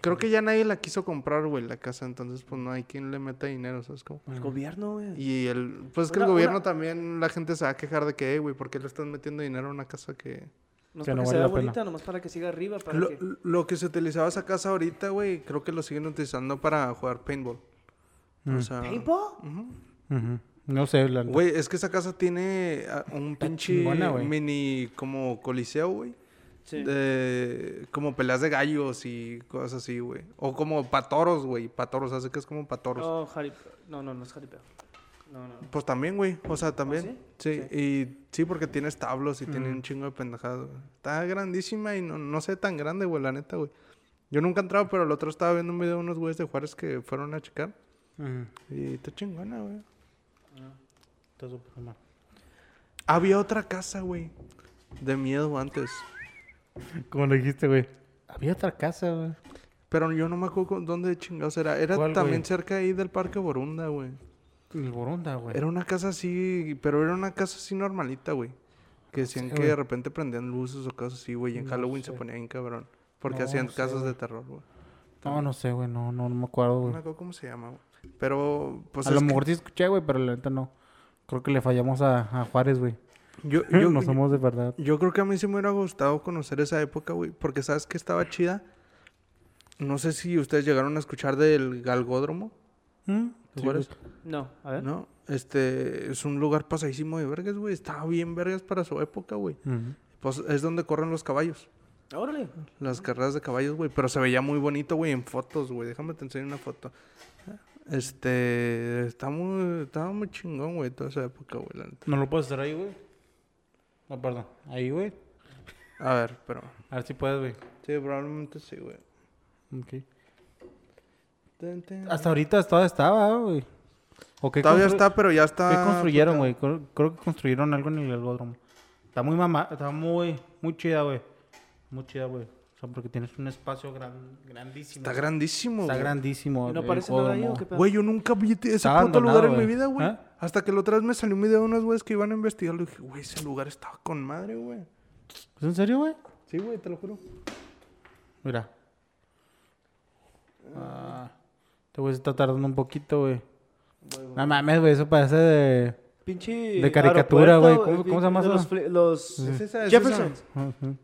Speaker 2: Creo que ya nadie la quiso comprar, güey, la casa, entonces pues no hay quien le meta dinero, ¿sabes cómo?
Speaker 3: El Pues gobierno, güey.
Speaker 2: Y el, pues es que el
Speaker 3: Una-
Speaker 2: gobierno
Speaker 3: una-
Speaker 2: también, la gente se va a quejar de que, "Eh, güey, ¿por qué le están metiendo dinero a una casa que...
Speaker 3: No es
Speaker 4: Que
Speaker 3: para
Speaker 4: no
Speaker 3: que
Speaker 4: vale
Speaker 3: se vea
Speaker 4: la pena.
Speaker 3: bonita, nomás para que siga arriba. Para
Speaker 2: Lo,
Speaker 3: que...
Speaker 2: lo que se utilizaba esa casa ahorita, güey, creo que lo siguen utilizando para jugar paintball. O
Speaker 3: Ah.
Speaker 2: sea...
Speaker 3: Mm. ¿Paintball?
Speaker 2: ujú.
Speaker 4: Ujú. No sé, la
Speaker 2: Güey, es que esa casa tiene ah, un pinche
Speaker 4: chingona, güey.
Speaker 2: mini como coliseo, güey.
Speaker 3: Sí.
Speaker 2: de- como peleas de gallos y cosas así, güey. O como patoros, güey. Patoros, hace que es como patoros.
Speaker 3: No, jari- no, no, no es jaripeo. No, no.
Speaker 2: Pues también, güey. O sea, también.
Speaker 3: ¿Ah,
Speaker 2: sí? y sí, porque tiene establos y tiene un chingo de pendejadas, güey. Está grandísima y no, no sé tan grande, güey, la neta, güey. Yo nunca he entrado, pero el otro estaba viendo un video de unos güeyes de Juárez que fueron a checar.
Speaker 4: Ujú.
Speaker 2: Y está chingona, güey.
Speaker 4: Está súper mal.
Speaker 2: Había otra casa, güey. De miedo antes.
Speaker 4: Como lo dijiste, güey. Había otra casa, güey.
Speaker 2: Pero yo no me acuerdo con- dónde chingados era. Era
Speaker 4: ¿Cuál,
Speaker 2: también
Speaker 4: güey?
Speaker 2: cerca ahí del Parque Borunda, güey.
Speaker 4: El Borunda, güey.
Speaker 2: Era una casa así, pero era una casa así normalita, güey. Que decían que
Speaker 4: güey.
Speaker 2: de repente prendían luces o cosas así, güey. Y en
Speaker 4: No
Speaker 2: Halloween se
Speaker 4: sé.
Speaker 2: ponía bien cabrón. Porque
Speaker 4: No
Speaker 2: hacían
Speaker 4: sé,
Speaker 2: casas de
Speaker 4: güey.
Speaker 2: terror, güey.
Speaker 4: No, no sé, güey, no, no, no me acuerdo,
Speaker 2: No
Speaker 4: güey.
Speaker 2: me acuerdo cómo se llama, güey. Pero, pues.
Speaker 4: a lo
Speaker 2: es que
Speaker 4: mejor sí escuché, güey, pero la neta no. Creo que le fallamos a, a Juárez, güey.
Speaker 2: Yo, yo,
Speaker 4: No somos de verdad.
Speaker 2: yo creo que a mí sí me hubiera gustado conocer esa época, güey. Porque sabes que estaba chida. No sé si ustedes llegaron a escuchar del Galgódromo.
Speaker 4: ¿Mm?
Speaker 2: ¿Te acuerdas?
Speaker 3: No, a
Speaker 4: ¿Eh?
Speaker 3: ver.
Speaker 2: ¿No? Este es un lugar pasadísimo de vergas, güey. Estaba bien vergas para su época, güey.
Speaker 4: Ujú.
Speaker 2: Pues es donde corren los caballos.
Speaker 3: Órale.
Speaker 2: Las carreras de caballos, güey. Pero se veía muy bonito, güey, en fotos, güey. Déjame te enseño una foto. Este. Está muy, estaba muy chingón, güey, toda esa época, güey. la neta.
Speaker 4: No lo puedes hacer ahí, güey. No, perdón. Ahí, güey.
Speaker 2: A ver, pero.
Speaker 4: A ver si puedes, güey.
Speaker 2: Sí, probablemente sí, güey.
Speaker 4: Ok.
Speaker 2: Ten, ten.
Speaker 4: Hasta ahorita todavía estaba, güey. ¿O Ah, qué
Speaker 2: Todavía
Speaker 4: constru-
Speaker 2: está, pero ya está.
Speaker 4: ¿Qué construyeron, güey? Creo, creo que construyeron algo en el algodrón. Está muy mamá, está muy, muy chida, güey. Muy chida, güey. O sea, porque tienes un espacio gran, grandísimo.
Speaker 2: Está grandísimo,
Speaker 4: Está
Speaker 2: güey.
Speaker 4: grandísimo.
Speaker 3: ¿Y no
Speaker 4: el
Speaker 3: aparece nada ahí o
Speaker 4: hipódromo.
Speaker 3: qué pedo?
Speaker 2: Güey, yo nunca vi ese
Speaker 4: Está
Speaker 2: puto lugar en
Speaker 4: abandonado,
Speaker 2: mi
Speaker 4: güey.
Speaker 2: vida, güey.
Speaker 4: ¿Ah?
Speaker 2: Hasta que la otra vez me salió un video de unos güeyes que iban a investigarlo. Y dije, güey, ese lugar estaba con madre, güey.
Speaker 4: ¿Es en serio, güey?
Speaker 2: Sí, güey, te lo juro.
Speaker 4: Mira. Ah, te voy a estar tardando un poquito, güey. No mames, güey, eso parece de...
Speaker 3: Pinche.
Speaker 4: De caricatura, güey.
Speaker 3: aeropuerto,
Speaker 4: ¿Cómo- cómo se llama
Speaker 3: de
Speaker 4: eso?
Speaker 3: Los, fri- los
Speaker 2: Es esa, es
Speaker 3: Jefferson.
Speaker 4: Ujú.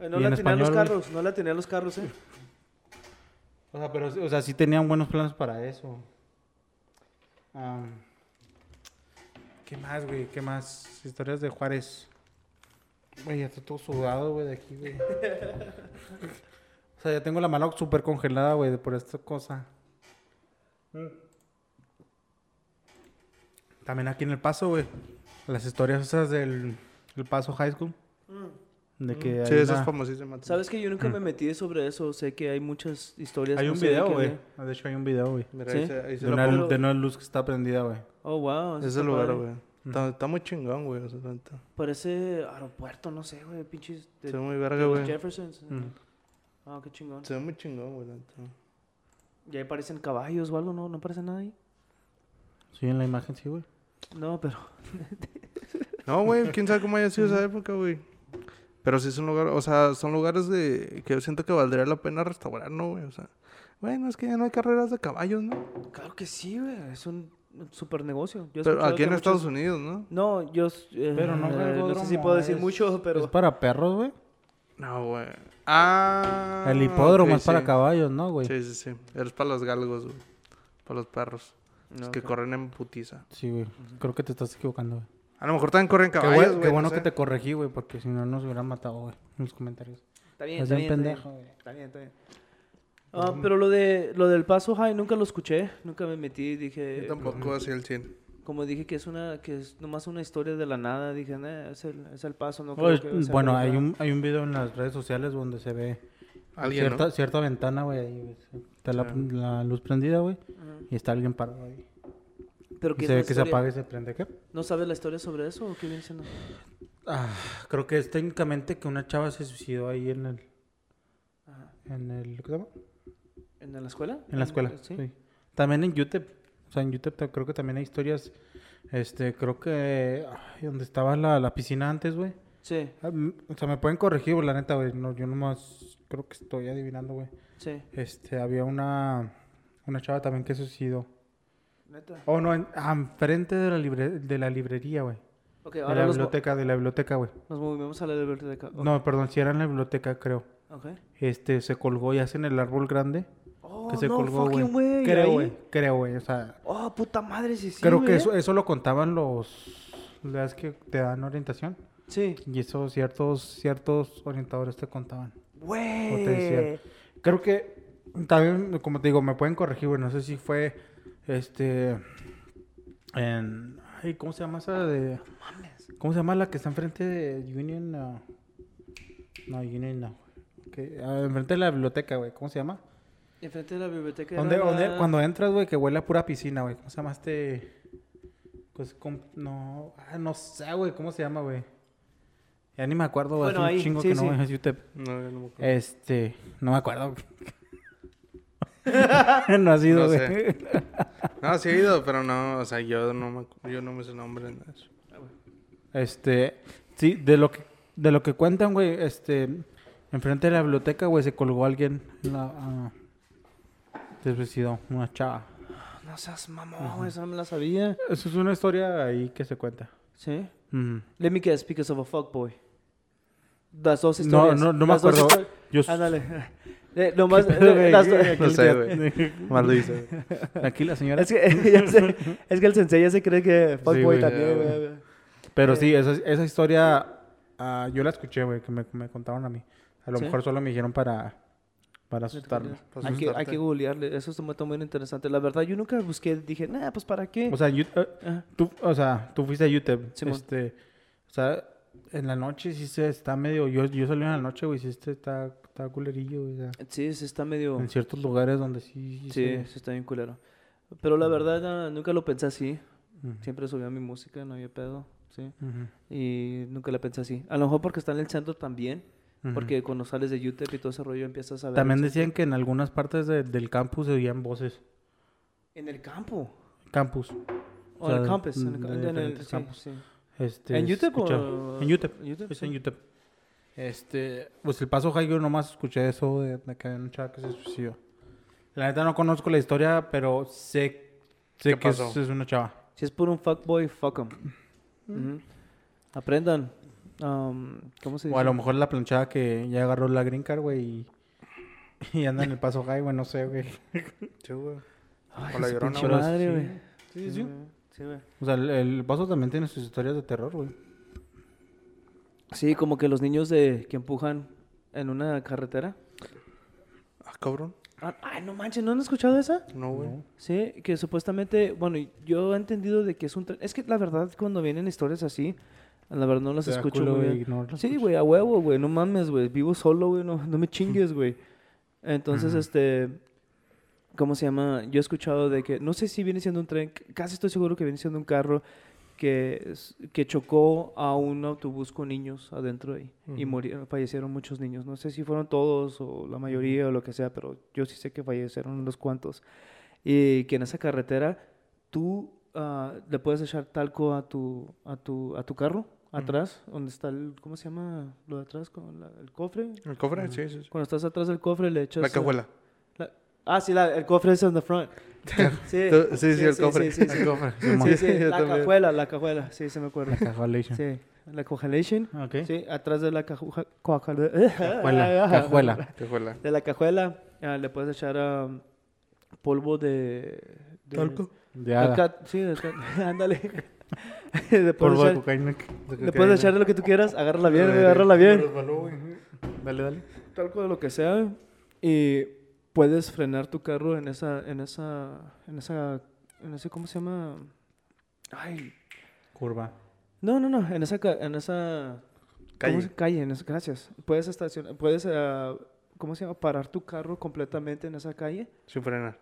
Speaker 3: Eh, No
Speaker 4: Y
Speaker 3: la
Speaker 4: en
Speaker 3: tenía los
Speaker 4: español,
Speaker 3: carros, no la tenía los carros, eh.
Speaker 4: O sea, pero, o sea, sí tenían buenos planes para eso. Am, ¿Qué más, güey? ¿Qué más? Historias de Juárez. Güey, ya está todo sudado, güey, de aquí, güey. o sea, ya tengo la mano súper congelada, güey, de por esta cosa. También aquí en El Paso, güey. Las historias esas del El Paso High School. De
Speaker 3: Mm.
Speaker 4: que
Speaker 2: Sí,
Speaker 4: hay
Speaker 2: esa
Speaker 4: una-
Speaker 2: es famosísima.
Speaker 3: Sabes que yo nunca me metí sobre eso. Sé que hay muchas historias.
Speaker 4: Mm. Hay
Speaker 3: no
Speaker 4: un
Speaker 3: sé de
Speaker 4: video,
Speaker 3: qué
Speaker 4: güey.
Speaker 3: habla.
Speaker 4: De hecho, hay un video, güey.
Speaker 2: Mira,
Speaker 3: Sí.
Speaker 2: ahí se, ahí se
Speaker 4: De
Speaker 2: la
Speaker 4: una,
Speaker 2: pongo.
Speaker 4: de una luz que está prendida, güey.
Speaker 3: Oh, wow. eso
Speaker 2: Ese
Speaker 3: está
Speaker 2: lugar,
Speaker 3: padre.
Speaker 2: güey. Está, está muy chingón, güey. O sea, la neta.
Speaker 3: Parece aeropuerto, no sé, güey. Pinches. De,
Speaker 2: Se ve muy
Speaker 3: de
Speaker 2: verga,
Speaker 3: los
Speaker 2: güey. Mm.
Speaker 3: Jeffersons. Ah, qué chingón.
Speaker 2: Se ve muy chingón, güey. la neta.
Speaker 3: Y ahí parecen caballos o algo, ¿no? ¿No parece nada ahí?
Speaker 4: Sí, en la imagen, sí, güey.
Speaker 3: No, pero...
Speaker 2: No, güey, quién sabe cómo haya sido esa época, güey. Pero sí es un lugar, o sea, son lugares de, que yo siento que valdría la pena restaurar, ¿no, güey? O sea, bueno, es que ya no hay carreras de caballos, ¿no?
Speaker 3: Claro que sí, güey. Es un super negocio. Yo he
Speaker 2: Pero
Speaker 3: escuchado
Speaker 2: aquí en
Speaker 3: que
Speaker 2: Estados
Speaker 3: muchos-
Speaker 2: Unidos, ¿no?
Speaker 3: No, yo... s- eh,
Speaker 4: Pero no,
Speaker 3: eh,
Speaker 4: algo
Speaker 3: no sé si
Speaker 4: dromo,
Speaker 3: puedo decir
Speaker 4: es-
Speaker 3: mucho, pero...
Speaker 4: Es para perros, güey.
Speaker 2: No, güey. Ah.
Speaker 4: el hipódromo
Speaker 2: ok,
Speaker 4: es para
Speaker 2: sí.
Speaker 4: caballos, ¿no, güey? Sí.
Speaker 2: Sí, sí, sí. Eres para los galgos, güey. Para los perros.
Speaker 3: No,
Speaker 2: los que
Speaker 3: ok.
Speaker 2: corren en putiza.
Speaker 4: güey. Creo que te estás equivocando, güey.
Speaker 2: A lo mejor también corren
Speaker 4: Qué,
Speaker 2: caballos,
Speaker 4: bueno-
Speaker 2: güey.
Speaker 4: qué
Speaker 2: no
Speaker 4: bueno
Speaker 2: sé.
Speaker 4: que te corregí, güey, porque si no nos hubieran matado, güey, en los comentarios.
Speaker 3: Está bien,
Speaker 4: Es
Speaker 3: está
Speaker 4: bien
Speaker 3: bien, está bien.
Speaker 4: pendejo, güey.
Speaker 3: Está bien, está bien. Ah, pero lo de lo del paso high nunca lo escuché, nunca me metí, dije,
Speaker 2: Yo tampoco hacía el 100.
Speaker 3: como dije que es una que es nomás una historia de la nada, dije, "Nah, es el es el paso, no creo
Speaker 4: Oye,
Speaker 3: que sea
Speaker 4: bueno,
Speaker 3: nada".
Speaker 4: hay un, hay un video en las redes sociales donde se ve
Speaker 2: Alguien,
Speaker 4: cierta,
Speaker 2: ¿no?
Speaker 4: cierta ventana, güey. ahí, güey. Está la,
Speaker 2: Sí.
Speaker 4: la luz prendida, güey.
Speaker 3: Ajá.
Speaker 4: Y está alguien parado ahí.
Speaker 3: Pero
Speaker 4: Y
Speaker 3: que
Speaker 4: se ve que se apaga y se prende. ¿Qué?
Speaker 3: ¿No sabes la historia sobre eso o qué viene siendo?
Speaker 4: Ah, creo que es técnicamente que una chava se suicidó ahí en el... ah,
Speaker 3: Ajá.
Speaker 4: En el ¿Qué se llama?
Speaker 3: ¿En la escuela?
Speaker 4: En la escuela,
Speaker 3: Sí.
Speaker 4: sí. También en YouTube. O sea, en YouTube ta- creo que también hay historias. Este, creo que. ay, donde estaba la, la piscina antes, güey.
Speaker 3: Sí,
Speaker 4: Ah, m- O sea, me pueden corregir, güey, la neta, güey. No, yo nomás creo que estoy adivinando, güey.
Speaker 3: sí.
Speaker 4: Este, había una. Una chava también que se suicidó.
Speaker 3: Neta.
Speaker 4: Oh, no, en, ah, enfrente de la, libre- de la librería, güey.
Speaker 3: Ok,
Speaker 4: De
Speaker 3: ahora
Speaker 4: la
Speaker 3: los mo-
Speaker 4: biblioteca, de la biblioteca, güey.
Speaker 3: nos movimos a la biblioteca. Ok,
Speaker 4: No, perdón, si era en la biblioteca, creo.
Speaker 3: ok.
Speaker 4: Este, se colgó ya en el árbol grande.
Speaker 3: Oh,
Speaker 4: Que se
Speaker 3: no
Speaker 4: colgó,
Speaker 3: fucking
Speaker 4: güey.
Speaker 3: way,
Speaker 4: Creo,
Speaker 3: ahí.
Speaker 4: güey. Creo, güey. O sea,
Speaker 3: Oh, puta madre, sí ¿eh? sí.
Speaker 4: Creo
Speaker 3: güey.
Speaker 4: que eso, eso lo contaban los las que te dan orientación.
Speaker 3: Sí.
Speaker 4: Y eso ciertos, ciertos orientadores te contaban. O te
Speaker 3: Güey.
Speaker 4: decían. Creo que también, como te digo, me pueden corregir, güey. No sé si fue este en ay, ¿cómo se llama esa de? ¿Cómo se llama la que está enfrente de Union? ah? No, Union no. Que, ah, enfrente de la biblioteca, güey. ¿Cómo se llama?
Speaker 3: Enfrente de la biblioteca.
Speaker 4: ¿Dónde,
Speaker 3: era
Speaker 4: dónde-
Speaker 3: la-
Speaker 4: cuando entras, güey, que huele a pura piscina, güey. ¿Cómo se llama este? Pues, com- no, ah, no sé, güey, ¿cómo se llama, güey? Ya ni me acuerdo, güey.
Speaker 3: Bueno,
Speaker 4: hace un
Speaker 3: ahí,
Speaker 4: chingo
Speaker 3: sí,
Speaker 4: que
Speaker 3: sí.
Speaker 4: no voy a YouTube.
Speaker 2: No, yo no me acuerdo.
Speaker 4: Este, no me acuerdo. no ha sido,
Speaker 2: No
Speaker 4: güey.
Speaker 2: sé. No, sí he ido, pero no, o sea, yo no me, acu- yo no me sé el nombre. nada de eso.
Speaker 4: Este, sí, de lo que, de lo que cuentan, güey, este, enfrente de la biblioteca, güey, se colgó alguien. La, ah, se suicidó, una chava.
Speaker 3: No seas mamón, güey, esa no me la sabía.
Speaker 4: Eso es una historia ahí que se cuenta.
Speaker 3: Sí.
Speaker 4: Ujú.
Speaker 3: Let me guess, because of a fuckboy. Las dos
Speaker 4: No,
Speaker 3: historias.
Speaker 4: no, no me
Speaker 3: Las dos
Speaker 4: acuerdo.
Speaker 3: histori-
Speaker 4: Yo s-
Speaker 3: Ándale. Eh, lo más.
Speaker 4: pedo, güey?
Speaker 3: las do-
Speaker 2: No sé, güey. Mal lo hice. güey.
Speaker 4: Aquí la señora.
Speaker 3: es, que, ya sé- es que el sensei ya se cree que fuckboy
Speaker 4: güey,
Speaker 3: también,
Speaker 2: ya,
Speaker 3: güey. eh,
Speaker 4: Pero sí, esa, esa historia ah, yo la escuché, güey, que me, me contaron a mí. A lo
Speaker 3: ¿Sí?
Speaker 4: mejor solo me dijeron para, para asustarme.
Speaker 2: Para
Speaker 3: Hay que, hay
Speaker 2: asustarte.
Speaker 3: que googlearle, eso está muy- está muy interesante. La verdad, yo nunca busqué, dije, nah, pues para qué.
Speaker 4: O sea, you- eh,
Speaker 3: Ajá.
Speaker 4: tú, o sea, tú fuiste a YouTube.
Speaker 3: Simón.
Speaker 4: Este, o sea, en la noche sí se está medio... Yo, yo salí en la noche, güey, sí este está, está culerillo, güey. o sea,
Speaker 3: sí, sí está medio.
Speaker 4: En ciertos lugares donde sí...
Speaker 3: Oh. Sí,
Speaker 4: se-
Speaker 3: sí está bien culero. Pero la verdad, ah, nunca lo pensé así.
Speaker 4: Ujú.
Speaker 3: Siempre subía mi música, no había pedo. Sí.
Speaker 4: Ujú,
Speaker 3: Y nunca la pensé así. A lo mejor porque está en el centro también.
Speaker 4: ujú.
Speaker 3: Porque cuando sales de UTEP y todo ese rollo empiezas a ver.
Speaker 4: También
Speaker 3: el-
Speaker 4: decían que en algunas partes de- del campus se oían voces.
Speaker 3: En el campo.
Speaker 4: campus.
Speaker 3: O Oh, en
Speaker 4: sea,
Speaker 3: el campus. En,
Speaker 4: de
Speaker 3: el, en el-
Speaker 4: diferentes
Speaker 3: sí,
Speaker 4: campus.
Speaker 3: sí.
Speaker 4: Este,
Speaker 3: ¿En UTEP o-
Speaker 4: escuchaba- En UTEP.
Speaker 3: UTEP,
Speaker 4: es
Speaker 3: sí.
Speaker 4: en UTEP. Este, pues el paso High, yo nomás escuché eso de, de que había un chava que se suicidó. La neta no conozco la historia, pero sé, sé
Speaker 2: ¿Qué
Speaker 4: que es,
Speaker 2: pasó?
Speaker 4: es una chava.
Speaker 3: Si es por un fuckboy, fuck 'em. Ujú. Aprendan. Um, ¿Cómo se dice?
Speaker 4: O a lo mejor la planchada que ya agarró la green card, güey, y, y anda en el paso High, güey, no sé, güey.
Speaker 5: Sí, güey.
Speaker 3: Ay,
Speaker 5: o la
Speaker 3: su
Speaker 5: llorona,
Speaker 3: pinche
Speaker 4: güey.
Speaker 3: madre,
Speaker 4: Sí.
Speaker 3: güey.
Speaker 4: Sí, sí.
Speaker 3: güey. Sí, güey.
Speaker 4: O sea, el, el paso también tiene sus historias de terror, güey.
Speaker 3: Sí, como que los niños de que empujan en una carretera.
Speaker 5: Ah, cabrón.
Speaker 3: Ah, Ay, no manches, ¿no han escuchado esa?
Speaker 5: No, güey.
Speaker 3: Sí, que supuestamente, bueno, yo he entendido de que es un... tra- Es que la verdad, cuando vienen historias así, la verdad no las
Speaker 4: Te da
Speaker 3: escucho
Speaker 4: culo,
Speaker 3: muy
Speaker 4: güey,
Speaker 3: bien.
Speaker 4: no las
Speaker 3: Sí,
Speaker 4: escuchas.
Speaker 3: güey, a huevo, güey, no mames, güey, vivo solo, güey, no, no me chingues, güey. Entonces, este, ¿cómo se llama? Yo he escuchado de que, no sé si viene siendo un tren, c- casi estoy seguro que viene siendo un carro que, es- que chocó a un autobús con niños adentro ahí, y murieron, fallecieron muchos niños. No sé si fueron todos o la mayoría o lo que sea, pero yo sí sé que fallecieron unos cuantos. Y que en esa carretera tú ah, le puedes echar talco a tu, a tu, a tu carro, atrás, donde está el, ¿cómo se llama? Lo de atrás, con la- el cofre.
Speaker 5: ¿El cofre? Sí, sí, sí.
Speaker 3: Cuando estás atrás del cofre le echas...
Speaker 5: La
Speaker 3: eh,
Speaker 5: cajuela.
Speaker 3: la- ah, sí, la- el cofre es en the front. Sí,
Speaker 5: Tú- Sí, sí, el cofre.
Speaker 3: Sí, sí, sí.
Speaker 5: El cofre.
Speaker 3: Sí, sí,
Speaker 5: Yo
Speaker 3: la
Speaker 5: también.
Speaker 3: cajuela, la cajuela, sí, se me acuerda.
Speaker 4: Cajuela.
Speaker 3: Sí, la cojalation.
Speaker 5: Ah,
Speaker 4: Ok.
Speaker 3: Sí, atrás de la cajuja- cuajale-
Speaker 4: Cajuela. Cajuela.
Speaker 5: Cajuela.
Speaker 3: De la cajuela ah, le puedes echar um, polvo de... de
Speaker 5: Talco.
Speaker 4: De
Speaker 3: de
Speaker 4: hada.
Speaker 3: cat- sí, de cat- ándale. le, puedes
Speaker 4: Polvo de
Speaker 3: echar,
Speaker 4: cocaína.
Speaker 3: le puedes echar de lo que tú quieras, agárrala bien, güey, agárrala bien.
Speaker 4: Dale, dale.
Speaker 3: Talco de lo que sea y puedes frenar tu carro en esa... En esa... En esa... En ese, ¿cómo se llama? Ay,
Speaker 4: Curva.
Speaker 3: No, no, no, en esa, ca- en esa
Speaker 5: Calle.
Speaker 3: ¿cómo se- calle, en esa, gracias. Puedes estacionar, puedes, ah, ¿cómo se llama? Parar tu carro completamente en esa calle.
Speaker 5: Sin frenar.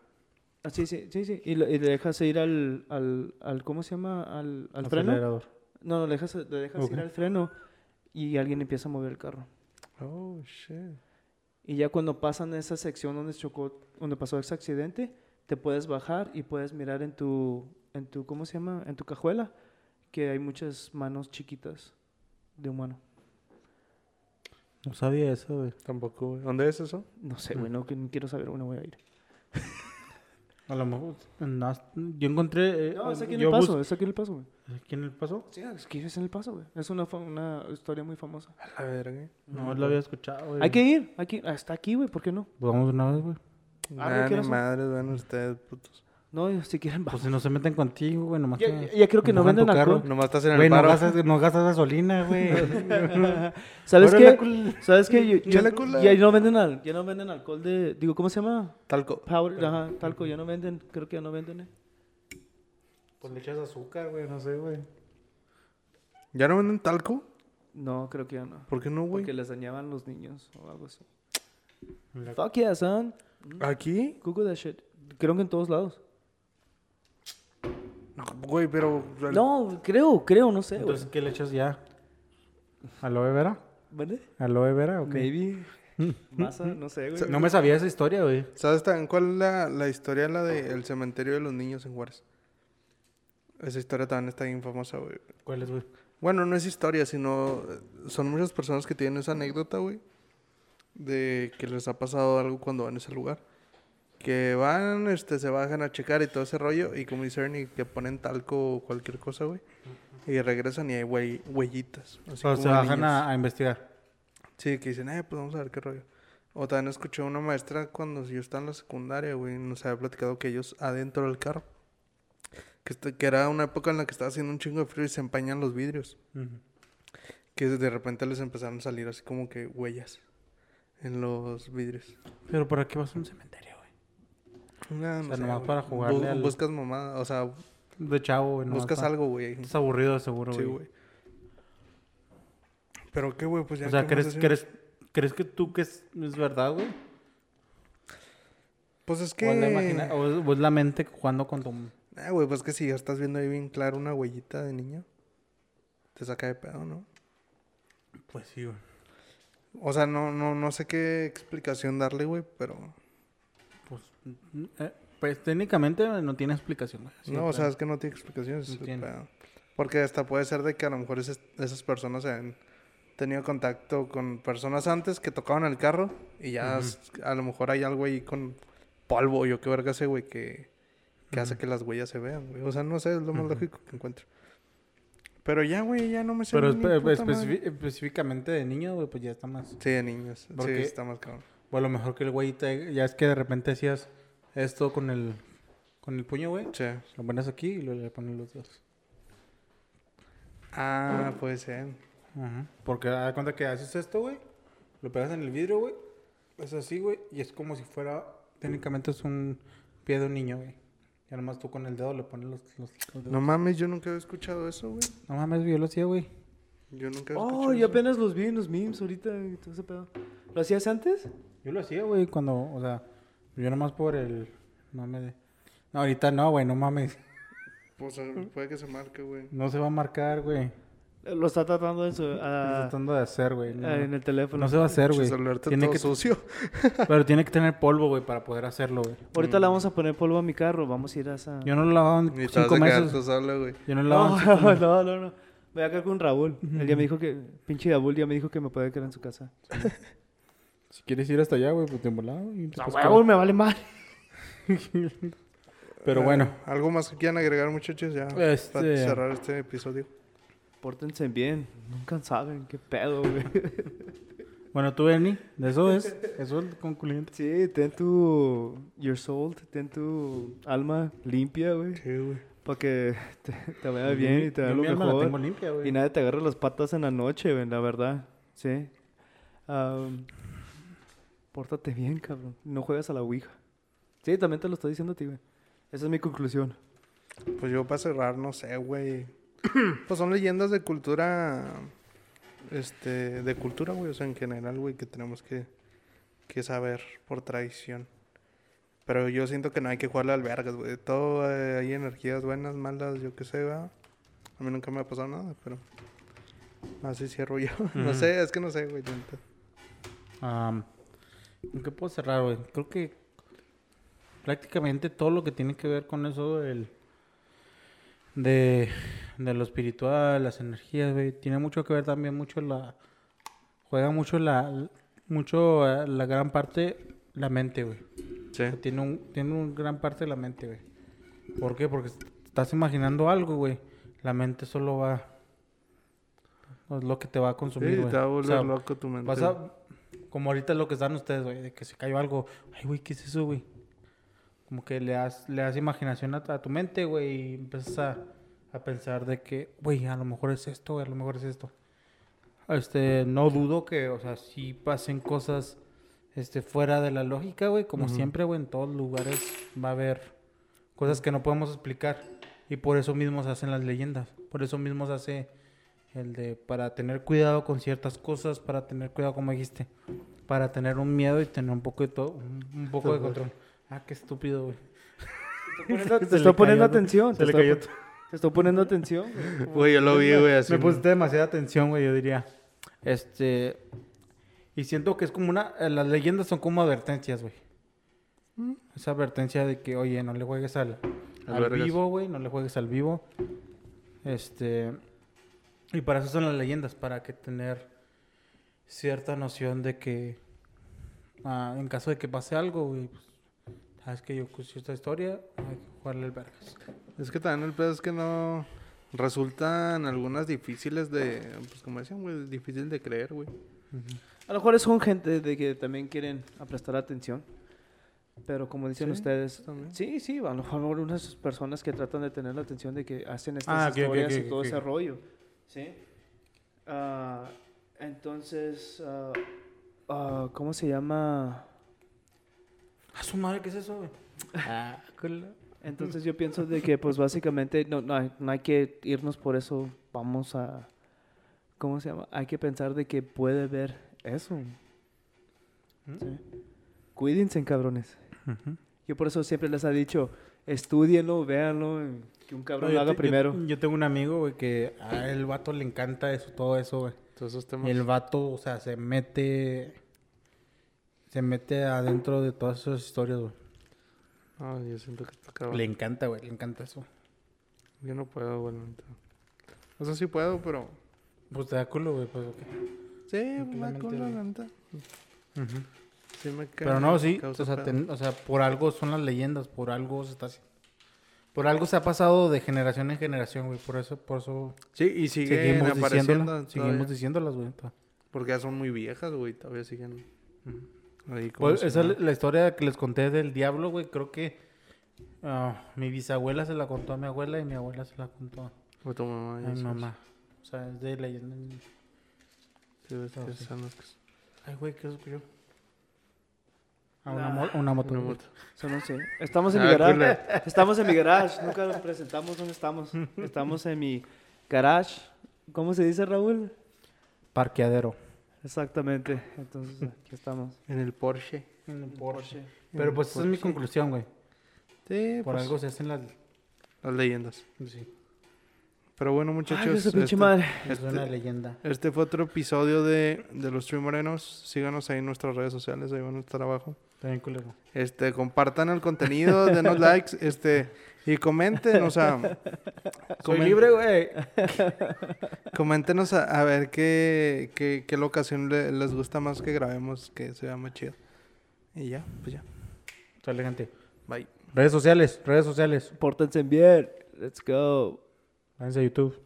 Speaker 3: Ah, sí, sí, sí, sí. Y, lo- y le dejas ir al, al, al- ¿cómo se llama? Al, al freno.
Speaker 4: Acelerador.
Speaker 3: No, no, le dejas, le dejas ir
Speaker 4: Ok.
Speaker 3: al freno y alguien empieza a mover el carro.
Speaker 5: Oh, shit.
Speaker 3: Y ya cuando pasan esa sección donde chocó, donde pasó ese accidente, te puedes bajar y puedes mirar en tu, en tu, ¿cómo se llama? En tu cajuela, que hay muchas manos chiquitas de humano.
Speaker 4: No sabía eso, güey.
Speaker 5: Tampoco, güey. ¿Dónde es eso?
Speaker 3: No sé, güey, no, que no quiero saber, bueno, voy a ir.
Speaker 4: A lo mejor. no, yo encontré. eh,
Speaker 3: No, es aquí en
Speaker 4: yo
Speaker 3: el paso,
Speaker 4: bus-
Speaker 3: es aquí en el paso, güey.
Speaker 4: ¿Es aquí en el paso?
Speaker 3: Sí, es que es en el paso, güey. Es una, fa- una historia muy famosa.
Speaker 5: A la verga.
Speaker 4: No, lo había escuchado, güey.
Speaker 3: Hay que ir, hay que ir. Hasta aquí, güey, ¿por qué no?
Speaker 4: Pues vamos de una vez, güey.
Speaker 3: Ah, güey,
Speaker 5: Nah,
Speaker 3: ¿qué
Speaker 5: ni
Speaker 3: razón?
Speaker 5: madres van ustedes, putos.
Speaker 3: No, si quieren,
Speaker 4: Pues
Speaker 3: vamos.
Speaker 4: si no se meten contigo, güey, nomás.
Speaker 3: Pues, Ya,
Speaker 4: te-
Speaker 3: ya- ya creo que no
Speaker 4: empujan tu
Speaker 3: venden
Speaker 4: carro.
Speaker 3: alcohol.
Speaker 5: Nomás estás en el
Speaker 4: Güey, no
Speaker 5: paro.
Speaker 4: gastas, no gastas gasolina, güey.
Speaker 3: ¿Sabes
Speaker 5: Ahora la
Speaker 3: qué? ¿Sabes qué? Yo- yo-
Speaker 5: Ya la cola.
Speaker 3: ya no venden al, ya no venden alcohol de, digo, ¿cómo se llama?
Speaker 5: Talco.
Speaker 3: Powder, ajá, talco, ya no venden, creo que ya no venden. eh.
Speaker 4: pues le echas azúcar, güey, no sé, güey.
Speaker 5: ¿Ya no venden talco?
Speaker 3: No, creo que ya no.
Speaker 5: ¿Por qué no,
Speaker 3: Porque
Speaker 5: güey?
Speaker 3: les dañaban los niños o algo así. Fuck yeah, son.
Speaker 5: ¿Aquí?
Speaker 3: Google that shit. Creo que en todos lados.
Speaker 5: No, güey, pero...
Speaker 3: No, creo, creo, no sé, güey.
Speaker 4: Entonces, ¿qué le echas ya? ¿Aloe vera?
Speaker 3: ¿Vale?
Speaker 4: ¿Aloe vera o qué?
Speaker 3: Maybe. Masa, no sé,
Speaker 4: O
Speaker 3: güey.
Speaker 4: sea, No me sabía esa historia, güey.
Speaker 5: ¿Sabes también cuál es la, la historia? La del cementerio de los niños en Juárez. Esa historia también está bien famosa, güey.
Speaker 4: ¿Cuál es, güey?
Speaker 5: Bueno, no es historia, sino eh, son muchas personas que tienen esa anécdota, güey, de que les ha pasado algo cuando van a ese lugar. Que van, este, se bajan a checar y todo ese rollo, y como dice Ernie, que ponen talco o cualquier cosa, güey, y regresan y hay huell- huellitas. así
Speaker 4: O sea,
Speaker 5: como
Speaker 4: se
Speaker 5: de
Speaker 4: bajan
Speaker 5: niños.
Speaker 4: a, a investigar.
Speaker 5: Sí, que dicen, eh, pues vamos a ver qué rollo. O también escuché a una maestra cuando yo estaba en la secundaria, güey, nos había platicado que ellos adentro del carro, que, esta- que era una época en la que estaba haciendo un chingo de frío y se empañan los vidrios que de repente les empezaron a salir así como que huellas en los vidrios.
Speaker 4: Pero ¿para qué vas a un cementerio, güey?
Speaker 5: Nah, no
Speaker 4: sea,
Speaker 5: sé,
Speaker 4: nomás
Speaker 5: güey.
Speaker 4: para jugarle al-
Speaker 5: Buscas mamada, o sea,
Speaker 4: De chavo, güey. nomás
Speaker 5: buscas
Speaker 4: para-
Speaker 5: algo, güey. ahí.
Speaker 4: Estás aburrido, de seguro,
Speaker 5: Sí,
Speaker 4: güey.
Speaker 5: güey. Pero qué, güey, pues ya.
Speaker 4: O sea,
Speaker 5: ¿qué más
Speaker 4: ¿crees,
Speaker 5: hacemos?
Speaker 4: crees, ¿crees que tú que es, es verdad, güey?
Speaker 5: Pues es
Speaker 4: ¿O, es la
Speaker 5: que.
Speaker 4: imagina- o es- o es la mente jugando con tu...
Speaker 5: Ah, güey, pues que si ya estás viendo ahí bien claro una huellita de niño, te saca de pedo, ¿no?
Speaker 4: Pues sí, güey.
Speaker 5: O sea, no, no, no sé qué explicación darle, güey, pero.
Speaker 4: Pues, mm, eh, Pues técnicamente no tiene explicación, güey. Así de
Speaker 5: no, o sea,
Speaker 4: plano.
Speaker 5: es que no tiene explicaciones.
Speaker 4: No
Speaker 5: es el
Speaker 4: tiene.
Speaker 5: pedo. Porque hasta puede ser de que a lo mejor esas- esas personas han tenido contacto con personas antes que tocaban el carro y ya s- a lo mejor hay algo ahí con polvo, yo qué verga sé, güey, que, que hace que las huellas se vean, güey. O sea, no sé, es lo más lógico que encuentro. Pero ya, güey, ya no me sé
Speaker 4: Pero
Speaker 5: ni
Speaker 4: espe-
Speaker 5: puta madre.
Speaker 4: especifi- específicamente de niño, güey, pues ya está más.
Speaker 5: Sí, de niños.
Speaker 4: Porque-
Speaker 5: Sí, está más cabrón.
Speaker 4: O a lo mejor que el güey te- ya es que de repente hacías esto con el con el puño, güey.
Speaker 5: Sí.
Speaker 4: Lo pones aquí y luego le pones los dedos.
Speaker 5: Ah, puede ser.
Speaker 4: Ajá. Porque da cuenta que haces esto, güey. Lo pegas en el vidrio, güey. Es así, güey. Y es como si fuera. Técnicamente es un pie de un niño, güey. Y además tú con el dedo le pones los, los, los dedos.
Speaker 5: No mames, yo nunca había escuchado eso, güey.
Speaker 4: No mames, güey, yo lo hacía, güey.
Speaker 5: Yo nunca había escuchado
Speaker 3: Oh, yo
Speaker 5: eso.
Speaker 3: apenas los vi en los memes ahorita y todo ese pedo. ¿Lo hacías antes?
Speaker 4: Yo lo hacía, güey, cuando. O sea, yo nomás por el. No me. No, ahorita no, güey, no mames.
Speaker 5: Pues, eh, puede que se marque, güey.
Speaker 4: No se va a marcar, güey.
Speaker 3: Lo está tratando en su- ah,
Speaker 4: tratando de hacer, güey. No,
Speaker 3: ah, en el teléfono.
Speaker 4: no se va a hacer,
Speaker 5: Pinche
Speaker 4: güey.
Speaker 5: celular está
Speaker 4: Tiene
Speaker 5: todo
Speaker 4: que...
Speaker 5: sucio.
Speaker 4: Pero tiene que tener polvo, güey, para poder hacerlo, güey.
Speaker 3: Ahorita le vamos a poner polvo a mi carro. Vamos a ir a esa.
Speaker 4: Mm. Yo no lo lavaba
Speaker 5: Ni
Speaker 4: en
Speaker 5: te vas
Speaker 4: cinco
Speaker 5: a quedar
Speaker 4: meses.
Speaker 5: tú solo, güey.
Speaker 4: Yo no lo lavaba
Speaker 3: No,
Speaker 4: en cinco meses.
Speaker 3: no, no, no. Me voy a quedar con Raúl. Él ya me dijo que. Pinche Raúl ya me dijo que me podía quedar en su casa.
Speaker 4: Si quieres ir hasta allá, güey, pues te volado.
Speaker 3: No, huevo, me vale mal.
Speaker 4: Pero
Speaker 5: Ah,
Speaker 4: bueno,
Speaker 5: ¿Algo más que quieran agregar, muchachos? Ya para
Speaker 4: Este-
Speaker 5: cerrar este episodio.
Speaker 3: Pórtense bien. Nunca saben qué pedo, güey.
Speaker 4: bueno, tú, Ernie, de eso es. Eso es el concluyente.
Speaker 3: Sí, ten tu. Your soul, ten tu alma limpia, güey. Para que te, te vaya Ah, bien y te vaya
Speaker 4: Yo mi
Speaker 3: lo
Speaker 4: alma la tengo
Speaker 3: mejor.
Speaker 4: limpia,
Speaker 3: Y
Speaker 4: güey.
Speaker 3: nadie te agarre las patas en la noche, güey, la verdad. Sí. Am, pórtate bien, cabrón. No juegas a la Ouija. Sí, también te lo estoy diciendo a ti, güey. Esa es mi conclusión.
Speaker 5: Pues yo para cerrar, no sé, güey. pues son leyendas de cultura. Este, de cultura, güey. O sea, en general, güey, que tenemos que, que saber por tradición. Pero yo siento que no hay que jugarle al vergas, güey. Todo eh, hay energías buenas, malas, yo qué sé, va. A mí nunca me ha pasado nada, pero. Así cierro yo. no sé, es que no sé, güey. la neta.
Speaker 4: Am, ¿Con qué puedo cerrar, güey? Creo que prácticamente todo lo que tiene que ver con eso del, de, de lo espiritual, las energías, güey, tiene mucho que ver también mucho la... Juega mucho la... Mucho eh, la gran parte la mente, güey.
Speaker 5: Sí.
Speaker 4: sea, Tiene un, tiene un gran parte de la mente, güey. ¿Por qué? Porque est- estás imaginando algo, güey. La mente solo va. Es lo que te va a consumir,
Speaker 5: Sí,
Speaker 4: güey.
Speaker 5: te va a volver
Speaker 4: O sea,
Speaker 5: loco tu mente.
Speaker 4: vas a- Como ahorita lo que están ustedes, güey, de que se cayó algo. Ay, güey, ¿qué es eso, güey? Como que le das, le das imaginación a, a tu mente, güey, y empiezas a, a pensar de que, güey, a lo mejor es esto, güey, a lo mejor es esto. Este, no dudo que, o sea, sí pasen cosas este, fuera de la lógica, güey. Como siempre, güey, en todos lugares va a haber cosas que no podemos explicar. Y por eso mismo se hacen las leyendas. Por eso mismo se hace el de para tener cuidado con ciertas cosas, para tener cuidado, como dijiste, para tener un miedo y tener un poco de todo, un, un poco de control. Ah, qué estúpido, güey.
Speaker 3: Te estoy poniendo
Speaker 4: cayó,
Speaker 3: atención.
Speaker 4: se
Speaker 3: te
Speaker 4: le
Speaker 3: estoy
Speaker 4: cayó
Speaker 3: pon- Te estoy poniendo atención. güey.
Speaker 5: Güey, yo lo vi, güey, así.
Speaker 4: Me pusiste demasiada atención, güey, yo diría. Este. Y siento que es como una. eh, Las leyendas son como advertencias, güey. Esa advertencia de que, oye, no le juegues al,
Speaker 5: Al
Speaker 4: al
Speaker 5: vergas.
Speaker 4: vivo, güey, no le juegues al vivo. Este. Y para eso son las leyendas, para que tener cierta noción de que. ah, en caso de que pase algo, güey, pues, sabes que yo escuché esta historia, hay que jugarle al vergas.
Speaker 5: Es que también el pedo es que no resultan algunas difíciles de, pues como decían, güey, difícil de creer, güey.
Speaker 3: A lo mejor son gente de que también quieren prestar atención. Pero como dicen
Speaker 5: Sí,
Speaker 3: ustedes,
Speaker 5: también.
Speaker 3: sí, sí, a lo mejor unas personas que tratan de tener la atención de que hacen estas
Speaker 4: Ah, ok, ok,
Speaker 3: historias
Speaker 4: ok,
Speaker 3: y todo
Speaker 4: ok.
Speaker 3: ese rollo. Sí. Ah, entonces, ah, ah, ¿cómo se llama?
Speaker 4: A su madre, ¿qué es eso, güey? Ah, culo.
Speaker 3: Entonces yo pienso de que pues básicamente no, no, hay, no hay que irnos por eso, vamos a, ¿cómo se llama? Hay que pensar de que puede haber eso.
Speaker 4: ¿Mm?
Speaker 3: Sí. Cuídense, cabrones. Yo por eso siempre les he dicho, estudienlo, véanlo, y que un cabrón
Speaker 4: No,
Speaker 3: lo
Speaker 4: yo
Speaker 3: haga
Speaker 4: te- yo-
Speaker 3: primero.
Speaker 4: Yo, tengo un amigo, güey, que a el vato le encanta eso, todo eso, güey.
Speaker 5: Todos esos
Speaker 4: Y
Speaker 5: temas.
Speaker 4: el vato, o sea, se mete. Se mete adentro de todas esas historias, güey.
Speaker 5: No, yo siento que está cabrón.
Speaker 4: Le encanta, güey, le encanta eso.
Speaker 5: Yo no puedo, güey. la neta. O sea, sí puedo, pero.
Speaker 4: Pues te da culo, güey, pues, ok.
Speaker 5: Sí, me da
Speaker 4: Simplemente,
Speaker 5: culo,
Speaker 4: güey.
Speaker 5: la neta.
Speaker 4: Ujú.
Speaker 5: Sí me ca-
Speaker 4: Pero no, sí, o
Speaker 5: causa
Speaker 4: sea,
Speaker 5: pedo.
Speaker 4: ten- o sea, por algo son las leyendas, por algo se está haciendo. Por algo se ha pasado de generación en generación, güey, por eso, por eso
Speaker 5: Sí, y siguen
Speaker 4: seguimos
Speaker 5: apareciendo.
Speaker 4: diciéndolas,
Speaker 5: todavía,
Speaker 4: seguimos diciéndolas, güey. to-
Speaker 5: Porque ya son muy viejas, güey. Todavía siguen. Ahí como
Speaker 4: Pues
Speaker 5: si
Speaker 4: esa
Speaker 5: nada.
Speaker 4: es la historia que les conté del diablo, güey, creo que ah, mi bisabuela se la contó a mi abuela y mi abuela se la contó a
Speaker 5: O tu mamá. ya
Speaker 4: mi
Speaker 5: sabes.
Speaker 4: mamá. O sea, es de leyenda.
Speaker 5: Sí, ves que
Speaker 4: Ah, sí.
Speaker 5: son las que-
Speaker 4: Ay, güey, ¿qué ocurrió? A una, mo- Ah, una moto.
Speaker 5: una
Speaker 4: güey.
Speaker 5: moto.
Speaker 3: Eso no sé. Estamos en mi
Speaker 5: Ah,
Speaker 3: garage. Estamos en mi garage. Nunca nos presentamos dónde estamos. Estamos en mi garage. ¿Cómo se dice, Raúl?
Speaker 4: Parqueadero.
Speaker 3: Exactamente. Entonces, aquí estamos.
Speaker 5: En el Porsche.
Speaker 4: Pero pues esa es mi conclusión, güey.
Speaker 5: Sí,
Speaker 4: Por
Speaker 5: pues,
Speaker 4: algo se hacen las...
Speaker 5: Las leyendas.
Speaker 4: sí,
Speaker 5: Pero bueno, muchachos.
Speaker 3: Ay, esa pinche
Speaker 5: este-
Speaker 3: madre.
Speaker 4: es
Speaker 5: Este-
Speaker 4: una leyenda.
Speaker 5: Este fue otro episodio de, de los Three Morenos. Síganos ahí en nuestras redes sociales, ahí van a estar abajo.
Speaker 4: También culero.
Speaker 5: Este, compartan el contenido, denos likes, este, y comenten, o sea,
Speaker 4: Soy
Speaker 5: comen-
Speaker 4: libre, güey.
Speaker 5: coméntenos a, a ver qué, qué, qué locación le- les gusta más que grabemos, que se vea más chido. Y ya, pues ya.
Speaker 4: Sale, gente.
Speaker 5: Bye.
Speaker 4: Redes sociales, redes sociales.
Speaker 3: Pórtense bien. Let's go.
Speaker 4: Váyanse a YouTube.